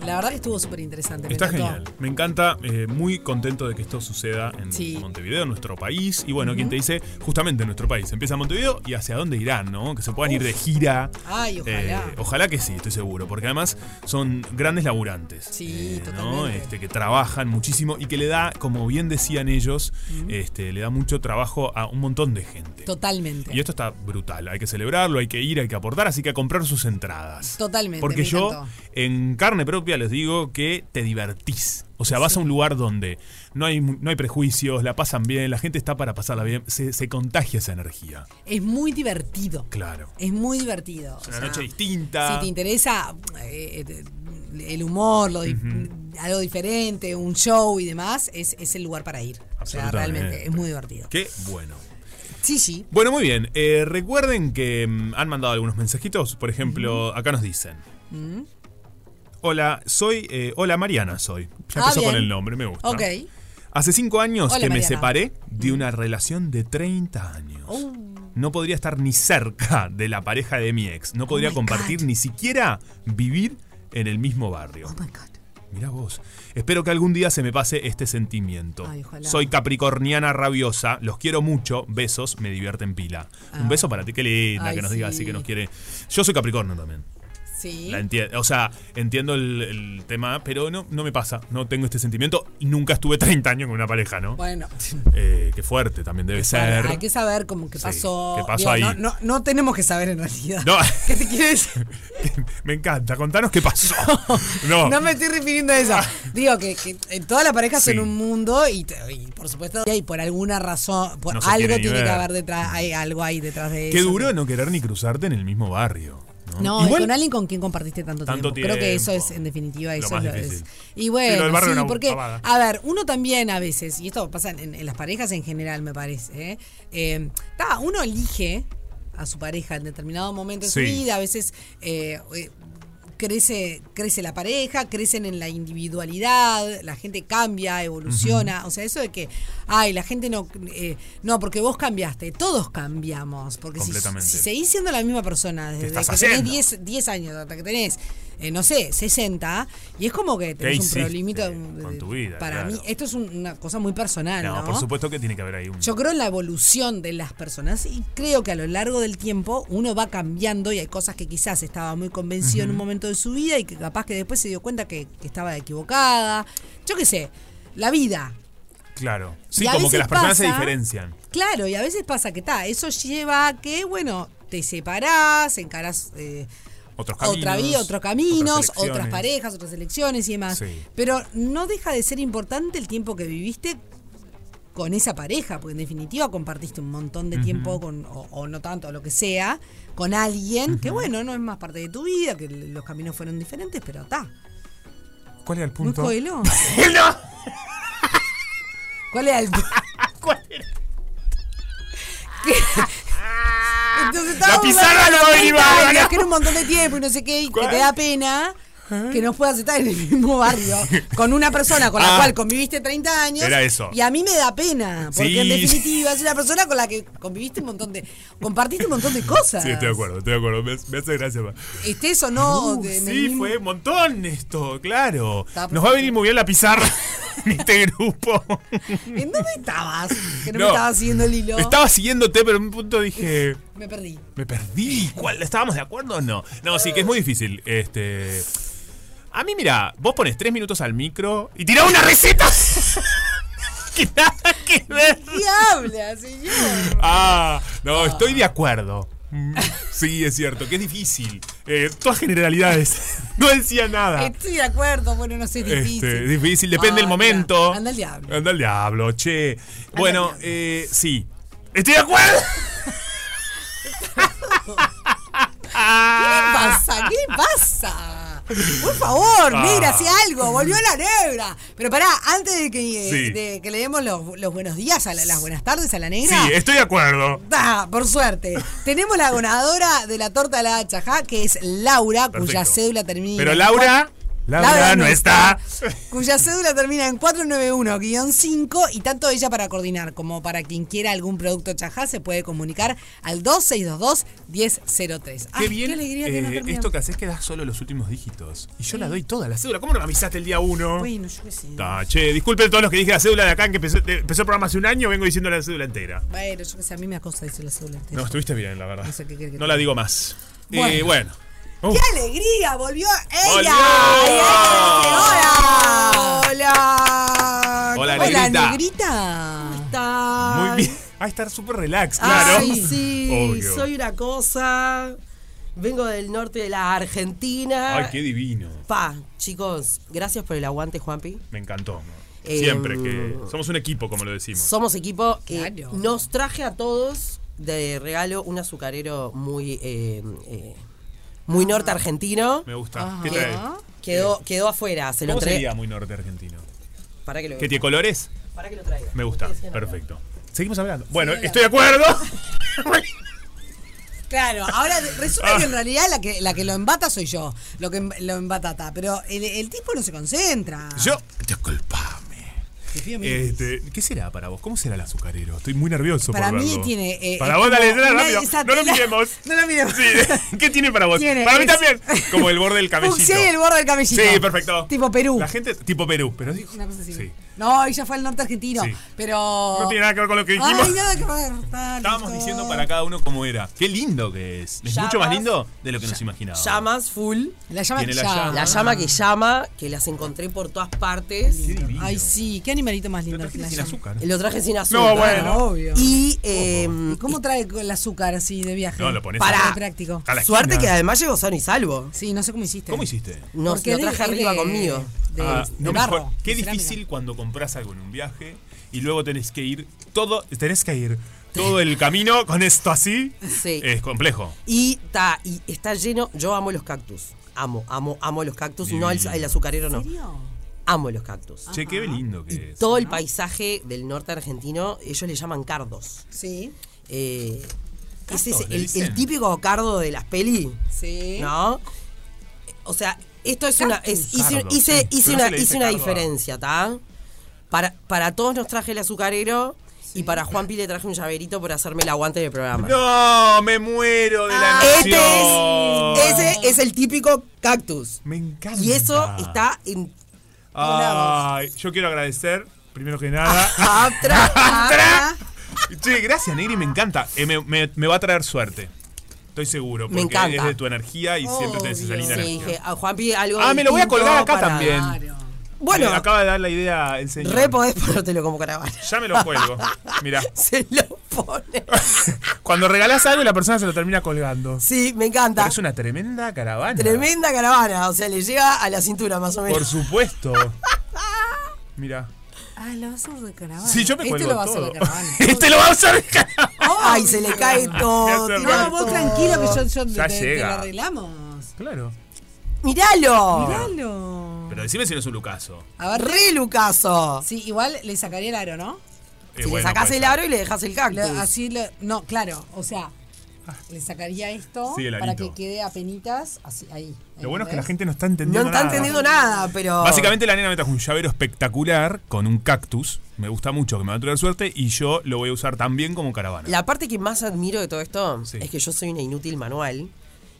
D: la verdad que estuvo súper interesante. me
E: Está
D: encantó.
E: genial. Me encanta, eh, muy contento de que esto suceda en
D: Sí.
E: Montevideo, en nuestro país. Y bueno, quien te dice, justamente en nuestro país. Empieza Montevideo y hacia dónde irán, ¿no? Que se puedan ir de gira.
D: Ay, ojalá.
E: Eh, ojalá que sí, estoy seguro. Porque además son grandes laburantes.
D: Sí,
E: eh, ¿no?
D: totalmente.
E: Este, que trabajan muchísimo y que le da, como bien decían ellos, este, le da mucho trabajo a un montón de gente.
D: Totalmente.
E: este. Y esto está brutal. Hay que celebrarlo, hay que ir, hay que aportar, así que a comprar sus entradas.
D: Totalmente.
E: Porque
D: me
E: yo
D: encantó.
E: en carne propia les digo que te divertís. O sea, vas a un lugar donde no hay, no hay prejuicios, la pasan bien, la gente está para pasarla bien, se, se contagia esa energía.
D: Es muy divertido.
E: Claro.
D: Es muy divertido.
E: Es
D: o
E: una
D: sea,
E: noche distinta.
D: Si te interesa eh, eh, el humor, lo di- algo diferente, un show y demás, es, es el lugar para ir. O sea,
E: Absolutamente.
D: realmente es muy divertido.
E: Qué bueno.
D: Sí, sí.
E: Bueno, muy bien. Eh, recuerden que mm, han mandado algunos mensajitos. Por ejemplo, acá nos dicen.
D: Mm.
E: Hola, soy. eh, hola, Mariana soy. Ya
D: Ah,
E: empezó con
D: bien.
E: el nombre, me gusta.
D: Ok.
E: Hace cinco años
D: Hola,
E: que me
D: Mariana. Mm.
E: separé de una relación de 30 años.
D: Oh,
E: No podría estar ni cerca de la pareja de mi ex. No podría
F: my
E: compartir ni siquiera vivir en el mismo barrio. Mira vos. Espero que algún día se me pase este sentimiento.
F: Ay, ojalá.
E: Soy capricorniana rabiosa. Los quiero mucho. Besos. Me divierten pila.
D: Ah.
E: Un beso para ti. Qué linda
D: Ay,
E: que nos diga así
D: sí.
E: que nos quiere. Yo soy capricornio también.
D: Sí.
E: La entie- o sea, entiendo el, el tema, pero no, no me pasa. No tengo este sentimiento. Nunca estuve 30 años con una pareja, ¿no?
D: Bueno,
E: Eh, qué fuerte también debe ser.
D: hay que saber cómo qué pasó.
E: qué pasó
D: Digo,
E: ahí.
D: No, no, no tenemos que saber en realidad.
E: No.
D: ¿Qué te quieres?
E: Me encanta, contanos qué pasó. No,
D: No me estoy refiriendo a eso. Digo que, que eh, todas las parejas
E: Sí.
D: son un mundo y, te- y por supuesto y por alguna razón, por
E: No se
D: algo
E: quiere ni
D: tiene que
E: ver.
D: haber detrás, hay algo ahí detrás de
E: qué
D: eso.
E: duro no querer ni cruzarte en el mismo barrio. ¿no?
D: No, y
E: Igual-
D: con alguien con quien compartiste tanto,
E: Tanto
D: tiempo. Creo que eso
E: tiempo.
D: es, en definitiva,
E: Lo
D: eso
E: más
D: es lo- es-
E: difícil.
D: Y
E: Sí, lo del
D: bueno,
E: barrio
D: sí,
E: era una
D: porque,
E: pavada.
D: a ver, uno también a veces, y esto pasa en, en las parejas en general, me parece, ¿eh? Eh, ta, uno elige a su pareja en determinado momento de
O: Sí.
D: su vida, a veces eh, eh, crece, crece la pareja, crecen en la individualidad, la gente cambia, evoluciona. O sea, eso de que, ay, la gente no. eh, no, porque vos cambiaste, todos cambiamos. Porque si,
E: Completamente.
D: si seguís siendo la misma persona desde
E: estás
D: que tenés
E: haciendo?
D: 10, 10 años hasta que tenés. eh, no sé, 60, y es como que tenés un
E: hiciste
D: problemita de-
E: con tu vida?
D: Para
E: claro.
D: mí, esto es un- una cosa muy personal, ¿no?
E: No, por supuesto que tiene que haber ahí un.
D: Yo creo en la evolución de las personas y creo que a lo largo del tiempo uno va cambiando y hay cosas que quizás estaba muy convencido en un
O: Ujú.
D: momento de su vida y que capaz que después se dio cuenta que, que estaba equivocada. Yo qué sé, la vida.
E: Claro. Sí,
D: Y a
E: como que
D: veces
E: las personas se
D: pasa-
E: diferencian.
D: Claro, y a veces pasa que está, eso lleva a que, bueno, te separás, encarás eh,
E: Otros caminos.
D: otra vida, otros caminos,
E: otras
D: otras,
E: elecciones.
D: parejas, otras elecciones y demás.
E: Sí.
D: Pero no deja de ser importante el tiempo que viviste con esa pareja, porque en definitiva compartiste un montón de
O: Ujú.
D: tiempo con, o, o no tanto, o lo que sea, con alguien que bueno, no es más parte de tu vida, que los caminos fueron diferentes, pero está.
E: ¿Cuál era el
D: Muy
E: punto?
D: jodelo. ¿Cuál era el ¿Cuál era? Entonces estábamos
O: pizarra
D: hablando
O: no
D: de
O: iba,
D: 30 años,
O: Mariana.
D: que era un montón de tiempo y no sé qué, y que te da pena
E: ¿Ah?
D: que no puedas estar en el mismo barrio con una persona con la
E: Ah.
D: cual conviviste 30 años.
E: Era eso.
D: Y a mí me da pena, porque en
E: Sí.
D: definitiva es una persona con la que conviviste un montón de. compartiste un montón de cosas.
E: Sí, estoy de acuerdo, estoy de acuerdo. Me, me hace gracia. pa.
D: Estés o no.
E: Uh,
D: de- en el
E: sí,
D: mismo-
E: fue un montón esto, claro.
D: Está
E: Nos va a venir muy bien la pizarra en este grupo.
D: ¿En dónde estabas? Que no,
E: No.
D: me estabas siguiendo el hilo.
E: Estaba siguiéndote, pero en un punto dije.
D: Me perdí.
E: Me perdí. ¿Cuál? ¿Estábamos de acuerdo o no? No, sí, que es muy difícil. Este. A mí, mira, vos pones tres minutos al micro y tirás una receta. que nada que ver.
D: ¿Qué habla, señor?
E: Ah, no, estoy de acuerdo. Mm, Sí, es cierto, que es difícil. Eh, todas generalidades. No decía nada.
D: Estoy de acuerdo, bueno, no sé, es difícil.
E: Ah.
D: Ah,
E: Este, difícil, depende del momento.
D: Anda al diablo.
E: Anda al diablo, che. Bueno, eh, sí. Estoy de acuerdo.
D: ¿Qué
N: Ah.
D: pasa? ¿Qué pasa? Por favor,
O: Ah.
D: negra, hace algo. Volvió la negra. Pero pará, antes de que, eh,
E: Sí.
D: de que le demos los, los buenos días, a la- las buenas tardes a la negra.
E: Sí, estoy de acuerdo.
D: Ah, por suerte. Tenemos la ganadora de la torta de la chajá, que es Laura, cuya
E: Perfecto.
D: cédula termina.
E: Pero
D: en
E: Laura, Laura,
D: Laura
E: no
D: no
E: está.
D: cuya cédula termina en 491-5 y tanto ella para coordinar como para quien quiera algún producto chajá se puede comunicar al 2622-1003.
E: Qué bien.
D: Qué alegría que no
E: eh,
D: terminamos.
E: esto que haces que das solo los últimos dígitos. Y yo
D: Sí.
E: la doy toda la cédula. ¿Cómo no me avisaste el día uno?
D: Bueno, yo qué sé.
E: Ta, che, disculpen todos los que dije la cédula de acá, que empezó, de- empezó el programa hace un año, vengo diciendo la cédula entera.
D: Bueno, yo qué sé, a mí me acosa decir la cédula entera.
E: No, estuviste bien, la verdad. No,
D: qué querés que
E: la digo más.
D: Bueno.
E: Eh, bueno.
D: ¡Qué alegría! ¡Volvió
E: ¡Volvió!
D: ella! ¡Ay, ay,
Q: Ah,
D: ¡Hola!
E: Hola,
D: ¿Cómo
E: negrita.
D: Hola, negrita. ¿Cómo estás?
E: Muy bien. Ah, estar súper relax, claro.
Q: Ay, sí,
E: Obvio.
Q: soy una cosa. Vengo del norte de la Argentina.
E: Ay, qué divino.
Q: Pa, chicos, gracias por el aguante, Juanpi.
E: Me encantó.
Q: Eh,
E: Siempre que. Somos un equipo, como lo decimos.
Q: Somos equipo. eh, nos traje a todos de regalo un azucarero muy, eh, eh, muy norte argentino.
E: Me gusta.
Q: Ajá.
E: ¿Qué
Q: Que-
E: trae?
Q: Quedó, quedó afuera, se lo
E: ¿Cómo
Q: entregué.
E: sería muy norte argentino?
Q: Para que lo
E: ¿Que tiene colores?
Q: Para que lo traiga.
E: Me gusta. Perfecto. Seguimos hablando. Bueno, estoy de acuerdo.
D: Claro, ahora
E: Ah,
D: resulta que en realidad la que, la que lo embata soy yo, lo que em- lo embatata, pero el, el tipo no se concentra.
E: Yo. Este, ¿Qué será para vos? ¿Cómo será el azucarero? Estoy muy nervioso
D: Para
E: por
D: mí
E: verlo.
D: tiene, eh,
E: para
D: es
E: vos,
D: como
E: dale, dale
D: una
E: rápido. No lo
D: desatela-
E: miremos.
D: No lo miremos.
E: Sí. ¿Qué tiene para vos?
D: Tiene,
E: para mí
D: es-
E: también. Como el borde del cabellito.
D: Fucsia y el borde del cabellito.
E: Sí, perfecto.
D: Tipo Perú.
E: La gente. Tipo Perú. Pero dijo.
D: Una cosa así.
E: Sí.
D: No, ella fue al norte argentino,
E: Sí.
D: pero...
E: No tiene nada que ver con lo que dijimos.
D: Ay, nada que ver. tal,
E: Estábamos
D: listo.
E: diciendo para cada uno cómo era. Qué lindo que es. Es mucho
Q: Llamas.
E: más lindo de lo que nos imaginábamos.
Q: Llamas full.
D: La
E: llama Tiene que la llama. llama.
Q: La llama que llama, que las encontré por todas partes.
D: Ay, sí, qué animalito más lindo. que la
Q: sin
D: llama.
Q: azúcar. Lo traje sin azúcar.
D: Ah,
Q: No, bueno.
D: obvio.
Q: Y,
D: ¿Y cómo trae el azúcar así de viaje?
Q: No, lo pones
D: para
Q: a-
D: práctico.
Q: a la Suerte esquina. que además llegó sano y salvo.
D: Sí, no sé cómo hiciste. ¿Cómo
E: hiciste?
Q: No,
D: Porque
Q: lo
D: es de-
Q: traje
D: es
Q: arriba
D: de-
Q: conmigo.
D: de-
E: Ah,
D: de
E: no,
D: barro,
E: mejor. Qué
D: de cerámica.
E: difícil cuando compras algo en un viaje y luego tenés que ir todo. Tenés que ir. todo el camino con esto así.
Q: Sí.
E: Es complejo.
Q: Y, ta, y está lleno. Yo amo los cactus. Amo, amo, amo los cactus. No el, el azucarero, no. Amo los cactus.
E: Che, qué lindo que es.
Q: Todo el paisaje del norte argentino, ellos le llaman cardos. Sí. ese es
D: Cardos, le
Q: el- el,
D: dicen.
Q: típico cardo de las peli.
D: Sí.
Q: ¿No? O sea, esto es una. es- hice
D: Cardos,
Q: hice-
D: sí.
Q: hice
D: Pero no
Q: una,
D: se le
Q: hice
D: dice
Q: una
D: cardo a-
Q: diferencia, ¿tá? Para, para todos nos traje el azucarero y para Juanpi le traje un llaverito por hacerme el aguante del programa.
E: No, me muero de
D: Ah,
E: la
Q: Este
E: emoción.
Q: es, ese es el típico cactus.
E: Me encanta.
Q: Y eso está en
E: Ay, yo quiero agradecer, primero que nada. Che, gracias, Negri, me encanta. Eh, me, me- me va a traer suerte. Estoy seguro,
Q: Me
E: porque
Q: encanta.
E: es de tu energía y siempre tenés esa
Q: Sí,
E: linda energía.
Q: dije, a Juanpi algo.
E: Ah, me lo voy a
Q: distinto
E: colgar acá
Q: para-
E: también.
Q: Bueno.
E: Me acaba de dar la idea el señor.
Q: Re podés ponértelo como caravana.
E: Ya me lo cuelgo. Mirá.
Q: Se lo pone.
E: Cuando regalás algo, la persona se lo termina colgando.
Q: Sí, me encanta.
E: es una tremenda caravana.
Q: Tremenda caravana, o sea, le llega a la cintura más o menos.
E: Por supuesto. Mira.
D: Ah, lo vas a usar de caravana.
E: Sí,
Q: Eh,
E: yo me
D: Este
E: cuelgo
D: lo vas a
E: todo.
D: usar de caravana.
E: Este lo va a usar.
Q: Ay, se le cae todo.
E: Me hace
D: No,
E: mal.
D: vos tranquilo que yo, yo
E: Ya
D: te, te
E: llega.
D: lo arreglamos.
E: Claro.
Q: ¡Míralo!
D: Míralo.
E: Pero decime si no es un lucaso.
D: A ver.
Q: ¡Re Lucaso!
D: Sí, igual le sacaría el aro, ¿no?
E: Eh,
Q: Si
E: bueno,
Q: le sacás
E: puede
Q: el
E: ser.
Q: aro y le dejas el cactus.
D: Lo- así lo- no, claro, o sea, le sacaría esto
E: Sí, el
D: para
E: arito.
D: que quede a penitas así, ahí.
E: Lo bueno es que la
D: ¿entendés?
E: gente no está entendiendo
D: No está
E: nada.
D: entendiendo nada,
Q: pero-
E: Básicamente la nena me trajo un llavero espectacular con un cactus. Me gusta mucho, que me va a traer suerte. Y yo lo voy a usar tan bien como caravana.
Q: La parte que más admiro de todo esto es que yo soy una inútil manual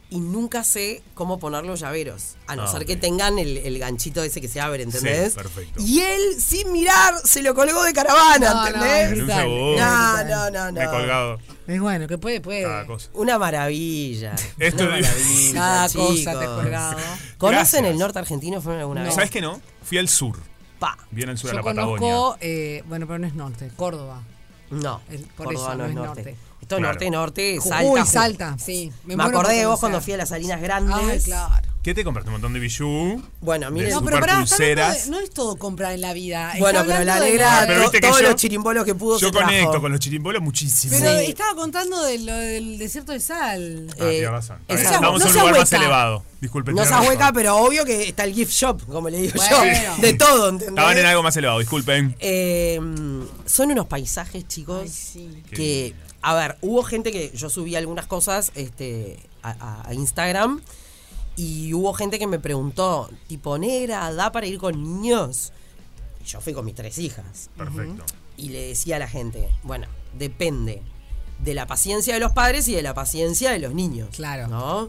Q: y nunca sé cómo poner los llaveros. A no
E: Ah,
Q: ser
E: ok.
Q: que tengan el, el ganchito ese que se abre, ¿entendés?
E: Sí, perfecto.
Q: Y él, sin mirar, se lo colgó de caravana,
D: No, no,
Q: ¿entendés?
E: es brutal, En un segundo.
Q: no,
E: es
Q: no, no, no.
E: Me he colgado.
D: Es bueno, que puede, puede.
E: Cada cosa.
Q: Una maravilla.
E: Esto
Q: una
E: es-
Q: maravilla,
D: Cada
Q: chicos.
D: cosa te he colgado.
Q: ¿Conocen
E: Gracias.
Q: el norte argentino? ¿Fueron alguna vez?
E: ¿Sabes que no? Fui al sur.
Q: Pa.
E: Bien al sur, a
D: Yo
E: la Patagonia.
D: conozco, eh, bueno, pero no es norte, Córdoba.
Q: No,
D: El- por
Q: Córdoba
D: eso
Q: no es norte. Esto es
E: Claro.
Q: norte, norte,
D: Jujuy,
Q: Salta. Ju-
D: Salta, sí.
Q: Me,
D: muero
Q: acordé
D: por
Q: de vos
D: conocer.
Q: cuando fui a las Salinas Grandes.
D: Ay, claro.
E: ¿Qué te compraste? Un montón de bijú.
Q: Bueno,
E: mire,
D: No, pero pará, está hablando de- no es todo comprar en la vida. está
Q: Bueno, pero
D: hablando
Q: la
D: de-
Q: negra,
E: Pero
Q: to-
E: viste que
Q: todos
E: yo-
Q: los chirimbolos que pudo
E: Yo
Q: se trajo. eh,
E: conecto con los chirimbolos muchísimo.
D: Pero estaba contando de lo del desierto de sal.
E: Ah, tenés razón.
Q: Eh,
E: Estamos
Q: no
E: en un
Q: se
E: lugar más
Q: ahueca.
E: elevado. Disculpen.
Q: No
E: tenés
Q: se
E: razón.
Q: ahueca, pero obvio que está el gift shop, como le digo yo. De todo, ¿entendés?
E: Estaban en algo más elevado, disculpen.
Q: Eh, son unos paisajes, chicos, que... A ver, hubo gente que... Yo subí algunas cosas este, a, a- a Instagram y hubo gente que me preguntó, tipo, negra, ¿da para ir con niños? Y yo fui con mis tres hijas.
E: Perfecto.
Q: Y le decía a la gente, bueno, depende de la paciencia de los padres y de la paciencia de los niños. Claro. ¿No?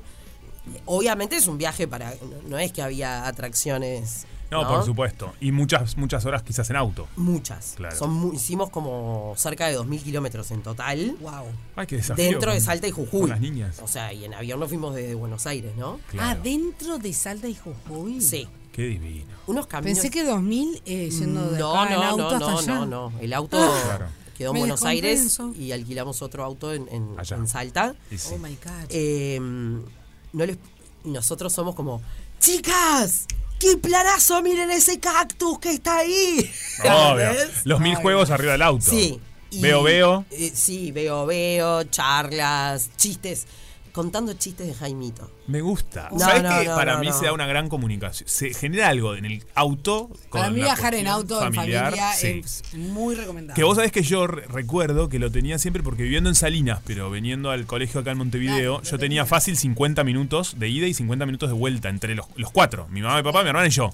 Q: Obviamente es un viaje para... No, no es que había atracciones...
E: No, por supuesto. Y muchas, muchas horas quizás en auto.
Q: Muchas.
E: Claro.
Q: Son mu- hicimos como cerca de 2.000 kilómetros en total.
D: Wow.
E: Ay, qué desafío
Q: Dentro de
E: con-
Q: Salta y Jujuy.
E: con las niñas.
Q: O sea, y en avión nos fuimos desde Buenos Aires, ¿no?
E: Claro.
D: ¿Adentro Ah, de Salta y Jujuy?
Q: Sí.
E: Qué divino.
Q: Unos caminos.
D: Ah, Pensé que 2000 eh, yendo de
Q: no,
D: acá en
Q: no,
D: auto
Q: no,
D: hasta
Q: no,
D: allá.
Q: no, no. El auto
D: Ah.
E: Claro.
Q: quedó en
D: Me
Q: Buenos Aires
D: descompenso.
Q: y alquilamos otro auto en, en- en Salta.
E: Y sí.
D: Oh my God.
Q: Eh, no les, y nosotros somos como, chicas, qué planazo, miren ese cactus que está ahí.
E: Obvio.
Q: ¿Entendés?
E: Los mil juegos arriba del auto.
Q: Sí. y-
E: Veo, veo.
Q: eh, sí, veo, veo, charlas, chistes. Contando chistes de Jaimito.
E: Me gusta.
Q: No,
E: ¿Sabes
Q: no,
E: que
Q: no,
E: para
Q: no,
E: mí
Q: no.
E: se da una gran comunicación? Se genera algo en el auto. Con
D: Para mí
E: la
D: viajar en
E: cuestión
D: auto, en familia,
E: sí.
D: es muy recomendable.
E: Que vos sabés que yo re- recuerdo que lo tenía siempre porque viviendo en Salinas, pero veniendo al colegio acá en Montevideo, yo tenía, fácil 50 minutos de ida y 50 minutos de vuelta entre los, los cuatro, mi mamá, mi papá, mi hermana y yo.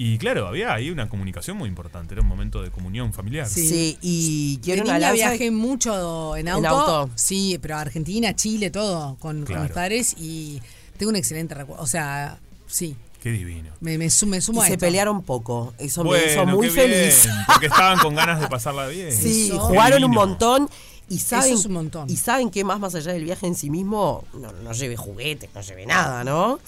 E: Y claro, había ahí una comunicación muy importante, era un momento de comunión familiar.
Q: Sí, y
D: De
Q: quiero una
D: niña
Q: lanza-
D: viajé mucho en
Q: En
D: auto.
Q: auto.
D: Sí, pero a Argentina, Chile, todo, con, con
E: Claro.
D: mis padres y tengo un excelente recuerdo. O sea, sí,
E: Qué divino.
D: me, me, su- me sumo
Q: Y
D: a
Q: se
D: esto.
Q: pelearon poco. Eso me hizo
E: Bueno,
Q: muy
E: qué bien,
Q: feliz.
E: porque estaban con ganas de pasarla bien.
Q: Sí,
E: Qué
Q: jugaron un
E: divino.
Q: montón y saben
D: es un montón.
Q: y saben que más más allá del viaje en sí mismo no, no lleve juguetes, no lleve nada, ¿no?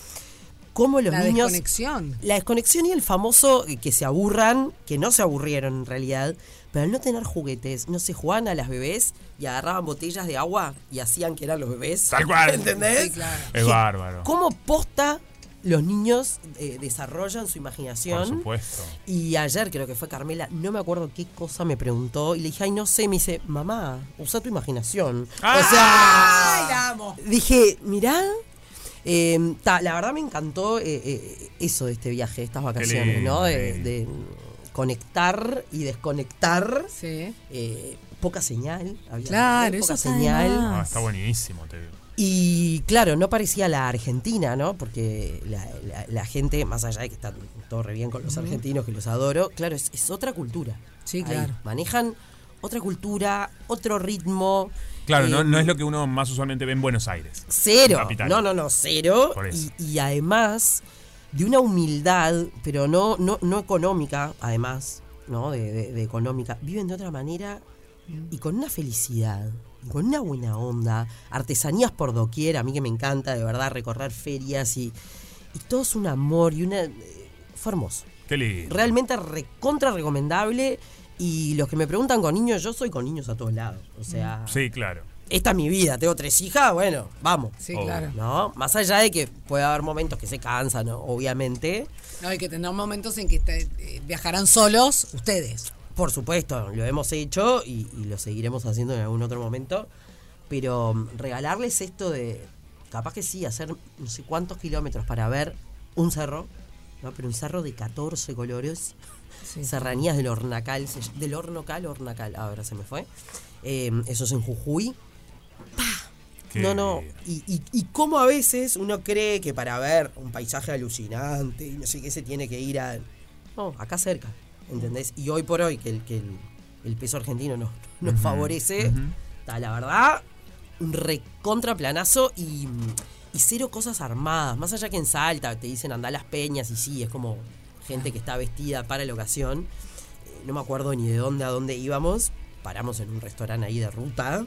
Q: Como los
D: La
Q: niños
D: desconexión.
Q: la desconexión y el famoso eh, que se aburran, que no se aburrieron en realidad, pero al no tener juguetes, no se jugaban a las bebés y agarraban botellas de agua y hacían que eran los bebés.
E: Tal cual. Eh,
Q: ¿Entendés?
E: Es bárbaro.
Q: ¿Cómo posta los niños eh, desarrollan su imaginación.
E: Por supuesto.
Q: Y ayer creo que fue Carmela, no me acuerdo qué cosa me preguntó y le dije, ay, no sé, me dice, mamá, usa tu imaginación. o sea, dije, mirá, eh, ta, la verdad me encantó eh, eh, eso de este viaje, de estas vacaciones,
D: lindo,
Q: ¿no?
D: qué
Q: De,
D: lindo.
Q: de conectar y desconectar. Eh, poca señal. Había
D: Claro,
Q: muy
D: eso
Q: poca
D: está de
Q: señal.
D: más.
E: Ah, está buenísimo, te digo.
Q: Y claro, no parecía la Argentina, ¿no? Porque la, la- la gente, más allá de que está todo re bien con los
D: Ujú.
Q: argentinos, que los adoro, claro, es, es otra cultura.
D: Sí,
Q: Ahí
D: claro.
Q: manejan otra cultura, otro ritmo.
E: Claro,
Q: eh,
E: no, no es lo que uno más usualmente ve en Buenos Aires.
Q: Cero.
E: Capital.
Q: No, no, no, cero.
E: Por eso.
Q: Y, y además de una humildad, pero no, no, no económica, además, ¿no? De, de- de económica. Viven de otra manera y con una felicidad, y con una buena onda. Artesanías por doquier, a mí que me encanta, de verdad, recorrer ferias y, y todo es un amor y una... eh, Fue hermoso.
E: Qué lindo.
Q: Realmente recontra recomendable. Y los que me preguntan con niños, yo soy con niños a todos lados. O sea,
E: Sí, claro.
Q: esta es mi vida, tengo tres hijas, bueno, vamos.
D: Sí, Obvio. claro.
Q: ¿No? Más allá de que puede haber momentos que se cansan, ¿no? obviamente.
D: No, y que tendrán momentos en que te- eh, viajarán solos ustedes.
Q: Por supuesto, lo hemos hecho y, y lo seguiremos haciendo en algún otro momento. Pero mm, regalarles esto de, capaz que sí, hacer no sé cuántos kilómetros para ver un cerro, ¿no? Pero un cerro de 14 colores. Serranías del Hornacal, se ll- del Hornocal, Hornacal, ahora se me fue. Eh, eso es en Jujuy.
F: Qué
Q: No, no. Y, y, y cómo a veces uno cree que para ver un paisaje alucinante y no sé qué se tiene que ir a. No, acá cerca. ¿Entendés? Y hoy por hoy, que el, que el, el peso argentino nos, nos
F: Ujú,
Q: favorece,
F: ujú.
Q: ta, la verdad, un recontraplanazo y, y cero cosas armadas. Más allá que en Salta te dicen andá a las peñas y sí, es como gente que está vestida para la ocasión. Eh, No me acuerdo ni de dónde a dónde íbamos. Paramos en un restaurante ahí de ruta.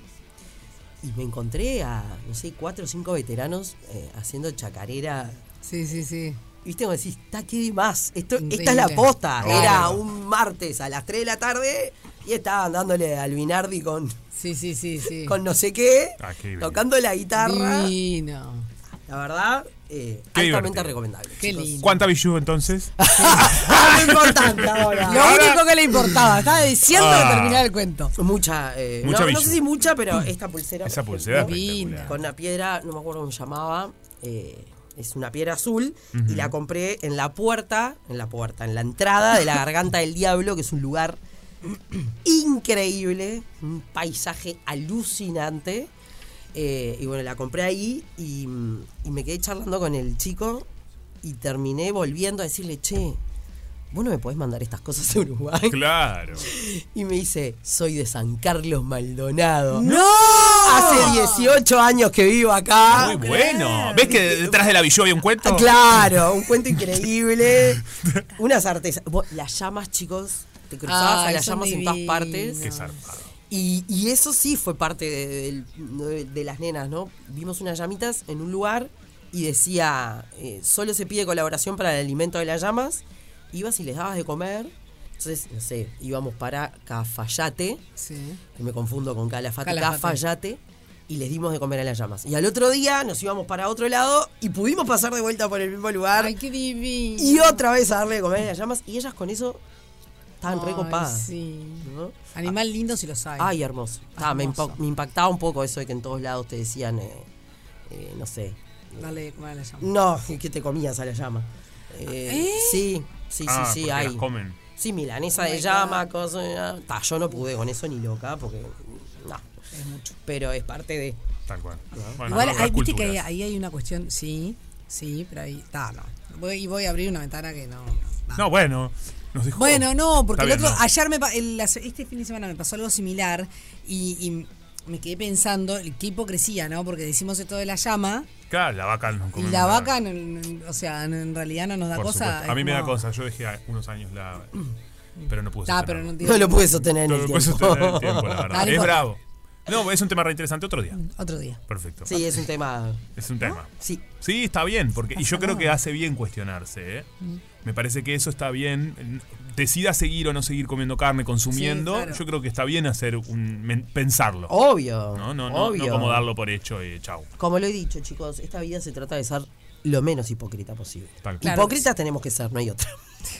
Q: Y me encontré a, no sé, cuatro o cinco veteranos eh, haciendo chacarera.
D: Sí, sí, sí.
Q: ¿Viste? Como decís, está aquí de más. Esto, esta es
D: Increíble.
Q: la posta.
D: Claro.
Q: Era un martes a las 3 de la tarde y estaban dándole al Binardi con.
D: Sí, sí, sí, sí.
Q: Con no sé qué.
E: Ah, qué divino.
Q: tocando la guitarra.
D: Divino.
Q: La verdad, eh,
E: Qué
Q: altamente
E: divertido.
Q: recomendable.
D: Qué
Q: chicos.
D: lindo.
E: ¿Cuánta bijú entonces?
Q: Ah, lo importante ahora.
D: Lo único que le importaba, estaba deseando
E: Ah.
D: de terminar el cuento.
Q: Mucha, eh, Mm.
E: Mucha
Q: no, no
E: bichu.
Q: sé si mucha, pero esta pulsera.
E: Esa
Q: por
E: pulsera
Q: ejemplo,
E: espectacular.
Q: Con una piedra, no me acuerdo cómo se llamaba. eh, es una piedra azul.
E: Ujú.
Q: Y la compré en la puerta, en la puerta, en la entrada de la Garganta del Diablo, que es un lugar increíble. Un paisaje alucinante. eh, y bueno, la compré ahí y, mm, y me quedé charlando con el chico y terminé volviendo a decirle, che, vos no me podés mandar estas cosas a Uruguay.
E: Claro.
Q: Y me dice, soy de San Carlos Maldonado.
F: ¡No!
Q: Hace 18 años que vivo acá.
E: Muy bueno. ¿Ves que detrás de la bijú había un cuento?
Q: Ah, Claro, un cuento increíble. Unas artes. vos, Las llamas, chicos. Te cruzabas
D: Ay,
Q: a las
D: son
Q: llamas en todas
D: divinas.
Q: partes.
E: Qué zarpado.
Q: Y, y eso sí fue parte de, del- de- de las nenas, ¿no? Vimos unas llamitas en un lugar y decía, eh, solo se pide colaboración para el alimento de las llamas. Ibas y les dabas de comer. Entonces, no sé, íbamos para Cafayate,
D: Sí.
Q: que me confundo con Calafate,
D: Calafate.
Q: Cafayate, y les dimos de comer a las llamas. Y al otro día nos íbamos para otro lado y pudimos pasar de vuelta por el mismo lugar.
D: Ay, qué divino.
Q: Y otra vez a darle de comer a las llamas y ellas con eso estaban
D: Ay,
Q: recopadas.
D: Sí. Animal lindo si lo sabe.
Q: Ay, hermoso. Ah, me,
D: Hermoso.
Q: impa- me impactaba un poco eso de que en todos lados te decían, eh, eh, no sé.
D: Dale de comer a la llama.
Q: No, que te comías a la llama. Eh,
D: ¿Eh?
Q: Sí, sí,
E: Ah,
Q: sí, sí,
E: porque
Q: hay.
E: las comen.
Q: Sí, milanesa
D: Oh
Q: de
D: my
Q: llama, cosas. ah, ta, yo no pude con eso ni loca, porque. No.
D: Es mucho.
Q: Pero es parte de.
E: Tal cual.
D: Igual, hay, viste que ahí, ahí hay una cuestión, sí, sí, pero ahí está, no. Voy, y voy a abrir una ventana que no.
E: No, bueno. Nos dejó.
D: Bueno, no, porque
E: Está
D: el
E: bien,
D: otro,
E: no.
D: ayer me, pa- el- la- este fin de semana me pasó algo similar y, y me quedé pensando, el- qué hipocresía, ¿no? Porque decimos esto de la llama
E: Claro, la vaca nos come.
D: y la vaca, no- no- o sea, no- en realidad no nos da
E: Por
D: cosa.
E: supuesto. A mí
D: es
E: me da
D: como-
E: cosa. Yo dejé unos años la. Pero no pude
D: Ah,
E: sostenerlo.
D: pero no te- No lo
Q: pude sostener en
E: No
Q: el
E: lo pude
Q: tiempo.
E: sostener en el tiempo, la verdad.
Q: Dale,
E: es
Q: por-
E: bravo. No, es un tema re interesante otro día.
D: Otro día.
E: Perfecto.
Q: Sí, es un tema.
E: Es un tema.
Q: Sí.
E: Sí, está bien, porque y yo
Q: Pasa
E: creo
Q: nada.
E: que hace bien cuestionarse, ¿eh?
Q: Mm.
E: Me parece que eso está bien. Decida seguir o no seguir comiendo carne, consumiendo.
Q: Sí, claro.
E: Yo creo que está bien hacer un men- pensarlo.
Q: Obvio,
E: No, no, no, no
Q: obvio.
E: como darlo por hecho y chau.
Q: Como lo he dicho, chicos, esta vida se trata de ser lo menos hipócrita posible.
D: Claro.
Q: Hipócritas tenemos que ser, no hay otra.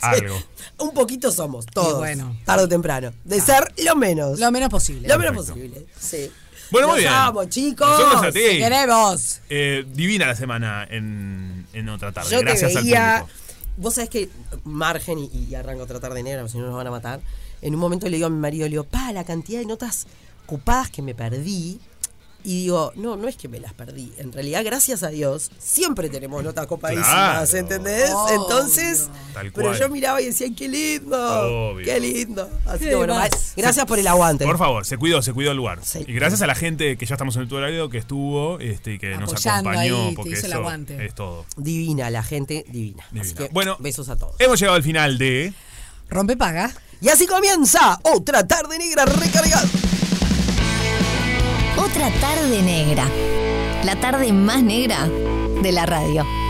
E: Algo.
Q: Un poquito somos, todos.
D: Y bueno. Ah.
Q: Tarde o temprano. De ser lo menos. Lo
D: menos posible.
Q: Lo menos
E: Perfecto.
Q: posible. Sí.
E: Bueno, muy
Q: Los
E: bien.
Q: amo, chicos.
E: Nosotros a ti.
Q: Te queremos.
E: Eh, divina la semana en, en otra tarde.
Q: Yo
E: Gracias
Q: te
E: al
Q: veía.
E: público.
Q: Vos sabés que margen y, y arranco a tratar de negra, si no nos van a matar. En un momento le digo a mi marido, le digo, pa, la cantidad de notas copadas que me perdí. Y digo, no, no es que me las perdí. En realidad, gracias a Dios, siempre tenemos notas copadísimas,
D: Claro.
Q: ¿entendés?
D: Obvio.
Q: Entonces,
D: Tal
Q: pero
D: cual.
Q: yo miraba y decía, qué lindo,
E: Obvio.
Q: qué lindo. Así
D: ¿Qué
Q: que bueno,
D: más?
Q: ma- gracias por el aguante.
E: Por favor, se cuidó, se cuidó el lugar. Y gracias a la gente que ya estamos en el horario, que estuvo este, y que nos
Q: Apoyando
E: acompañó,
Q: ahí, te
E: porque
Q: hizo el
E: eso
Q: aguante.
E: es todo.
Q: Divina, la gente divina. Así que,
E: Bueno,
Q: besos a todos.
E: Hemos llegado al final de.
D: Rompe paga.
Q: Y así comienza otra tarde negra recargada.
A: Otra tarde negra. La tarde más negra de la radio.